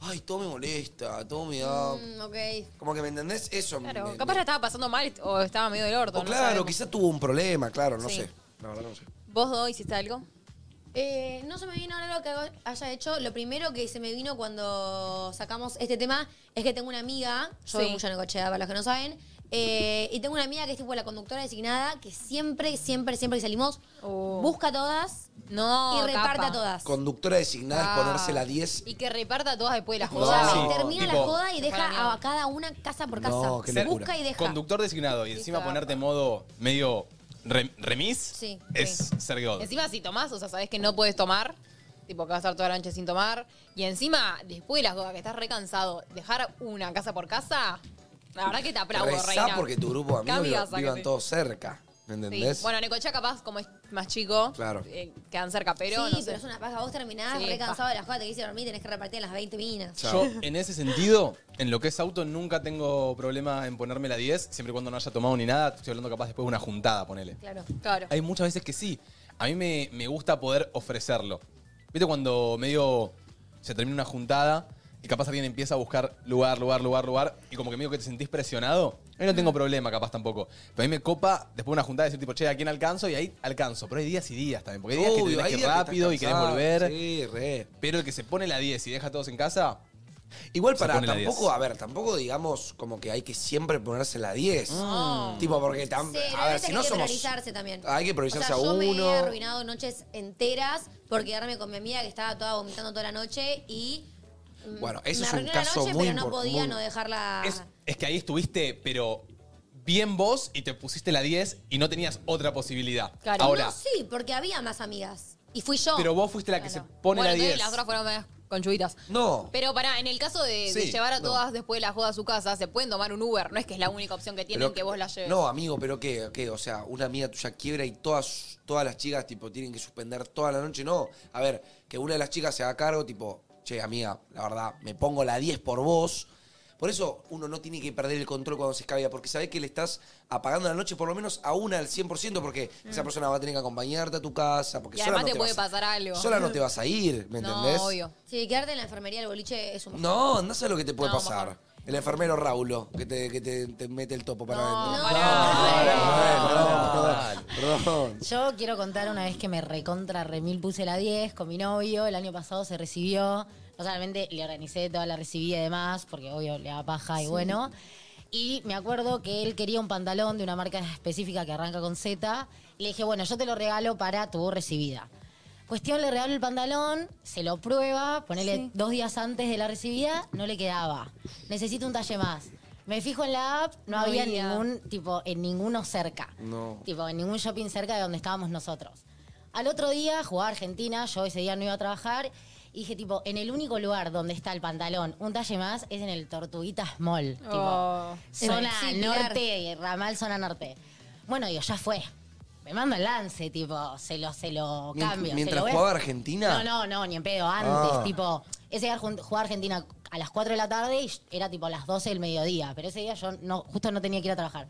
S2: Ay, todo me molesta, todo me da.
S5: Mm, ok.
S2: Como que, ¿me entendés? Eso. me-
S5: Claro,
S2: me-
S5: capaz la estaba pasando mal o estaba medio del orto.
S2: O
S5: no
S2: Oh, claro,
S5: sabemos.
S2: quizá tuvo un problema, claro, no
S5: Sí.
S2: sé. La verdad no sé.
S5: ¿Vos dos hiciste algo?
S4: Eh, no se me vino ahora lo que haya hecho. Lo primero que se me vino cuando sacamos este tema es que tengo una amiga,
S5: Sí.
S4: yo veo mucho Necochea, para los que no saben, eh, y tengo una amiga que es tipo la conductora designada que siempre, siempre, siempre que salimos busca todas
S5: Oh. No,
S4: y reparta
S5: capa.
S4: todas.
S2: Conductora designada
S5: Ah.
S2: es ponerse la 10.
S5: Y que reparta todas después de la
S2: No,
S5: joda.
S2: sí.
S4: Termina la
S1: Tipo-
S4: joda y deja a Ah, cada una casa por casa.
S1: No, qué locura.
S4: busca y deja.
S1: Conductor designado y encima ponerte en modo medio re- remis
S5: Sí,
S1: es ser God.
S5: Encima si tomás, o sea, sabés que no puedes tomar, tipo que vas a estar toda la noche sin tomar, y encima, después de las cosas que estás recansado, dejar una casa por casa, la verdad que te aplaudo,
S2: Rezá
S5: reina.
S2: porque tu grupo de amigos
S5: Cambiaza
S2: vivan
S5: que sí.
S2: todos cerca. ¿Me
S5: Sí.
S2: entendés?
S5: Bueno, Necochea capaz, como es más chico,
S2: Claro.
S5: eh, quedan cerca, pero
S4: sí,
S5: no sé.
S4: pero es una paja. Vos terminás
S5: Sí,
S4: re
S5: paja.
S4: cansado de las jodas, te quise dormir, tenés que repartir en las 20 minas.
S1: Yo, en ese sentido, en lo que es auto, nunca tengo problema en ponerme la 10, siempre y cuando no haya tomado ni nada. Estoy hablando capaz después de una juntada, ponele.
S5: Claro. Claro.
S1: Hay muchas veces que sí. A mí me, me gusta poder ofrecerlo. ¿Viste cuando medio se termina una juntada y capaz alguien empieza a buscar lugar, lugar, lugar, lugar y como que medio que te sentís presionado? Ahí no tengo problema capaz tampoco. Pero a mí me copa después de una juntada decir tipo, che, ¿a quién alcanzo? Y ahí alcanzo. Pero hay días y días también. Porque hay días que
S2: Obvio,
S1: tenés
S2: hay
S1: que ir
S2: días que
S1: rápido y
S2: estás
S1: querés
S2: cansado.
S1: volver.
S2: Sí, re.
S1: Pero el que se pone la 10 y deja a todos en casa...
S2: Igual
S1: se
S2: para
S1: pone la
S2: tampoco,
S1: 10.
S2: a ver, tampoco digamos como que hay que siempre ponerse la 10.
S4: No.
S2: Tipo, porque tam-
S4: Ah. Sí,
S2: a ver,
S4: hay
S2: si no
S4: que
S2: somos.
S4: priorizarse también.
S2: Hay que priorizarse
S4: o sea,
S2: a
S4: Yo me
S2: uno.
S4: he arruinado noches enteras por quedarme con mi amiga que estaba toda vomitando toda la noche y. mm,
S1: Bueno, eso
S4: me
S1: es un
S4: arruiné la
S1: caso
S4: noche,
S1: muy
S4: Pero no
S1: impor-
S4: podía
S1: muy-
S4: no dejarla.
S1: Es, es que ahí estuviste, pero bien vos y te pusiste la 10 y no tenías otra posibilidad.
S4: Claro.
S1: Ahora,
S4: No, sí, porque había más amigas. Y fui yo.
S1: pero vos fuiste la que se pone la 10.
S5: fueron medias conchuditas.
S2: No.
S5: Pero pará, en el caso de, de
S2: Sí,
S5: llevar a
S2: no.
S5: todas después de la joda a su casa, se pueden tomar un Uber. No es que es la única opción que tienen
S2: Pero-
S5: que vos la lleves.
S2: No, amigo, pero qué, qué, o sea, una amiga tuya quiebra y todas, todas las chicas tipo tienen que suspender toda la noche. No, a ver, que una de las chicas se haga cargo, tipo, che, amiga, la verdad, me pongo la 10 por vos. Por eso uno no tiene que perder el control cuando se escabia, porque sabés que le estás apagando la noche por lo menos a una al 100%, porque esa
S5: Mm.
S2: persona va a tener que acompañarte a tu casa, porque
S5: y
S2: sola
S5: además
S2: no
S5: te,
S2: te,
S5: puede
S2: vas,
S5: pasar algo.
S2: sola no te vas a ir, ¿me entendés?
S5: No, obvio.
S4: Sí, quedarte en la enfermería del boliche es un...
S2: No, no sé lo que te puede
S4: No,
S2: pasar. El enfermero Raulo, que te, que te, te mete el topo para adentro. Perdón, perdón, perdón.
S14: Yo quiero contar una vez que me recontra remil puse la 10 con mi novio. El año pasado se recibió. No solamente le organicé toda la recibida y demás, porque obvio le da paja y
S15: Sí.
S14: bueno. Y me acuerdo que él quería un pantalón de una marca específica que arranca con Z. Le dije, bueno, yo te lo regalo para tu recibida. Cuestión, le regalo el pantalón, se lo prueba, ponele
S15: Sí.
S14: dos días antes de la recibida, no le quedaba. Necesito un talle más. Me fijo en la app, no,
S5: No
S14: había,
S5: había.
S14: ningún, tipo, en ninguno cerca.
S2: No.
S14: Tipo, en ningún shopping cerca de donde estábamos nosotros. Al otro día jugaba Argentina, yo ese día no iba a trabajar. Y dije, tipo, en el único lugar donde está el pantalón, un talle más, es en el Tortuguitas Mall.
S5: Oh.
S14: Tipo, zona
S5: Sí, Pilar.
S14: norte, ramal zona norte. Bueno, digo, ya fue. Me mando el lance, tipo, se lo, se lo
S2: Mien-
S14: cambio. se
S2: mientras
S14: lo voy a-
S2: jugaba Argentina.
S14: No, no, no, ni en pedo. Antes,
S2: Ah.
S14: tipo, ese día jun- jugaba Argentina a las 4 de la tarde y era tipo a las 12 del mediodía. Pero ese día yo no, justo no tenía que ir a trabajar.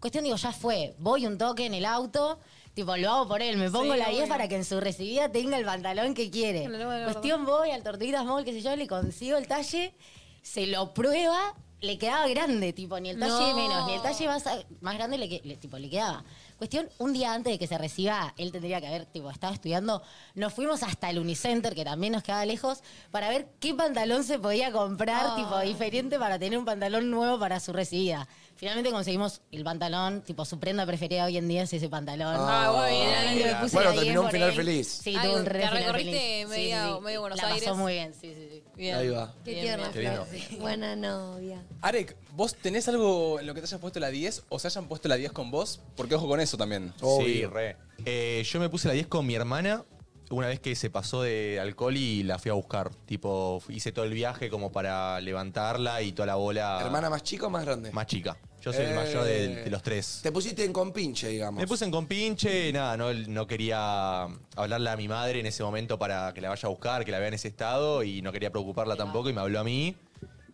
S14: Cuestión, digo, ya fue. Voy un toque en el auto, tipo, lo hago por él. Me pongo
S5: Sí,
S14: la 10
S5: obvio.
S14: para que en su recibida tenga el pantalón que quiere. Cuestión, voy al Tortuguitas Mall, qué sé yo, le consigo el talle, se lo prueba, le quedaba grande, tipo, ni el talle
S5: No.
S14: menos, ni el talle más, más grande le, que- le- tipo, le quedaba. Cuestión, un día antes de que se reciba, él tendría que haber tipo, estado estudiando, nos fuimos hasta el Unicenter, que también nos quedaba lejos, para ver qué pantalón se podía comprar, tipo, diferente para tener un pantalón nuevo para su recibida. Finalmente conseguimos el pantalón, tipo, su prenda preferida hoy en día es ese pantalón.
S2: Ah, muy bien.
S14: Y le puse
S2: Bueno,
S14: la 10
S2: terminó un
S14: por
S2: final
S14: él.
S2: feliz.
S14: Sí,
S5: Ay,
S14: tuvo un re
S5: te
S14: final
S5: recorriste
S14: feliz.
S5: media- medio Buenos
S14: la
S5: Aires.
S14: pasó muy bien, sí, sí, sí.
S5: Bien.
S1: Ahí va.
S4: Qué
S1: Bien,
S4: tierna
S1: bien. Qué lindo.
S4: frase. Buena novia.
S1: Arek, ¿vos tenés algo en lo que te hayas puesto la 10 o se hayan puesto la 10 con vos? Porque ojo con eso también.
S9: Sí, re. Eh, yo me puse la 10 con mi hermana una vez que se pasó de alcohol y la fui a buscar. Tipo, hice todo el viaje como para levantarla y toda la bola.
S2: ¿Hermana más chica o más grande?
S9: Más chica. Yo soy el mayor del- de, los tres.
S2: Eh, Te pusiste en compinche, digamos.
S9: Me puse en compinche, nada, no, no quería hablarle a mi madre en ese momento para que la vaya a buscar, que la vea en ese estado y no quería preocuparla tampoco y me habló a mí.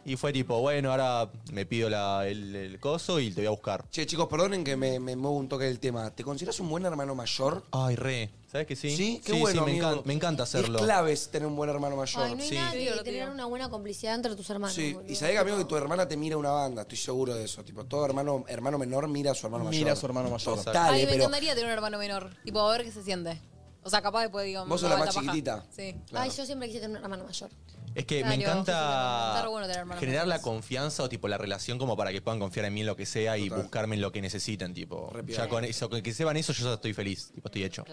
S9: Y fue tipo, bueno, ahora me pido la- el- el coso y te voy a buscar.
S2: Che, chicos, perdonen que me, me muevo un toque del tema. ¿Te consideras un buen hermano mayor?
S9: Ay, re. ¿Sabes que sí?
S2: Sí, qué
S9: sí,
S2: bueno,
S9: me,
S2: amigo.
S9: encan- me encanta hacerlo.
S2: Es clave es tener un buen hermano mayor.
S4: Ay, no hay nada que tener una buena complicidad entre tus hermanos.
S2: Sí,
S4: boludo.
S2: y sabés que amigo que tu hermana te mira una banda, estoy seguro de eso. Tipo, todo hermano, hermano menor mira a su hermano mayor.
S1: Mira a su hermano mayor.
S2: Total,
S5: Ay,
S2: eh,
S5: me
S2: pero
S5: encantaría tener un hermano menor. Tipo, a ver qué se siente. O sea, capaz después digo.
S2: Vos sos
S5: me
S2: la
S5: da
S2: más
S5: paja.
S2: chiquitita.
S5: Sí.
S4: Ay, yo siempre quise tener un hermano mayor.
S9: Es que
S5: Claro,
S9: me
S5: está
S9: encanta
S5: re bueno tener hermanos
S9: generar la
S5: menores.
S9: confianza o tipo la relación como para que puedan confiar en mí en lo que sea y buscarme en lo que necesiten, tipo. Ya con eso, con que sepan eso, yo ya estoy feliz, tipo, estoy hecho.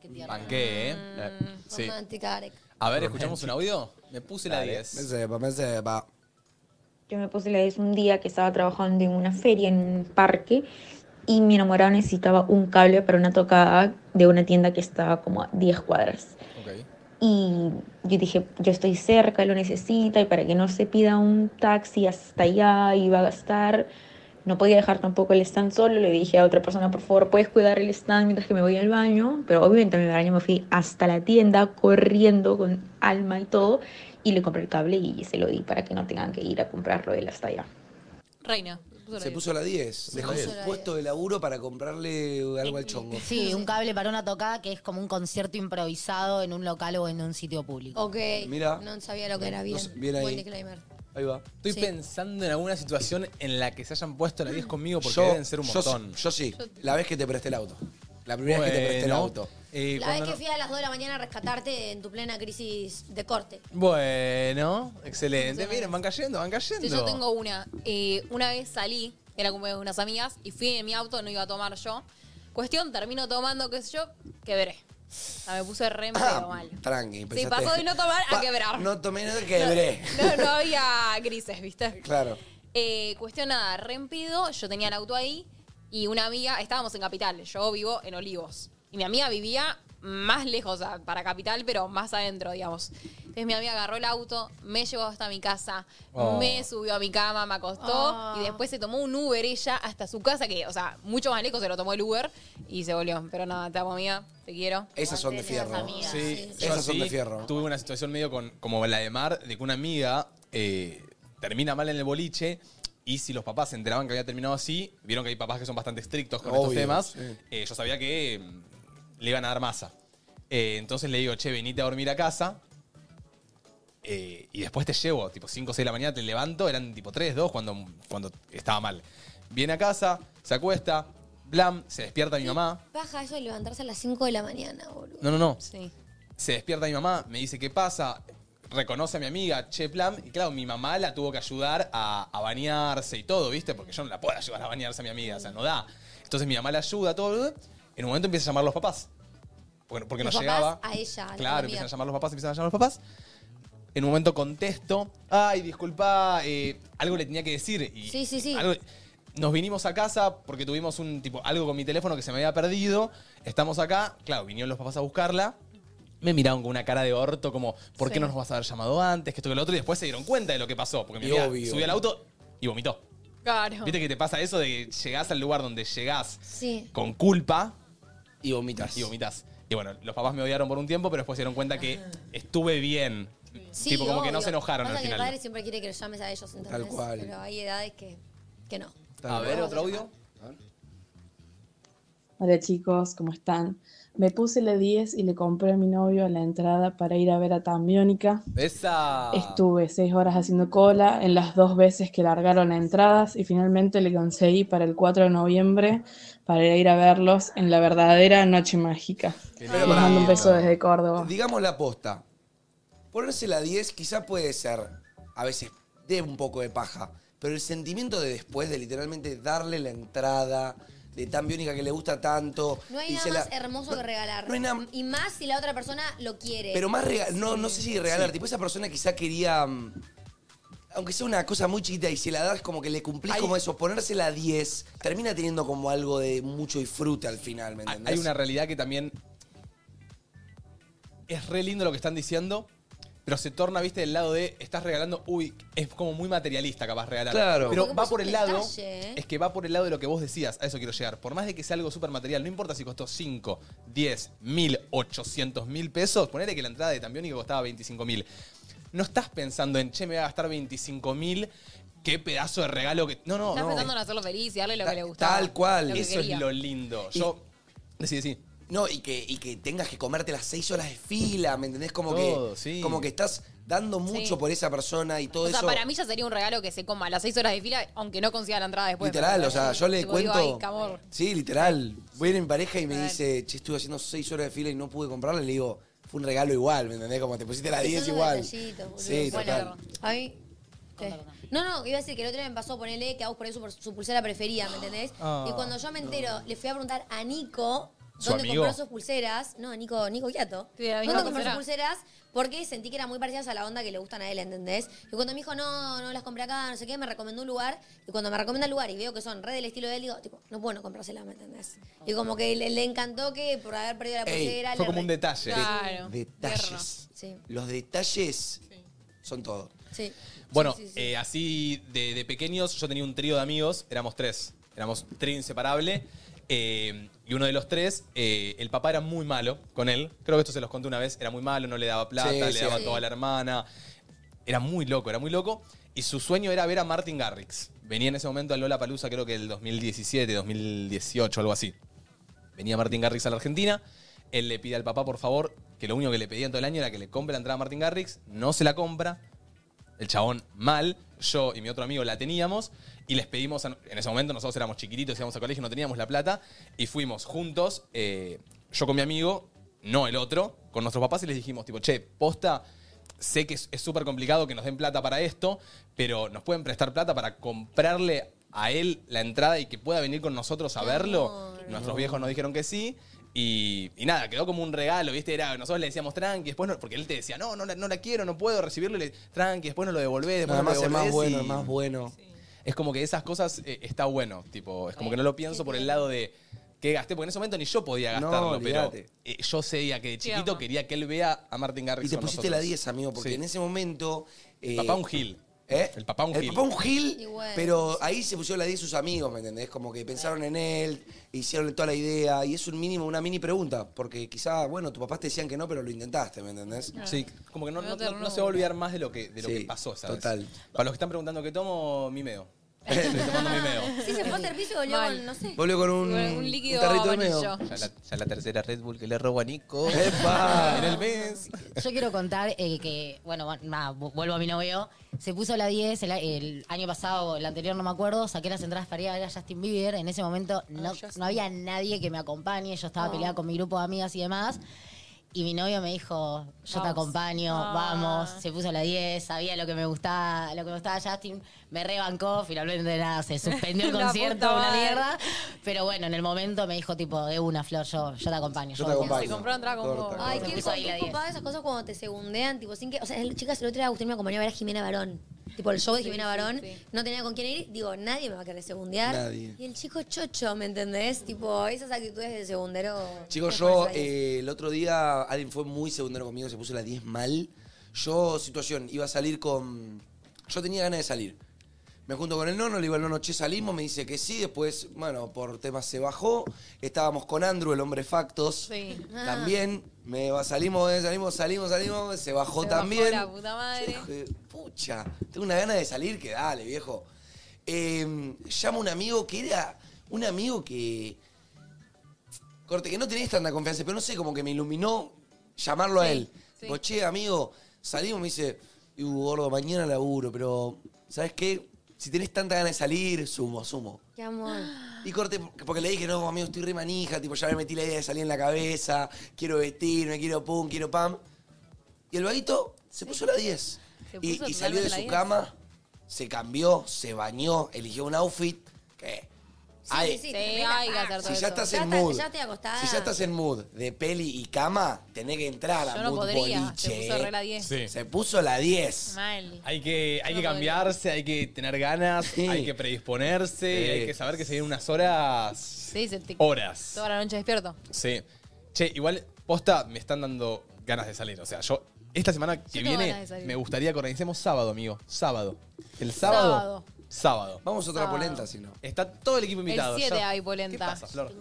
S4: Qué tierno.
S1: Banqué, ¿eh?
S5: Mm.
S1: Sí.
S4: Romántica, Arek.
S1: A ver, escuchamos un audio. Me puse la
S2: Dale.
S1: 10.
S2: Me sepa, me sepa.
S16: Yo me puse la 10 un día que estaba trabajando en una feria, en un parque, y mi enamorado necesitaba un cable para una tocada de una tienda que estaba como a 10 cuadras. Y yo dije, yo estoy cerca, lo necesita, y para que no se pida un taxi hasta allá, iba a gastar. No podía dejar tampoco el stand solo, le dije a otra persona, por favor, puedes cuidar el stand mientras que me voy al baño. Pero obviamente en el baño me fui hasta la tienda, corriendo con alma y todo, y le compré el cable y se lo di para que no tengan que ir a comprarlo él hasta allá.
S5: Reina. se puso la
S2: se
S5: diez.
S2: puso la 10. Dejó
S5: la
S2: su
S5: 10.
S2: puesto de laburo para comprarle algo al chongo.
S14: Sí, un cable para una tocada que es como un concierto improvisado en un local o en un sitio público.
S4: Ok.
S1: Mira.
S4: No sabía lo que era
S1: No
S4: bien.
S1: sé, bien ahí.
S4: Buen disclaimer.
S2: Ahí va.
S1: Estoy
S4: Sí.
S1: pensando en alguna situación en la que se hayan puesto la 10 conmigo porque
S2: Yo-
S1: deben ser un
S2: yo
S1: montón.
S2: sí, Yo, sí, la vez que te presté el auto. La primera vez que te presté el
S1: Bueno,
S2: auto.
S1: eh,
S4: La vez
S1: cuando
S4: que
S1: no-
S4: fui a las 2 de la mañana a rescatarte en tu plena crisis de corte.
S1: Bueno, excelente. Miren, van cayendo, van cayendo.
S5: Sí, yo tengo una. Eh, una vez salí, era cumpleaños de unas amigas, y fui en mi auto, no iba a tomar yo. Cuestión, termino tomando, qué sé yo, quebré. O sea, me puse re medio mal.
S2: Tranqui.
S5: Sí,
S2: pensaste-
S5: pasó de no tomar a
S2: Pa-
S5: quebrar.
S2: No tomé nada, quebré.
S5: No, no había grises, ¿viste?
S2: Claro.
S5: Eh, cuestión nada, re en pedo, yo tenía el auto ahí y una amiga, estábamos en Capital, yo vivo en Olivos. Y mi amiga vivía más lejos, o sea, para capital, pero más adentro, digamos. Entonces mi amiga agarró el auto, me llevó hasta mi casa,
S15: Oh.
S5: me subió a mi cama, me acostó
S15: Oh.
S5: y después se tomó un Uber ella hasta su casa, que, o sea, mucho más lejos se lo tomó el Uber y se volvió. Pero nada, te amo, amiga, te quiero.
S2: Esas son de fierro.
S1: Sí, yo
S2: Esas son de
S1: así
S2: fierro.
S1: Tuve una situación medio con, como la de Mar, de que una amiga eh, termina mal en el boliche. Y si los papás se enteraban que había terminado así, vieron que hay papás que son bastante estrictos con estos
S2: Obvio,
S1: temas.
S2: sí.
S1: eh, yo sabía que mm, le iban a dar masa. Eh, entonces le digo, che, venite a dormir a casa. eh, y después te llevo, tipo 5 o 6 de la mañana, te levanto. Eran tipo 3, 2 cuando, cuando estaba mal. Viene a casa, se acuesta, blam, se despierta mi mamá.
S4: Baja eso de levantarse a las 5 de la mañana, boludo.
S1: No, no, no.
S4: Sí.
S1: Se despierta mi mamá, me dice, ¿qué pasa? Reconoce a mi amiga, che, plan. Y claro, mi mamá la tuvo que ayudar a, a bañarse y todo, ¿viste? Porque yo no la puedo ayudar a bañarse a mi amiga, o sea, no da. Entonces mi mamá la ayuda, todo. En un momento empieza a llamar a los papás. Porque, porque no
S4: Los papás
S1: llegaba.
S4: A ella, a la
S1: Claro,
S4: amiga.
S1: empiezan a llamar los papás, empiezan a llamar los papás. En un momento contesto, ay, disculpa, eh, algo le tenía que decir. Y
S4: Sí, sí, sí.
S1: algo- nos vinimos a casa porque tuvimos un tipo algo con mi teléfono que se me había perdido. Estamos acá, claro, vinieron los papás a buscarla. Me miraron con una cara de orto, como, ¿por qué
S2: Sí.
S1: no nos vas a haber llamado antes? Que esto que lo otro. Y después se dieron cuenta de lo que pasó. Porque mi
S2: Y
S1: amiga
S2: obvio.
S1: subió al auto y vomitó.
S5: Claro.
S1: ¿Viste que te pasa eso de que llegás al lugar donde llegás
S4: Sí.
S1: con culpa.
S2: Y vomitas.
S1: Y vomitas. Y bueno, los papás me odiaron por un tiempo, pero después se dieron cuenta que estuve bien.
S4: Sí,
S1: tipo, como que no
S4: obvio.
S1: se enojaron
S4: Pasa
S1: al
S4: que el
S1: final.
S4: padre siempre quiere que los llames a ellos, ¿entendés?
S1: Tal cual.
S4: Pero hay edades que, que no.
S1: A ver, otro audio.
S17: Hola chicos, ¿cómo están? Me puse la 10 y le compré a mi novio la entrada para ir a ver a Tambiónica.
S2: Ah.
S1: Esa.
S17: Estuve seis horas haciendo cola en las dos veces que largaron entradas y finalmente le conseguí para el 4 de noviembre para ir a verlos en la verdadera noche mágica. Les
S2: lindo.
S17: mando un beso desde Córdoba.
S2: Digamos la posta. Ponerse la 10 quizá puede ser, a veces, de un poco de paja. Pero el sentimiento de después, de literalmente darle la entrada, de tan biónica que le gusta tanto.
S4: No hay
S2: y
S4: nada
S2: se la-
S4: más hermoso que regalar.
S2: no hay nada-
S4: Y más si la otra persona lo quiere.
S2: Pero más regalar, no, no sé si regalar,
S4: Sí.
S2: tipo esa persona quizá quería, mm, aunque sea una cosa muy chiquita y se la das como que le cumplís como eso, ponérsela a 10, termina teniendo como algo de mucho disfrute al final, ¿me entendés?
S1: Hay una realidad que también es re lindo lo que están diciendo, pero se torna, viste, del lado de estás regalando, uy, es como muy materialista capaz regalar.
S2: Claro.
S1: Pero
S2: Porque
S1: va
S2: es
S1: por
S2: un
S1: el lado,
S2: detalle, ¿eh?
S1: es que va por el lado de lo que vos decías, a eso quiero llegar. Por más de que sea algo súper material, no importa si costó 5, 10, 1000, 800 mil pesos, ponele que la entrada de Tambiónica costaba 25 mil. No estás pensando en, che, me voy a gastar 25 mil, qué pedazo de regalo que... No, no,
S5: Estás
S1: no.
S5: pensando en hacerlo feliz y darle lo que le gusta.
S2: Tal cual.
S1: Eso es lo lindo. Yo... Sí, sí.
S2: No, y que, y que tengas que comerte las seis horas de fila, ¿me entendés? Como,
S1: Todo,
S2: que, como que estás dando mucho
S5: Sí.
S2: por esa persona y todo
S5: O sea,
S2: eso.
S5: para mí ya sería un regalo que se coma a las seis horas de fila, aunque no consiga la entrada después.
S2: literal,
S5: Pero,
S2: o sea, yo le
S5: tipo, digo,
S2: cuento.
S5: "Ay, camor".
S2: sí, literal. Voy a ir en pareja y me dice, che, estuve haciendo seis horas de fila y no pude comprarla. Y le digo, fue un regalo igual, ¿me entendés? Como te pusiste las
S4: Son
S2: 10
S4: unos
S2: igual.
S4: detallitos, boludo.
S2: Sí,
S4: Bueno,
S2: total.
S4: A mí- ¿Qué? eh. No, no, iba a decir que el otro día me pasó ponerle que hago por ahí su, su pulsera preferida, ¿me entendés?
S2: Ah,
S4: y cuando yo me entero, le fui a preguntar a Nico
S2: ¿Su
S4: dónde
S2: amigo?
S4: compró sus pulseras. No, a Nico, Nico Quiato.
S5: la misma
S4: ¿Dónde compró sus
S5: pulsera.
S4: pulseras? Porque sentí que eran muy parecidas a la onda que le gustan a él, ¿entendés? Y cuando me dijo, no, no las compré acá, no sé qué, me recomendó un lugar. Y cuando me recomienda el lugar y veo que son re del estilo de él, digo, tipo, no puedo no comprárselas, ¿me entendés? Y como que le, le encantó que por haber perdido la
S2: Ey,
S4: pulsera.
S2: fue
S4: le
S2: como un
S4: re-
S2: detalle.
S4: Claro.
S2: De- detalles.
S4: Sí.
S2: Los detalles son todo.
S4: Sí.
S1: Bueno,
S4: Sí, sí, sí.
S1: eh, así de, de pequeños yo tenía un trío de amigos, éramos tres, éramos trío inseparable. eh, y uno de los tres, eh, el papá era muy malo con él. Creo que esto se los conté una vez. Era muy malo, no le daba plata,
S2: Sí,
S1: le
S2: sí.
S1: daba
S2: Sí.
S1: todo a la hermana. Era muy loco, era muy loco. Y su sueño era ver a Martin Garrix. Venía en ese momento a Lola Palusa, creo que el 2017, 2018, algo así. Venía Martin Garrix a la Argentina. Él le pide al papá, por favor, que lo único que le pedían todo el año era que le compre la entrada a Martin Garrix. No se la compra. El chabón mal. Yo y mi otro amigo la teníamos. Y les pedimos, a- en ese momento nosotros éramos chiquititos, íbamos a colegio, no teníamos la plata. Y fuimos juntos, eh, yo con mi amigo, no el otro, con nuestros papás y les dijimos, tipo, che, posta, sé que es es súper complicado que nos den plata para esto, pero nos pueden prestar plata para comprarle a él la entrada y que pueda venir con nosotros a verlo. Nuestros viejos nos dijeron que sí. Y, y nada, quedó como un regalo, ¿viste? Era, nosotros le decíamos tranqui, después no- porque él te decía, no, no la, no la quiero, no puedo recibirlo, y le, tranqui, después no lo devolvés,
S2: Nada
S1: después no,
S2: más
S1: lo
S2: es más
S1: devolvés
S2: bueno,
S1: y-
S2: es más bueno.
S1: Es como que esas cosas eh, está bueno, tipo, es como que no lo pienso por el lado de que gasté, porque en ese momento ni yo podía
S2: No,
S1: gastarlo, pero
S2: olvídate.
S1: eh, yo sabía que de chiquito quería que él vea a Martin Garrix.
S2: Y te
S1: con
S2: pusiste
S1: nosotros.
S2: la 10, amigo, porque
S1: Sí.
S2: en ese momento. eh,
S1: Papá un Gil.
S2: ¿Eh?
S1: El papá un
S2: El
S1: Gil.
S2: papá un Gil,
S4: Y bueno.
S2: pero ahí se pusieron la 10 sus amigos, ¿me entendés? Como que pensaron en él, hicieron toda la idea, y es un mínimo, una mini pregunta, porque quizá, bueno, tus papás te decían que no, pero lo intentaste, ¿me entendés?
S1: Sí, como que no, no- no- no se va a olvidar más de lo que, de lo
S2: Sí,
S1: que pasó, ¿sabes?
S2: total.
S1: Para los que están preguntando qué tomo, mimeo. Estoy tomando mimeo.
S4: Sí, se fue a servicio y volvió
S5: Mal.
S4: con, no sé.
S2: Volvió con un,
S4: Con un líquido
S2: tarrito de
S4: amarillo.
S2: meo.
S1: Ya la, ya la tercera Red Bull que le robo a Nico.
S2: ¡Epa!
S1: En el mes.
S14: Yo quiero contar eh, que, bueno, va- nada, vu- vuelvo a mi novio. Se puso la 10 el, a- el año pasado, el anterior no me acuerdo. Saqué las entradas para ir a ver a Justin Bieber. En ese
S5: Ah,
S14: momento no, no había nadie que me acompañe. Yo estaba
S5: Oh.
S14: peleada con mi grupo de amigas y demás. Y mi novio me dijo, yo te acompaño,
S5: Ah.
S14: vamos. Se puso la 10, sabía lo que me gustaba, lo que me gustaba Justin. Me rebancó, finalmente nada, se suspendió el
S5: La
S14: concierto,
S5: puta
S14: una
S5: madre.
S14: mierda. Pero bueno, en el momento me dijo tipo, de una, Flor, yo, yo te acompaño.
S2: Yo te acompaño.
S5: Se compró entrada con vos.
S4: Ay,
S14: Me
S4: ¿quién,
S14: puso ahí la
S4: ¿quién
S14: 10.
S4: copaba esas cosas cuando te segundean? Tipo, sin que, o sea, el- chicas, el otro día Agustín me acompañó a ver a Jimena Barón. Tipo, el show de
S5: Sí,
S4: Jimena
S5: sí,
S4: Barón.
S5: sí.
S4: No tenía con quién ir. Digo, nadie me va a querer segundear.
S2: Nadie.
S4: Y el chico chocho, ¿me entendés? Tipo, esas actitudes de segundero.
S2: Chicos,
S4: Qué
S2: yo
S4: fuerza hay.
S2: eh, el otro día alguien fue muy segundero conmigo, se puso la 10 mal. Yo, situación, iba a salir con. Yo tenía ganas de salir. Me junto con el nono, le digo al nono, che, salimos, me dice que sí, después, bueno, por temas se bajó. Estábamos con Andrew, el hombre factos.
S5: Sí.
S2: También, me va, salimos, eh, salimos, salimos, salimos, se bajó
S5: Se
S2: también.
S5: bajó la puta madre.
S2: Yo dije, pucha, tengo una gana de salir que dale, viejo. Eh, llamo a un amigo que era un amigo que. Corte, que no tenés tanta confianza, pero no sé, como que me iluminó llamarlo a él. Digo, che, amigo, salimos, me dice, "Uh, gordo, mañana laburo, pero ¿sabes qué? Si tenés tanta gana de salir, sumo, sumo.
S4: Qué amor.
S2: Y corte, porque le dije, no, amigo, estoy re manija, tipo, ya me metí la idea de salir en la cabeza, quiero vestirme, quiero pum, quiero pam. Y el vaguito se puso la 10.
S5: Se
S2: Y,
S5: puso
S2: y salió de
S5: totalmente la
S2: su
S5: 10.
S2: cama, se cambió, se bañó, eligió un outfit. que Ay,
S4: sí,
S5: Sí,
S4: te
S5: hay
S4: pega.
S5: que hacer todo
S2: si ya
S5: eso.
S2: estás
S4: Ya
S2: en
S4: está-
S2: mood,
S4: ya te acostás.
S2: si ya estás en mood de peli y cama, tenés que entrar a
S5: Yo no
S2: mood
S5: podría,
S2: boliche.
S5: se puso re la
S2: eh.
S5: 10.
S1: Sí.
S2: Se puso la
S1: pues.
S2: 10.
S5: Mal.
S1: Hay que, hay
S5: Yo
S1: que
S5: no
S1: cambiarse, hay que tener ganas, hay que predisponerse,
S2: Sí.
S1: hay que saber que se vienen unas horas.
S5: Sí, se te...
S1: Horas.
S5: Toda la noche despierto.
S1: Sí. Che, igual, posta, me están dando ganas de salir. O sea, yo, esta semana que
S5: tengo
S1: viene,
S5: ganas de salir.
S1: me gustaría que organicemos sábado, amigo. Sábado. El sábado. Sábado.
S5: Sábado.
S2: Vamos a otra
S5: Sábado.
S2: polenta, si no.
S1: Está todo el equipo invitado.
S5: El 7
S1: ya.
S5: hay polenta.
S1: ¿Qué pasa, Flor?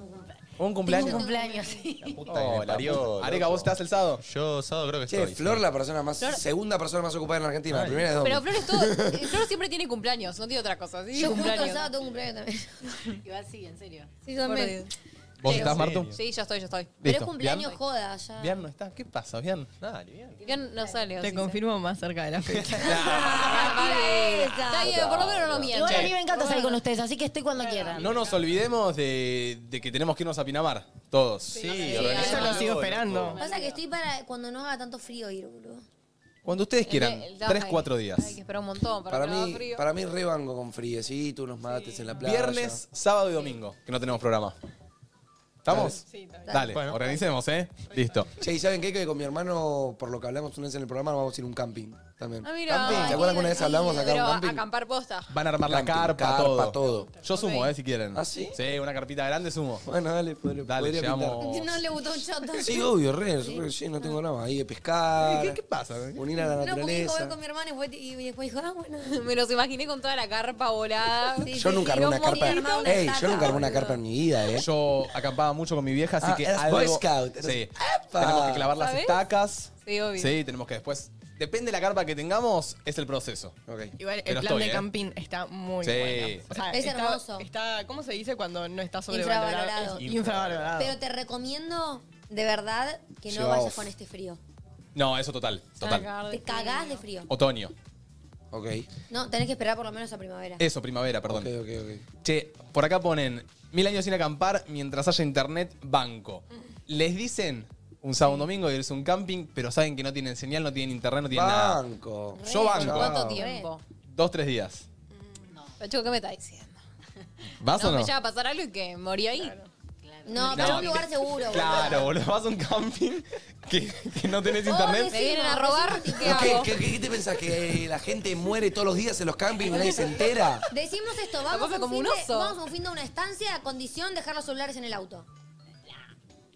S1: ¿Un cumpleaños?
S14: Tengo un cumpleaños, sí.
S1: Oh, la puta. Areca, ¿vos estás el sábado?
S9: Yo sábado creo que
S2: Che,
S9: estoy.
S2: Flor, la persona más, segunda persona más ocupada en la Argentina. La primera es
S1: Oh.
S2: Domi.
S5: Pero Flor, es todo, eh, Flor siempre tiene cumpleaños, no tiene otra cosa. Sí,
S4: Yo justo el
S5: cumpleaños.
S4: sábado tengo cumpleaños también.
S8: Y va así, en serio.
S4: Sí, yo
S5: Por
S4: también.
S5: Dios.
S1: ¿Vos
S5: Sí,
S1: estás,
S5: sí.
S1: Martu?
S5: Sí, yo estoy, yo estoy.
S4: Pero
S1: Listo.
S4: es cumpleaños
S1: Bian-
S4: joda ya.
S1: Bian no está. ¿Qué pasa, Bian?
S9: Dale, bien.
S5: Bien, no sale.
S7: Te confirmo más cerca de la fecha.
S5: Ah, Está bien, por lo menos
S14: Igual a
S5: no
S14: mí
S5: miente.
S14: me encanta salir con ustedes, así que estoy cuando quieran.
S1: No nos olvidemos de, de que tenemos que irnos a Pinamar, todos. Sí, organizamos
S7: Eso lo
S1: algo,
S7: sigo
S1: loco.
S7: esperando.
S4: Pasa que estoy para cuando no haga tanto frío ir, boludo.
S1: Cuando ustedes quieran,
S5: El- el-
S1: Tres,
S5: ay,
S1: cuatro días.
S5: Hay que esperar un montón para,
S2: Para
S5: que no haga
S2: mí,
S5: frío.
S2: para mí rebango con friecito, unos mates en la playa.
S1: Viernes, sábado y domingo, que no tenemos programa. ¿Estamos?
S2: Dale. Sí, está bien.
S1: Dale,
S2: Bueno.
S1: organicemos, ¿eh? Listo.
S2: Che, ¿y saben qué? Que con mi hermano, por lo que hablamos una vez en el programa, vamos a ir a un camping también.
S5: Ah, mira.
S2: ¿Camping? ¿Se
S5: Ay,
S2: acuerdan que una
S5: qué
S2: vez hablamos acá de
S5: Pero
S2: un
S5: a-
S2: camping?
S5: acampar posta.
S1: Van a armar
S2: Camping,
S1: la carpa,
S2: carpa,
S1: todo.
S2: todo.
S1: Yo sumo, ¿eh? Si quieren.
S2: ¿Ah, sí?
S1: Sí, una carpita grande sumo.
S2: Bueno, dale, podré-
S1: Dale,
S2: podría
S1: llegamos.
S4: No le gustó un choto.
S2: pintar. Sí, obvio, re, re, sí, no tengo nada más. Ahí de pescar.
S1: ¿Qué, qué pasa?
S2: Unir a la
S4: No, porque dijo, voy
S2: naturaleza.
S4: con mi hermana y, fue- y después dijo, ah, bueno.
S5: Me los imaginé con toda la carpa volada.
S2: Yo nunca armé una carpa. Ey, yo nunca armé una carpa en mi vida, ¿eh?
S1: Yo acampaba mucho con mi vieja, así
S2: Ah,
S1: que
S2: eras
S1: algo...
S2: Boy Scout, eras-
S1: Sí.
S2: ¡Epa!
S1: Tenemos que clavar las
S5: ¿Sabés?
S1: estacas.
S5: Sí, obvio.
S1: Sí, tenemos que después... Depende de la carpa que tengamos, es el proceso.
S7: Igual el
S1: Pero
S7: plan
S1: estoy,
S7: de
S1: ¿eh?
S7: camping está muy
S1: Sí.
S7: bueno. O sea,
S4: Es
S7: está-
S4: hermoso.
S7: Está, ¿cómo se dice cuando no está
S4: Infravalorado.
S7: sobrevalorado? Es Infravalorado.
S4: Pero te recomiendo, de verdad, que no
S1: Lleva
S4: vayas
S1: off.
S4: con este frío.
S1: No, eso total, total.
S4: Te cagás de frío.
S1: Otoño.
S2: Ok.
S4: No, tenés que esperar por lo menos a primavera.
S1: Eso, primavera, perdón.
S2: Ok, ok, ok.
S1: Che, por acá ponen mil años sin acampar mientras haya internet, banco. Les dicen un sábado un domingo irse a un camping, pero saben que no tienen señal, no tienen internet, no tienen nada.
S2: Banco.
S1: Yo banco.
S5: ¿Cuánto tiempo?
S1: Dos, tres días.
S5: Pero chico, ¿qué me estás diciendo?
S1: ¿Vas o
S5: me
S1: no?
S5: llega a pasar algo y que morí ahí.
S4: No, pero un lugar seguro,
S1: Claro, boludo. Vas a un camping que, que no tenés internet.
S4: Me vienen a robar y qué
S2: ¿Pero
S4: hago.
S2: ¿Qué, qué- qué te pensás? ¿Que la gente muere todos los días en los campings y nadie se entera?
S4: Decimos esto, vamos a, un
S5: como
S4: fin
S5: un
S4: de,
S5: oso.
S4: vamos a un fin de una estancia a condición de dejar los celulares en el auto.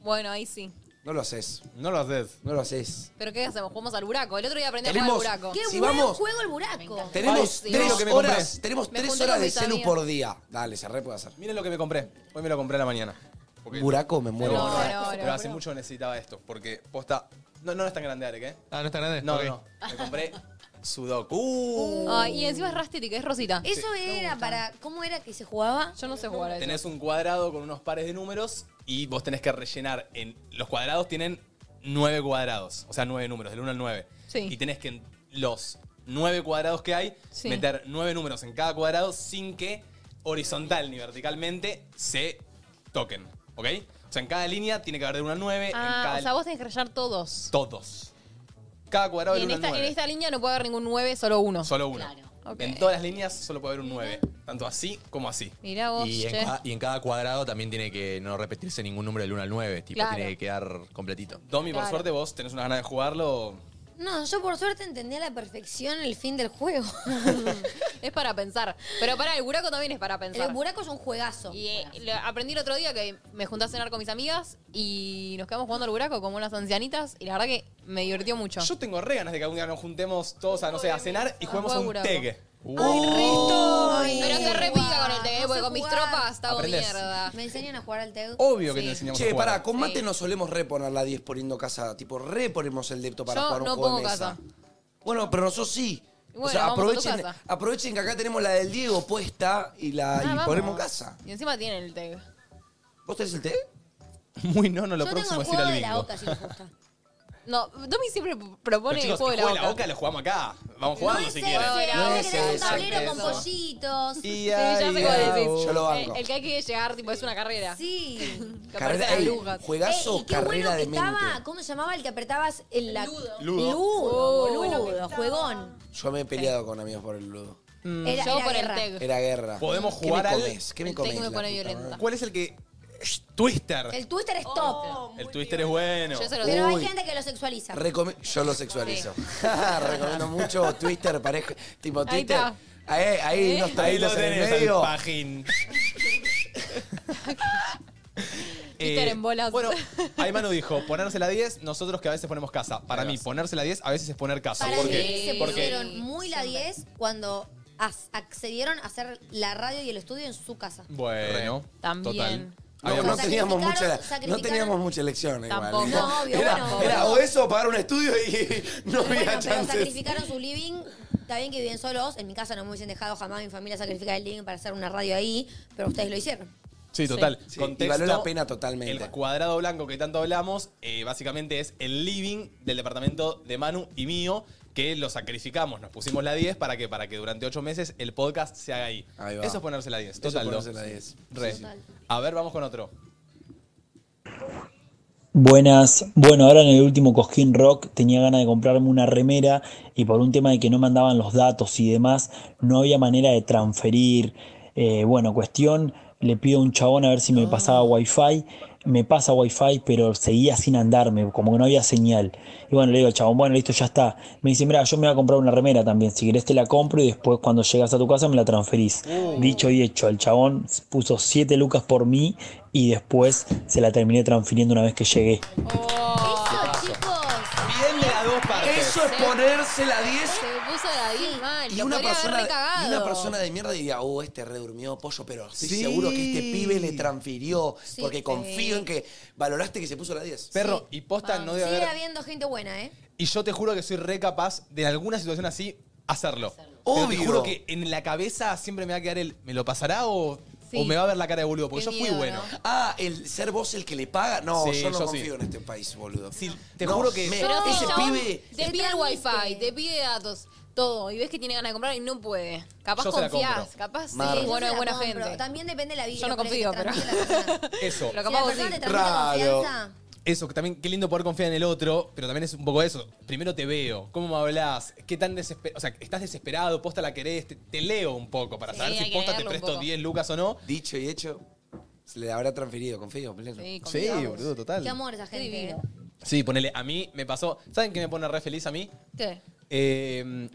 S5: Bueno, ahí sí.
S2: No lo haces.
S1: No lo haces.
S2: No lo haces.
S5: ¿Pero qué hacemos? Jugamos al buraco. El otro día aprendí a
S2: Tenemos-
S5: jugar al buraco.
S2: ¿Qué si buen vamos-
S4: juego el buraco?
S2: Tenemos
S5: Ay,
S2: tres
S5: Dios.
S2: horas, tenemos
S5: Me
S2: tres
S5: junté
S2: horas
S5: con
S2: de
S5: mis
S2: celu
S5: amigas.
S2: por día. Dale, se re puede hacer.
S1: Miren lo que me compré. Hoy me lo compré a la mañana.
S2: Buraco, me muero.
S1: No, no,
S2: Buraco.
S1: pero hace mucho necesitaba esto, porque posta. No, no es tan grande, Arek, ¿eh?
S9: Ah, no está grande.
S1: No,
S9: Ok.
S1: no. Me compré Sudoku.
S4: Uh,
S5: Ay, y encima es Rastity, que es Rosita.
S4: Eso era para. ¿Cómo era que se jugaba?
S5: Yo no sé jugar a eso.
S1: Tenés un cuadrado con unos pares de números y vos tenés que rellenar. En, los cuadrados tienen nueve cuadrados, o sea, nueve números, del 1 al 9.
S5: Sí.
S1: Y tenés que en los nueve cuadrados que hay,
S5: Sí.
S1: meter nueve números en cada cuadrado sin que horizontal ni verticalmente se toquen. ¿Ok? O sea, en cada línea tiene que haber de 1 al 9, en
S5: Ah,
S1: cada
S5: o sea, vos tenés que rayar todos.
S1: todos. Cada cuadrado
S5: Y
S1: del 1
S5: en
S1: al
S5: esta,
S1: 9.
S5: en esta línea no puede haber ningún 9, solo uno.
S1: Solo uno.
S5: Ok.
S1: En todas las líneas solo puede haber un 9, tanto así como así.
S5: Mirá vos,
S9: Y en,
S5: che.
S9: ca- y en cada cuadrado también tiene que no repetirse ningún número del 1 al 9. Tipo,
S4: Claro.
S9: tiene que quedar completito.
S1: Domi,
S4: por Claro. suerte,
S1: vos tenés una ganas de jugarlo.
S4: No, yo por suerte entendí a la perfección el fin del juego.
S5: es para pensar. Pero para el buraco también es para pensar.
S4: El buraco es un juegazo.
S5: Y eh, lo- aprendí el otro día que me junté a cenar con mis amigas y nos quedamos jugando al buraco como unas ancianitas y la verdad que me divirtió mucho.
S1: Yo tengo re ganas de que algún día nos juntemos todos a, no sé, a cenar y juguemos a un
S5: Seguro.
S1: teg.
S5: Pero se repica con el TV, porque con mis tropas está
S2: Aprendés.
S5: mierda.
S4: Me enseñan a jugar al TEU.
S1: Obvio que
S4: Sí.
S1: te enseñamos a
S2: Che,
S1: jugar.
S2: pará, con mate nos solemos reponer la 10 poniendo casa. Tipo, reponemos el depto para
S5: Yo
S2: jugar un
S5: no
S2: juego de
S5: pongo
S2: mesa.
S5: casa.
S2: Bueno, pero nosotros sí.
S5: Y bueno,
S2: o sea,
S5: vamos a tu
S2: aprovechen,
S5: casa.
S2: aprovechen que acá tenemos la del Diego puesta y la
S5: Ah,
S2: y
S5: vamos.
S2: ponemos casa.
S5: Y encima tienen el TV.
S2: ¿Vos tenés el té?
S1: Muy no, no, lo
S5: Yo
S1: próximo
S5: tengo
S1: es
S5: el
S1: ir
S5: juego
S1: al
S5: de la
S1: bingo.
S5: oca, si les No, Domi siempre propone
S1: Pero, chicos,
S5: el juego de la boca.
S1: lo jugamos acá. Vamos a jugarlo
S5: es
S1: si
S5: ese,
S1: quieren.
S5: No es
S4: Tenés un tablero con
S1: Eso.
S4: pollitos.
S1: Y
S5: Sí, ya sé
S1: ahí
S5: cuál
S1: va.
S5: decís.
S2: Yo lo banco.
S5: Eh, El que hay que llegar, tipo, es una carrera.
S4: Sí.
S5: Que aparece
S2: Carrera-
S5: la
S2: ey,
S5: bruja.
S2: juegazo,
S4: Ey, y qué
S2: carrera
S4: bueno que
S2: de mente.
S4: estaba, ¿cómo se llamaba el que apretabas el la... ludo?
S2: Ludo.
S4: Ludo,
S5: Oh, bueno que
S4: boludo,
S5: estaba.
S4: juegón.
S2: Yo me he peleado con amigos por el ludo.
S4: Era-
S5: Yo
S4: era
S5: por
S4: guerra.
S5: el tec.
S2: Era guerra.
S1: Mm. Podemos jugar
S2: ¿Qué me
S1: al-
S2: comes? ¿Qué me
S5: El tec
S2: comes?
S5: me
S2: la
S5: pone
S2: puta
S5: violenta.
S2: madre?
S1: ¿Cuál es el que. Twister.
S4: El Twitter es top.
S1: El Twister es bueno.
S5: Yo se
S2: lo-
S4: Pero
S2: Uy.
S4: hay gente que lo sexualiza.
S2: Recome- yo lo sexualizo. Recomiendo mucho Twitter, pareja. Tipo
S4: Ahí
S2: Twitter.
S4: está.
S2: Ahí, ahí,
S4: ¿Eh?
S2: unos
S1: Ahí lo
S2: tabitos en el
S1: tenés, el
S2: medio.
S1: pajín.
S5: Twitter en bolas.
S1: Eh, Bueno, Aymano dijo, ponerse la 10, nosotros que a veces ponemos casa. Para mí, ponerse la 10 a veces es poner casa.
S4: Para
S1: ¿Por
S4: mí
S1: qué?
S4: se
S1: Porque
S4: pusieron muy la 10 cuando as- accedieron a hacer la radio y el estudio en su casa.
S1: Bueno,
S5: También.
S1: total.
S2: No, no teníamos mucha, no
S4: sacrificaron-
S2: teníamos mucha elección igual.
S4: Tampoco. No, obvio,
S2: era,
S4: bueno,
S2: era
S4: boludo.
S2: o eso o pagar un estudio y no había
S4: Bueno, pero
S2: chances.
S4: sacrificaron su living. Está bien que viven solos. En mi casa no me hubiesen dejado jamás mi familia sacrificar el living para hacer una radio ahí, pero ustedes lo hicieron.
S1: Sí, total.
S2: Sí,
S1: Contexto,
S2: y valió la pena totalmente.
S1: El cuadrado blanco que tanto hablamos, eh, básicamente es el living del departamento de Manu y mío, que lo sacrificamos. Nos pusimos la 10 para que, para que durante 8 meses el podcast se haga ahí.
S2: Ahí va.
S1: Eso es ponerse la 10.
S2: Eso es
S1: Total. ¿no?
S2: ponerse la 10.
S1: Re.
S2: Sí, sí.
S1: A ver, vamos con otro.
S15: Buenas, bueno, ahora en el último Cosquín Rock tenía ganas de comprarme una remera y por un tema de que no mandaban los datos y demás, no había manera de transferir. Eh, bueno, cuestión, le pido a un chabón a ver si me pasaba wifi, me pasa wifi, pero seguía sin andarme, como que no había señal. Y bueno, le digo al chabón, bueno, listo, ya está. Me dice, mira, yo me voy a comprar una remera también, si querés te la compro y después cuando llegas a tu casa me la transferís. Dicho y hecho, el chabón puso 7 lucas por mí y después se la terminé transfiriendo una vez que llegué.
S3: Oh.
S4: Eso, chicos.
S1: Bien de las dos partes.
S2: Eso es ponerse la 10
S5: Se puso la 10 mal.
S2: y
S5: lo
S2: una,
S5: podría haber
S2: persona,
S5: recagado.
S2: y una persona de mierda diría, oh, este redurmió pollo, pero estoy
S1: Sí.
S2: seguro que este pibe le transfirió
S4: Sí,
S2: porque
S4: sí.
S2: confío en que valoraste que se puso la 10.
S1: Perro, y posta no debe
S4: Sigue
S1: haber.
S4: habiendo gente buena, ¿eh?
S1: Y yo te juro que soy re capaz de en alguna situación así hacerlo. Pero
S2: Obvio.
S1: te juro que en la cabeza siempre me va a quedar el. ¿Me lo pasará o,
S5: Sí.
S1: o me va a ver la cara de boludo? Porque yo
S5: Qué
S1: fui
S5: miedo,
S1: bueno.
S5: ¿no?
S2: Ah, el ser vos el que le paga. No,
S1: Sí,
S2: yo no
S1: yo sí.
S2: confío en este país, boludo.
S1: te
S2: No,
S1: juro que-
S2: me-
S5: Pero si
S2: ese
S5: el chabón
S2: pibe.
S5: te pide el wifi, te pide datos, todo, y ves que tiene ganas de comprar y no puede. Capaz
S1: Yo se la
S5: confías,
S1: compro.
S5: capaz sí,
S1: Mar.
S5: es bueno,
S4: Yo
S5: es
S4: se la
S5: buena
S4: compro.
S5: gente.
S4: También depende de la vida.
S5: Yo no
S4: por ahí
S5: confío,
S4: te
S5: pero.
S4: transmite la persona.
S1: Eso.
S5: Pero
S4: Si
S5: capaz
S4: la
S5: vos
S4: persona
S5: sí.
S4: te transmite
S2: Raro.
S4: confianza,
S1: Eso, que también qué lindo poder confiar en el otro, pero también es un poco eso. Primero te veo, cómo me hablas, qué tan desesperado, o sea, estás desesperado, posta la querés, te, te leo un poco para
S5: Sí,
S1: saber
S5: hay
S1: si
S5: que
S1: posta te
S5: leerlo un
S1: presto
S5: poco.
S1: 10 lucas o no.
S2: Dicho y hecho. Se le habrá transferido, confío. pleno.
S1: Sí, confiamos. Sí, boludo, total.
S4: Qué amor esa gente. ¿eh?
S1: Sí, ponele, a mí me pasó. ¿Saben qué me pone re feliz a mí?
S4: ¿Qué?
S1: Eh,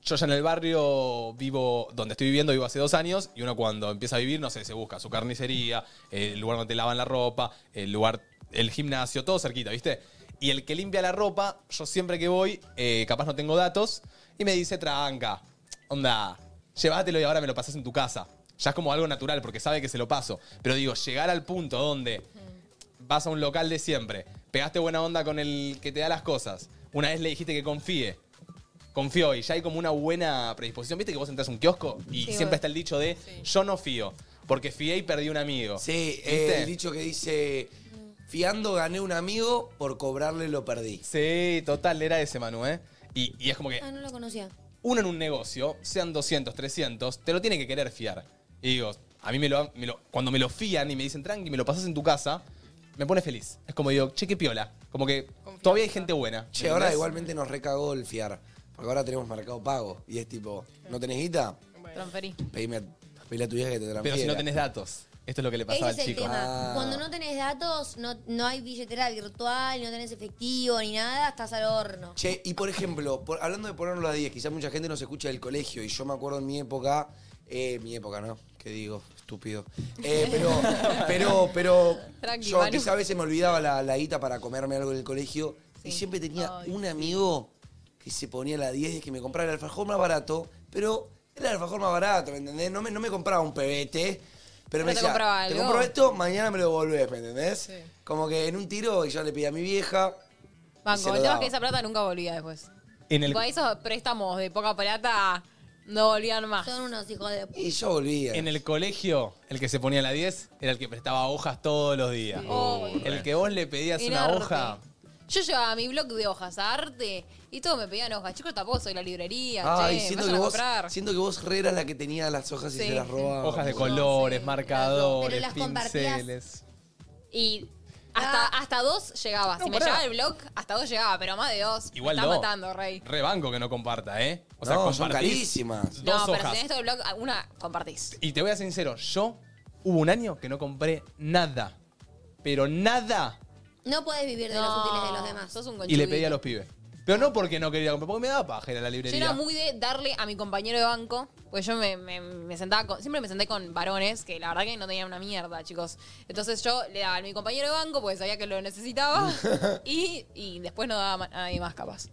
S1: yo ya en el barrio vivo, donde estoy viviendo, vivo hace dos años, y uno cuando empieza a vivir, no sé, se busca su carnicería, eh, el lugar donde te lavan la ropa, el lugar, el gimnasio, todo cerquita, ¿viste? Y el que limpia la ropa, yo siempre que voy, eh, capaz no tengo datos, y me dice, tranca, onda, llévatelo y ahora me lo pasas en tu casa. Ya es como algo natural, porque sabe que se lo paso. Pero digo, llegar al punto donde vas a un local de siempre, pegaste buena onda con el que te da las cosas, una vez le dijiste que confíe, confió y ya hay como una buena predisposición. Viste que vos entras a un kiosco y
S2: Sí,
S1: siempre
S2: bueno.
S1: está el dicho de yo no fío, porque fié y perdí un amigo.
S2: Sí,
S1: ¿Viste?
S2: eh, el dicho que dice, fiando gané un amigo, por cobrarle lo perdí.
S1: Sí, total, era ese Manu, ¿eh? Y, y es como que
S4: Ah, no lo conocía.
S1: uno en un negocio, sean 200, 300, te lo tiene que querer fiar. Y digo, a mí me lo, me lo- cuando me lo fían y me dicen, tranqui, me lo pasas en tu casa, me pone feliz. Es como digo, che, qué piola. Como que todavía hay gente buena.
S2: Che, ahora
S1: ¿entendés?
S2: igualmente nos recagó el fiar. Porque ahora tenemos marcado pago. Y es tipo, ¿no tenés guita?
S5: Transferí.
S2: Pedime, pedile a tu vieja que te transfiera. Ah.
S1: Pero si no tenés datos. Esto es lo que le pasaba
S4: Ese
S1: al
S4: es el Ah.
S1: chico.
S4: tema. Cuando no tenés datos, no, no hay billetera virtual, no tenés efectivo ni nada, estás al horno.
S2: Che, y por ejemplo, por- hablando de ponernos a 10, quizás mucha gente nos escucha del colegio y yo me acuerdo en mi época, eh, mi época, ¿no? ¿Qué digo? Estúpido. Eh, pero, pero, pero
S3: Tranqui,
S2: yo
S3: Manu.
S2: quizás a veces me olvidaba la, la guita para comerme algo en el colegio y siempre tenía un amigo que se ponía la 10 de que me comprara el alfajor más barato, pero era el alfajor más barato, ¿me entendés? No me, no me compraba un pebete. Pero,
S5: Pero
S2: me
S5: te
S2: decía,
S5: compraba
S2: te
S5: algo".
S2: compro esto, mañana me lo devolvés, ¿me entendés? Como que en un tiro y yo le pedí a mi vieja. Y se
S5: Banco,
S2: lo
S5: el tema es
S2: daba.
S5: que esa plata nunca volvía después.
S1: En el-
S5: Tipo, esos préstamos de poca plata no volvían más.
S4: Son unos hijos de puta.
S2: Y yo volvía.
S1: En el colegio, el que se ponía la 10 era el que prestaba hojas todos los días.
S5: Oh.
S1: el que vos le pedías una
S5: Inerte.
S1: hoja.
S5: Yo llevaba mi blog de hojas a arte y todos me pedían hojas. Chicos, tampoco soy la librería.
S2: Ay,
S5: che,
S2: siento
S5: vayan
S2: que,
S5: a
S2: vos,
S5: comprar.
S2: siento que vos re eras la que tenía las hojas y
S5: Sí.
S2: se las robaba.
S1: Hojas de
S2: boludo.
S1: colores, marcadores,
S5: Pero las compartías.
S1: pinceles.
S5: Y hasta,
S4: Ah.
S5: hasta dos llegaba. si me
S1: pará.
S5: llegaba el blog, hasta dos llegaba, pero más de dos.
S1: Igual
S5: me está
S1: dos.
S5: matando, Rey.
S1: Rebanco que no comparta, ¿eh? O
S2: No, son
S1: compartís
S2: carísimas.
S5: No,
S1: Dos
S5: pero si
S1: hojas.
S5: tenés todo el blog, una compartís.
S1: Y te voy a ser sincero, yo hubo un año que no compré nada. Pero nada.
S4: No puedes vivir de los
S5: No.
S4: útiles de los demás. Sos
S5: un
S1: Y le pedí a los pibes. Pero no porque no quería comprar, porque me daba paja ir a la
S5: Yo
S1: librería.
S5: era muy de darle a mi compañero de banco, pues yo me, me- me sentaba con- siempre me senté con varones, que la verdad que no tenían una mierda, chicos. Entonces yo le daba a mi compañero de banco, porque sabía que lo necesitaba, y, y después no daba ma- a nadie más capaz.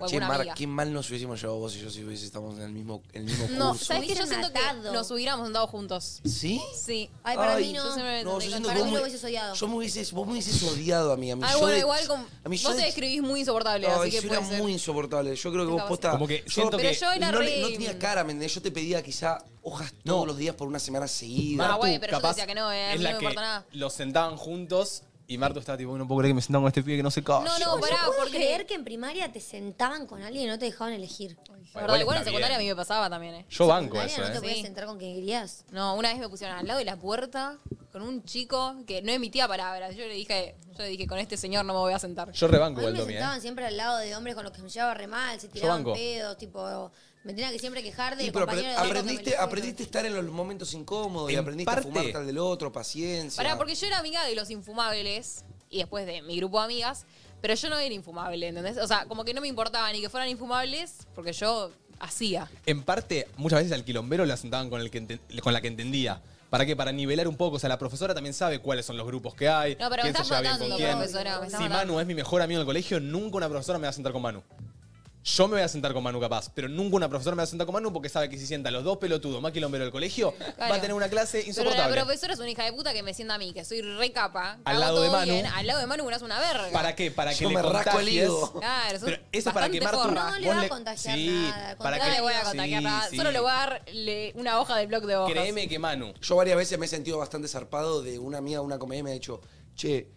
S5: O
S2: Che,
S5: alguna
S2: Mar,
S5: amiga.
S2: qué mal nos hubiésemos llevado vos y yo si hubiese estamos en el mismo, en el mismo
S5: No,
S2: curso.
S5: ¿sabes que Yo siento
S4: matado.
S5: que nos hubiéramos andado juntos.
S2: ¿Sí?
S5: Sí.
S4: Ay, para mí no.
S5: Yo siempre me
S2: No,
S5: senté
S2: yo
S5: con-
S2: siento
S5: para
S2: que
S5: mí
S2: vos,
S5: lo
S2: me-
S5: hubieses odiado.
S2: yo me hubieses, vos me hubieses odiado a mí. A mí
S5: Ay,
S2: yo
S5: Ah, bueno,
S2: de-
S5: igual con-
S2: a mí yo
S5: vos
S2: de-
S5: te describís muy insoportable,
S2: No,
S5: así
S2: yo
S5: que
S2: era
S5: puede ser.
S2: muy insoportable. Yo creo que vos
S5: Capaz.
S2: posta.
S1: Como que siento
S5: Pero que- yo era
S2: no, le-
S5: re-
S2: no tenía cara, ¿me entendés? Yo te pedía quizá hojas todos los días por una semana seguida.
S5: Ah, güey, pero yo te decía que no, eh, a
S1: es
S5: mí
S1: la
S5: no me
S1: que
S5: importa nada.
S1: los sentaban juntos y Marto estaba tipo, no puedo creer que me sentaban con este pibe que no se calla.
S5: No, no, pará,
S4: ¿Puedo
S5: porque-
S4: creer que en primaria te sentaban con alguien y no te dejaban elegir?
S5: La verdad, igual en
S1: está
S5: secundaria a
S1: bien.
S5: mí me pasaba también, ¿eh?
S1: Yo banco
S4: Secundaria
S1: eso,
S4: no te
S1: ¿eh?
S4: podías sentar con quien querías.
S5: No, una vez me pusieron al lado de la puerta con un chico que no emitía palabras. Yo le dije, yo le dije, con este señor no me voy a sentar.
S1: Yo rebanco
S4: A
S1: igual,
S4: mí me
S1: Domi, ¿eh?
S4: sentaban siempre al lado de hombres con los que me llevaba re mal, se tiraban
S1: banco.
S4: pedos, tipo, me tenía que siempre quejar del
S2: Sí, pero
S4: compañero
S2: apre-
S4: de banco que me
S2: aprendiste,
S4: eligió.
S2: aprendiste a estar en los momentos incómodos y
S1: En
S2: aprendiste
S1: parte-
S2: a fumarte al del otro, paciencia.
S5: Pará, porque yo era amiga de los infumables y después de mi grupo de amigas, pero yo no era infumable, ¿entendés? O sea, como que no me importaba ni que fueran infumables porque yo hacía.
S1: En parte, muchas veces al quilombero la sentaban con, el que enten- con la que entendía. ¿Para qué? Para nivelar un poco. O sea, la profesora también sabe cuáles son los grupos que hay.
S5: No, pero me
S1: quién se
S5: estás
S1: lleva bien
S5: matando,
S1: con quién.
S5: profesora. Me estás
S1: Si
S5: matando.
S1: Manu es mi mejor amigo en el colegio, nunca una profesora me va a sentar con Manu. Yo me voy a sentar con Manu capaz, pero nunca una profesora me va a sentar con Manu porque sabe que si sienta los dos pelotudos más quilombero del colegio, va a tener una clase
S5: Pero la
S1: insoportable.
S5: profesora es una hija de puta que me sienta a mí, que soy re capa. que
S1: Al
S5: hago
S1: lado de
S5: todo
S1: Manu.
S5: bien. Al lado de Manu, que no es una verga.
S1: ¿Para qué? Para que
S2: Yo
S1: le
S2: me rasco el
S1: contagies.
S2: higo.
S5: Claro, sos
S1: Pero eso para
S5: bastante
S1: quemar tu
S5: forra.
S1: vos
S5: No le va a
S4: contagiar
S1: sí,
S4: nada, al
S1: Para
S5: no
S1: que
S5: le voy a contagiar
S1: Sí,
S5: nada.
S1: sí.
S5: Solo le voy a darle una hoja del blog de hojas.
S1: Créeme que Manu.
S2: Yo varias veces me he sentido bastante zarpado de una amiga, una comedia, me ha dicho, che,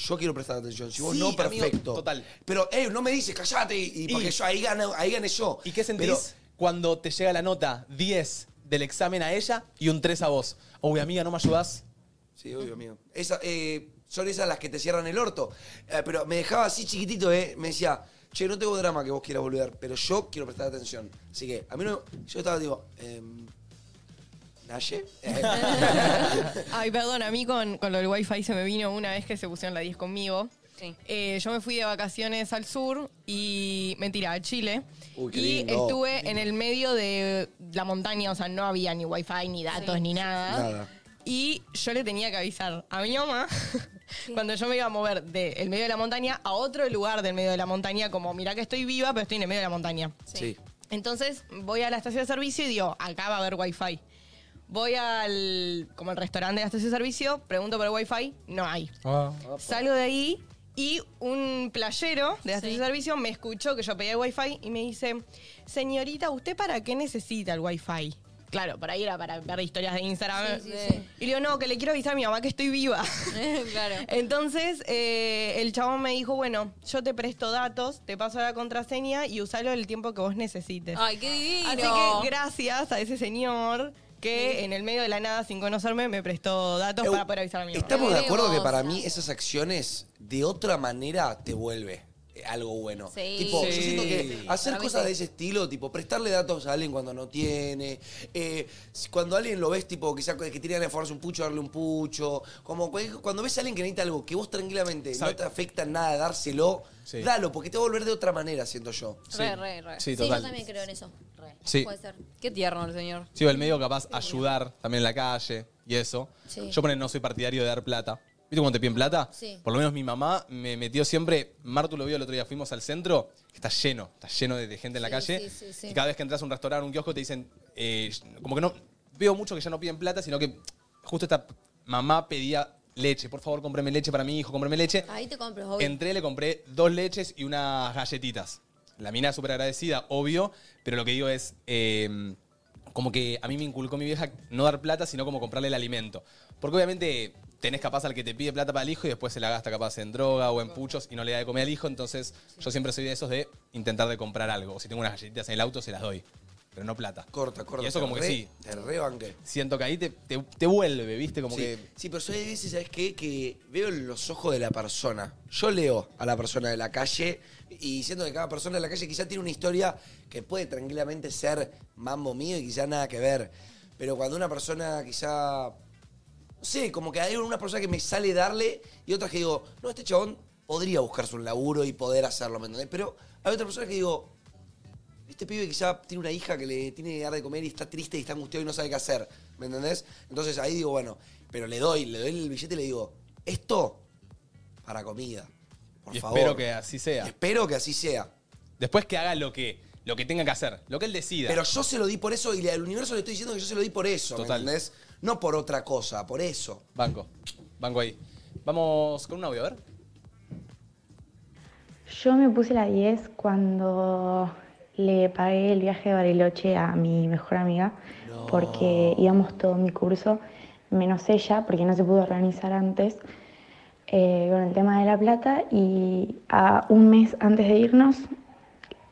S2: yo quiero prestar atención. Si vos
S1: Sí,
S2: no,
S1: amigo,
S2: perfecto.
S1: total.
S2: Pero, hey, no me dices, callate, y, y porque yo ahí gano, ahí gané yo.
S1: ¿Y qué sentís
S2: Pero-
S1: cuando te llega la nota 10 del examen a ella y un 3 a vos? Uy, amiga, ¿no me ayudás?
S2: Sí, obvio, amigo. Esa, eh, son esas las que te cierran el orto. Eh, pero me dejaba así chiquitito, ¿eh? Me decía, che, no tengo drama que vos quieras volver, pero yo quiero prestar atención. Así que, a mí no. Yo estaba, digo, em, ¿Naye?
S7: Ay, perdón, a mí con, con lo del wifi se me vino una vez que se pusieron la 10 conmigo. Eh, yo me fui de vacaciones al sur y, mentira, a Chile.
S2: Uy, qué
S7: y
S2: lindo.
S7: estuve en el medio de la montaña, o sea, no había ni wifi, ni datos, ni nada.
S2: Nada.
S7: Y yo le tenía que avisar a mi mamá cuando yo me iba a mover del medio de la montaña a otro lugar del medio de la montaña, como mirá que estoy viva, pero estoy en el medio de la montaña.
S2: Sí.
S7: Entonces voy a la estación de servicio y digo, acá va a haber wifi. Voy al como el restaurante de la estación de servicio, pregunto por el wifi, no hay. Salgo de ahí y un playero de la estación de servicio me escuchó que yo pedía el wifi y me dice, señorita, ¿usted para qué necesita el wifi? Claro, por ahí era para ver historias de Instagram.
S5: Sí, sí, sí.
S7: Y le digo, no, que le quiero avisar a mi mamá que estoy viva.
S5: claro.
S7: Entonces, eh, el chabón me dijo, bueno, yo te presto datos, te paso la contraseña y usalo el tiempo que vos necesites.
S5: Ay, qué divino.
S7: Así que gracias a ese señor que en el medio de la nada, sin conocerme, me prestó datos para poder avisar a mi mamá.
S2: Estamos de acuerdo que para mí esas acciones de otra manera te vuelve eh, algo bueno.
S5: Sí.
S2: Tipo, yo
S5: Sí.
S2: siento que hacer
S5: Para mí
S2: cosas
S5: sí.
S2: de ese estilo, tipo prestarle datos a alguien cuando no tiene, eh, si- cuando alguien lo ves, tipo, quizás que tiene ganas de formarse un pucho, darle un pucho, como cu- cuando ves a alguien que necesita algo que vos tranquilamente no te afecta nada dárselo,
S1: Sí.
S2: dalo, porque te va a volver de otra manera, siento yo.
S5: Re, re, re.
S1: Sí, total.
S4: yo también creo en eso.
S1: Sí.
S4: Puede ser.
S5: Qué tierno el señor.
S1: Sí, o el medio capaz ayudar también en la calle y eso.
S4: Sí.
S1: Yo, por no soy partidario de dar plata. ¿Viste cuando te piden plata?
S4: Sí.
S1: Por lo menos mi mamá me metió siempre. Martu lo vio el otro día, fuimos al centro, que está lleno, está lleno de, de gente en la
S4: Sí,
S1: calle.
S4: sí, sí, sí.
S1: Y cada vez que entras a un restaurante, un kiosco, te dicen, eh, como que no, veo mucho que ya no piden plata, sino que justo esta mamá pedía leche. Por favor, cómprame leche para mi hijo, cómprame leche.
S4: Ahí te compro, obvio.
S1: Entré, le compré dos leches y unas galletitas. La mina súper agradecida, obvio, pero lo que digo es, eh, como que a mí me inculcó mi vieja no dar plata, sino como comprarle el alimento. Porque obviamente tenés capaz al que te pide plata para el hijo y después se la gasta capaz en droga o en puchos y no le da de comer al hijo, entonces yo siempre soy de esos de intentar de comprar algo. O si tengo unas galletitas en el auto, se las doy, pero no plata.
S2: Corta, corta.
S1: Y eso
S2: te
S1: como que
S2: re-
S1: sí.
S2: Te rebanqué.
S1: Siento que ahí te, te- te vuelve, ¿viste? Como
S2: sí,
S1: que...
S2: sí, pero soy de veces, ¿sabes qué? Que veo en los ojos de la persona. Yo leo a la persona de la calle y siento que cada persona de la calle quizá tiene una historia que puede tranquilamente ser mambo mío y quizá nada que ver. Pero cuando una persona quizá. No sé, como que hay una persona que me sale darle y otras que digo, no, este chabón podría buscarse un laburo y poder hacerlo, ¿me entendés? Pero hay otra persona que digo, este pibe quizá tiene una hija que le tiene que dar de comer y está triste y está angustiado y no sabe qué hacer. ¿Me entendés? Entonces ahí digo, bueno, pero le doy, le doy el billete y le digo, esto para comida. Por
S1: y
S2: favor.
S1: espero que así sea.
S2: espero que así sea.
S1: Después que haga lo que, lo que tenga que hacer, lo que él decida.
S2: Pero yo se lo di por eso y le- al universo le estoy diciendo que yo se lo di por eso,
S1: Total.
S2: ¿me entendés? No por otra cosa, por eso.
S1: Banco. Banco ahí. Vamos con un audio, a ver.
S18: Yo me puse la 10 cuando le pagué el viaje de Bariloche a mi mejor amiga, porque íbamos todo mi curso, menos ella, porque no se pudo organizar antes, eh, con el tema de la plata, y a un mes antes de irnos,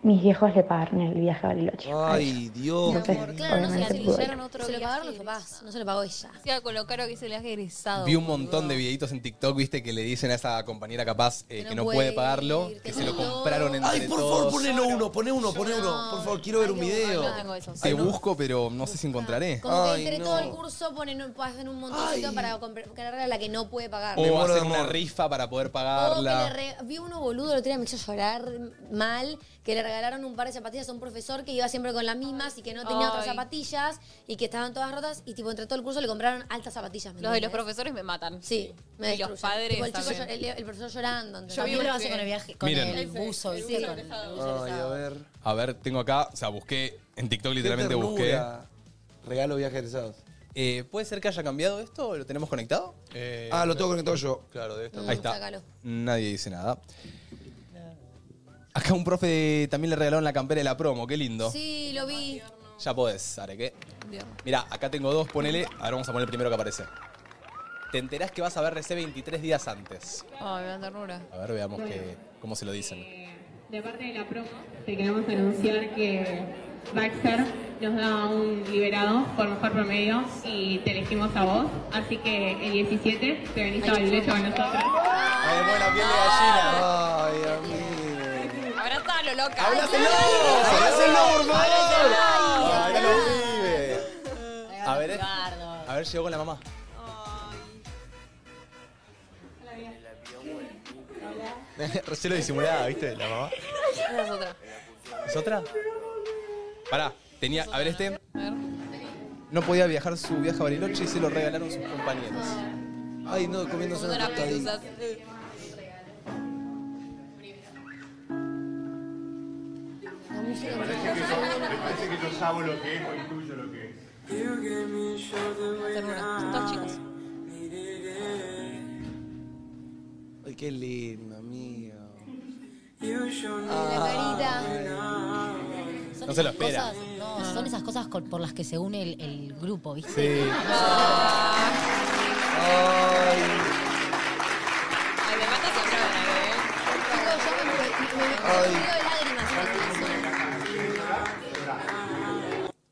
S18: mis viejos le pagaron el viaje a Bariloche. a ella.
S2: Ay, Dios.
S18: Entonces,
S4: Claro, no se la
S18: obviamente pude ir.
S4: hicieron otro Se lo pagaron los papás, no se lo pagó ella.
S5: O sea, con lo caro que hice el viaje egresado.
S1: Vi un montón de videitos en TikTok, viste, que le dicen a esa compañera capaz eh, que no puede pagarlo, que se lo compraron entre
S2: Ay, por favor,
S1: todos.
S2: ponelo uno, poné uno, poné uno. Por favor, quiero ver un video.
S4: no tengo esos.
S1: Te
S4: Ay, no.
S1: busco, pero no sé si encontraré.
S4: Como que entre todo el curso ponen un, hacen un montoncito para comprarle a la que no puede pagar.
S1: O
S2: muero de
S1: hacer una rifa para poder
S4: O que le
S1: pagarla.
S4: re- vi uno boludo el otro día me hizo llorar mal que le regalaron un par de zapatillas a un profesor que iba siempre con las mismas y que no tenía otras
S5: Ay.
S4: zapatillas y que estaban todas rotas y tipo entre todo el curso le compraron altas zapatillas. ¿me
S5: Los de los
S4: entendés?
S5: profesores me matan.
S4: Sí, me
S5: Y los
S4: destruyen.
S5: padres.
S4: Tipo, el, chico,
S5: también.
S4: llor- el, el profesor llorando. ¿entendés?
S14: Yo vi uno así con el viaje, con
S1: Miren.
S14: el buzo, ¿viste? Con-
S1: Ah.
S2: Ay, a ver.
S1: A ver, tengo acá, o sea, busqué en TikTok literalmente
S2: Qué
S1: busqué.
S2: ternura. Regalo viaje egresados.
S1: Eh, ¿Puede ser que haya cambiado esto? ¿Lo tenemos conectado?
S2: Ah, lo tengo conectado yo.
S9: Eh, Claro, debe estar.
S4: Mm,
S1: Ahí está. Nadie dice nada. Acá un profe también le regalaron la campera de la promo, qué lindo.
S4: Sí, lo vi.
S1: Ya podés, Areque. Mira, acá tengo dos, ponele. Ahora vamos a poner el primero que aparece. Te enterás que vas a ver RC 23 días antes.
S5: Ay, me da ternura.
S1: A ver, veamos que, cómo se lo dicen.
S19: De parte de la promo, te queremos anunciar que Baxter nos da un liberado por mejor promedio y te elegimos a vos. Así que el 17 te venís a Bariloche con nosotros.
S2: Ay, buena piel de gallina. Ay, amigo.
S5: Abrazalo, loca.
S2: ¡Abrázalo!
S5: Abrazalo.
S2: ¡Abrázalo, por favor!
S5: Abrazalo.
S2: Acá lo vive.
S1: A ver, eh. A ver, llegó con la mamá. Se lo disimulaba, ¿viste? La mamá.
S5: Esa es otra.
S1: ¿Es otra? Pará, tenía. A ver, este. No podía viajar su viaje a Bariloche y se lo regalaron sus compañeros. Ah. Ay, no, comiéndose una tostadita.
S20: parece que yo sabo lo que es o intuyo lo que es.
S5: Dos chicos.
S2: Ay, qué lindo, Ah. amigo.
S14: Son
S1: No se lo
S14: esas
S1: espera.
S14: cosas- no, son esas cosas con- por las que se une el, el grupo, ¿viste?
S1: Sí.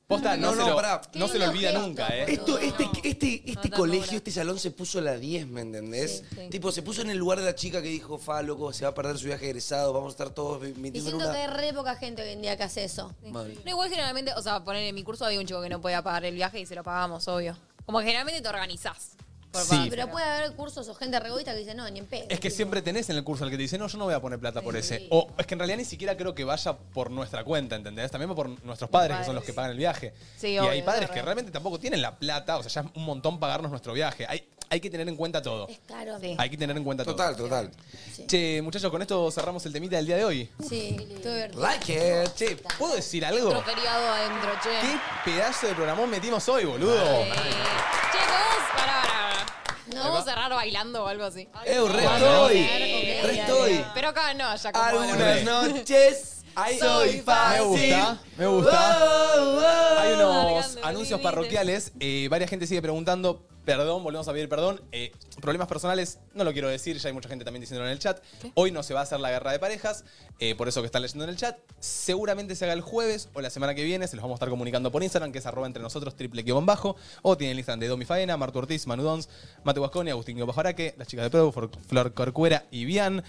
S1: Posta, no,
S2: No, no,
S1: se lo,
S2: pará.
S1: no se lo olvida nunca, ¿eh?
S2: Esto, este, este, este colegio, este salón se puso a la 10, ¿me entendés? Tipo, se puso en el lugar de la chica que dijo, fa, loco, se va a perder su viaje de egresado, vamos a estar todos
S4: Y
S2: metiendo en
S4: siento que hay
S2: una...
S4: re poca gente hoy en día que hace eso.
S2: Mal.
S5: No, igual generalmente, o sea, poner en mi curso había un chico que no podía pagar el viaje y se lo pagamos, obvio. Como que generalmente te organizás.
S1: Sí.
S4: Pero puede haber cursos o gente regoísta que dice, no, ni en pedo.
S1: Es que siempre tenés en el curso al que te dice, no, yo no voy a poner plata por ese. O es que en realidad ni siquiera creo que vaya por nuestra cuenta, ¿entendés? También por nuestros padres, que son los que pagan el viaje.
S5: Sí,
S1: y
S5: obvio,
S1: hay
S5: es
S1: padres
S5: verdad.
S1: que realmente tampoco tienen la plata, o sea, ya es un montón pagarnos nuestro viaje. Hay, hay que tener en cuenta todo.
S4: Claro.
S1: Hay que tener en cuenta
S2: Total,
S1: todo.
S2: total.
S1: Che, muchachos, con esto cerramos el temita del día de hoy.
S4: Sí, estuve divertido.
S1: Like it. Che, ¿puedo decir algo?
S5: Otro feriado adentro, che.
S1: ¿Qué pedazo de programón metimos hoy, boludo?
S5: Che, ¿podemos, pará, pará, pará.
S1: Ahí
S5: ¿No vamos
S1: va.
S5: a cerrar bailando o algo así?
S1: ¡Eu, re
S5: Ay,
S1: estoy!
S5: claro, porque-
S1: ¡Re estoy!
S5: Pero acá no, allá como...
S1: Algunas noches
S5: Ay,
S1: soy
S5: soy
S1: fácil. Me gusta, me gusta. Hay unos anuncios parroquiales. eh, varias gente sigue preguntando. Perdón, volvemos a pedir perdón. eh, problemas personales, no lo quiero decir, ya hay mucha gente también diciéndolo en el chat. Hoy no se va a hacer la guerra de parejas, eh, por eso que están leyendo en el chat. Seguramente se haga el jueves o la semana que viene, se los vamos a estar comunicando por Instagram, que es arroba entre nosotros, triple guión bajo. O tienen el Instagram de Domi Faena, Martu Ortiz, Manu Dons, Mate Guasconi, Agustín Guión Bajo Araque, las chicas de Pro, Flor- Flor Corcuera y Bian.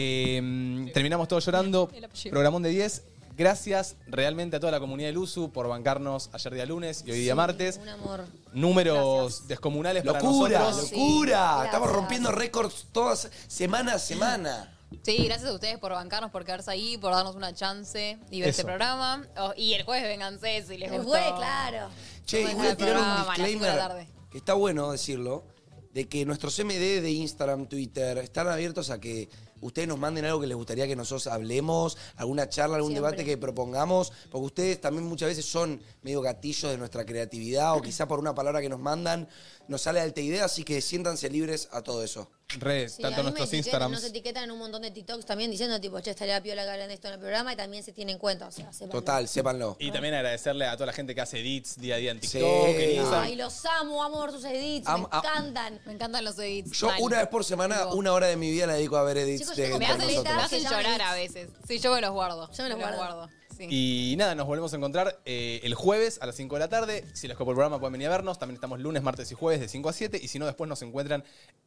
S1: Eh, terminamos todos llorando. Programón de 10. Gracias realmente a toda la comunidad del USU por bancarnos ayer día lunes y hoy día
S4: Sí,
S1: martes.
S4: Un amor.
S1: Números descomunales
S2: Locura,
S1: para nosotros.
S2: locura. Estamos rompiendo récords todas semana a semana.
S5: Sí, gracias a ustedes por bancarnos, por quedarse ahí, por darnos una chance y ver
S2: Eso.
S5: este programa. Oh, y el jueves vénganse si les
S4: El
S5: gustó.
S4: jueves, claro.
S2: Che, y
S5: Bueno,
S2: voy a
S5: el
S2: tirar
S5: programa,
S2: un
S5: a las cinco de la
S2: disclaimer.
S5: tarde.
S2: que Está bueno decirlo. De que nuestros MD de Instagram, Twitter, están abiertos a que ustedes nos manden algo que les gustaría que nosotros hablemos, alguna charla, algún
S13: Siempre.
S2: debate que propongamos, porque ustedes también muchas veces son medio gatillos de nuestra creatividad o quizá por una palabra que nos mandan nos sale alta idea, así que siéntanse libres a todo eso.
S1: Re,
S4: Sí, a mí me etiquetan, Nos etiquetan en un montón de TikToks también diciendo, tipo, che, estaría piola que hablan de esto en el programa y también se tiene en cuenta. O sea, sepan.
S2: sépanlo.
S1: Y también agradecerle a toda la gente que hace edits día a día en TikTok, en Instagram.
S4: Ay, los amo, amor, sus edits.
S2: Am-
S4: me
S2: am-
S4: encantan.
S5: Me encantan los edits.
S2: Yo una vez por semana, una hora de mi vida la dedico a ver edits
S4: Chicos,
S2: de
S5: me
S2: entre
S5: hacen, me
S2: nosotros.
S5: hacen llorar a veces. Sí, yo me los guardo. Yo me los guardo. Sí.
S1: Y nada, nos volvemos a encontrar eh, el jueves a las 5 de la tarde. Si les copó el programa pueden venir a vernos. También estamos lunes, martes y jueves de 5 a 7. Y si no, después nos encuentran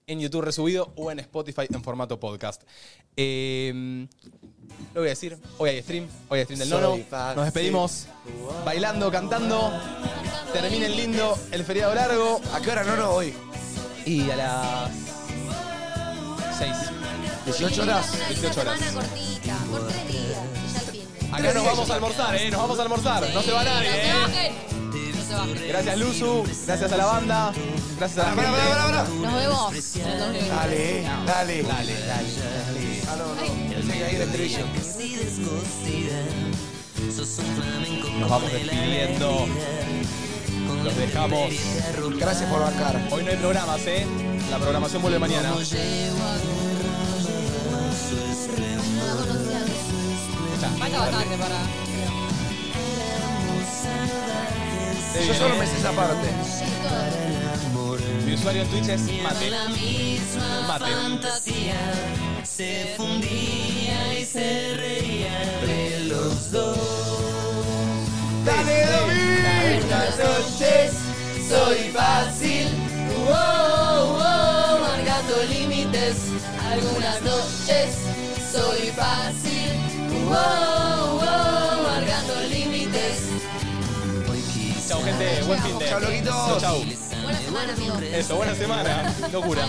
S1: en YouTube resubido o en Spotify en formato podcast. Eh, lo voy a decir. Hoy hay stream. Hoy hay stream del
S2: Soy
S1: nono.
S2: fácil.
S1: Nos despedimos bailando, cantando. Terminen lindo el feriado largo.
S2: ¿A qué hora nono hoy?
S1: Y a las 6.
S2: 18 horas.
S1: 18 horas.
S4: Semana cortita, corte de día. Y ya el fin.
S1: Acá nos vamos a almorzar, ¿eh? Nos vamos a almorzar. No se va nadie,
S5: No se
S1: ¿eh?
S5: bajen. No se bajen.
S1: Gracias Luzu, gracias a la banda, gracias a la gente.
S5: Nos vemos. Nos vemos.
S2: Dale, dale, dale, dale. Ah, no, no. Sí, ahí el estribillo.
S1: Nos vamos despidiendo. Los dejamos.
S2: Gracias por bancar.
S1: Hoy no hay programas, ¿eh? La programación vuelve mañana.
S5: Falta bastante para...
S2: Yo solo me sé esa parte.
S1: Mi usuario en Twitch es Mate. Mate.
S3: Se fundía y se reía entre los dos.
S2: Dale, David.
S3: Buenas noches, soy fácil. Wow, wow, marcando límites. Algunas noches, soy fácil. Wow, wow, marcando límites.
S1: Chau, gente. Buen fin de.
S3: Chau, loquitos.
S1: Chau. Buena semana, amigo.
S3: Eso, buena semana. Locura.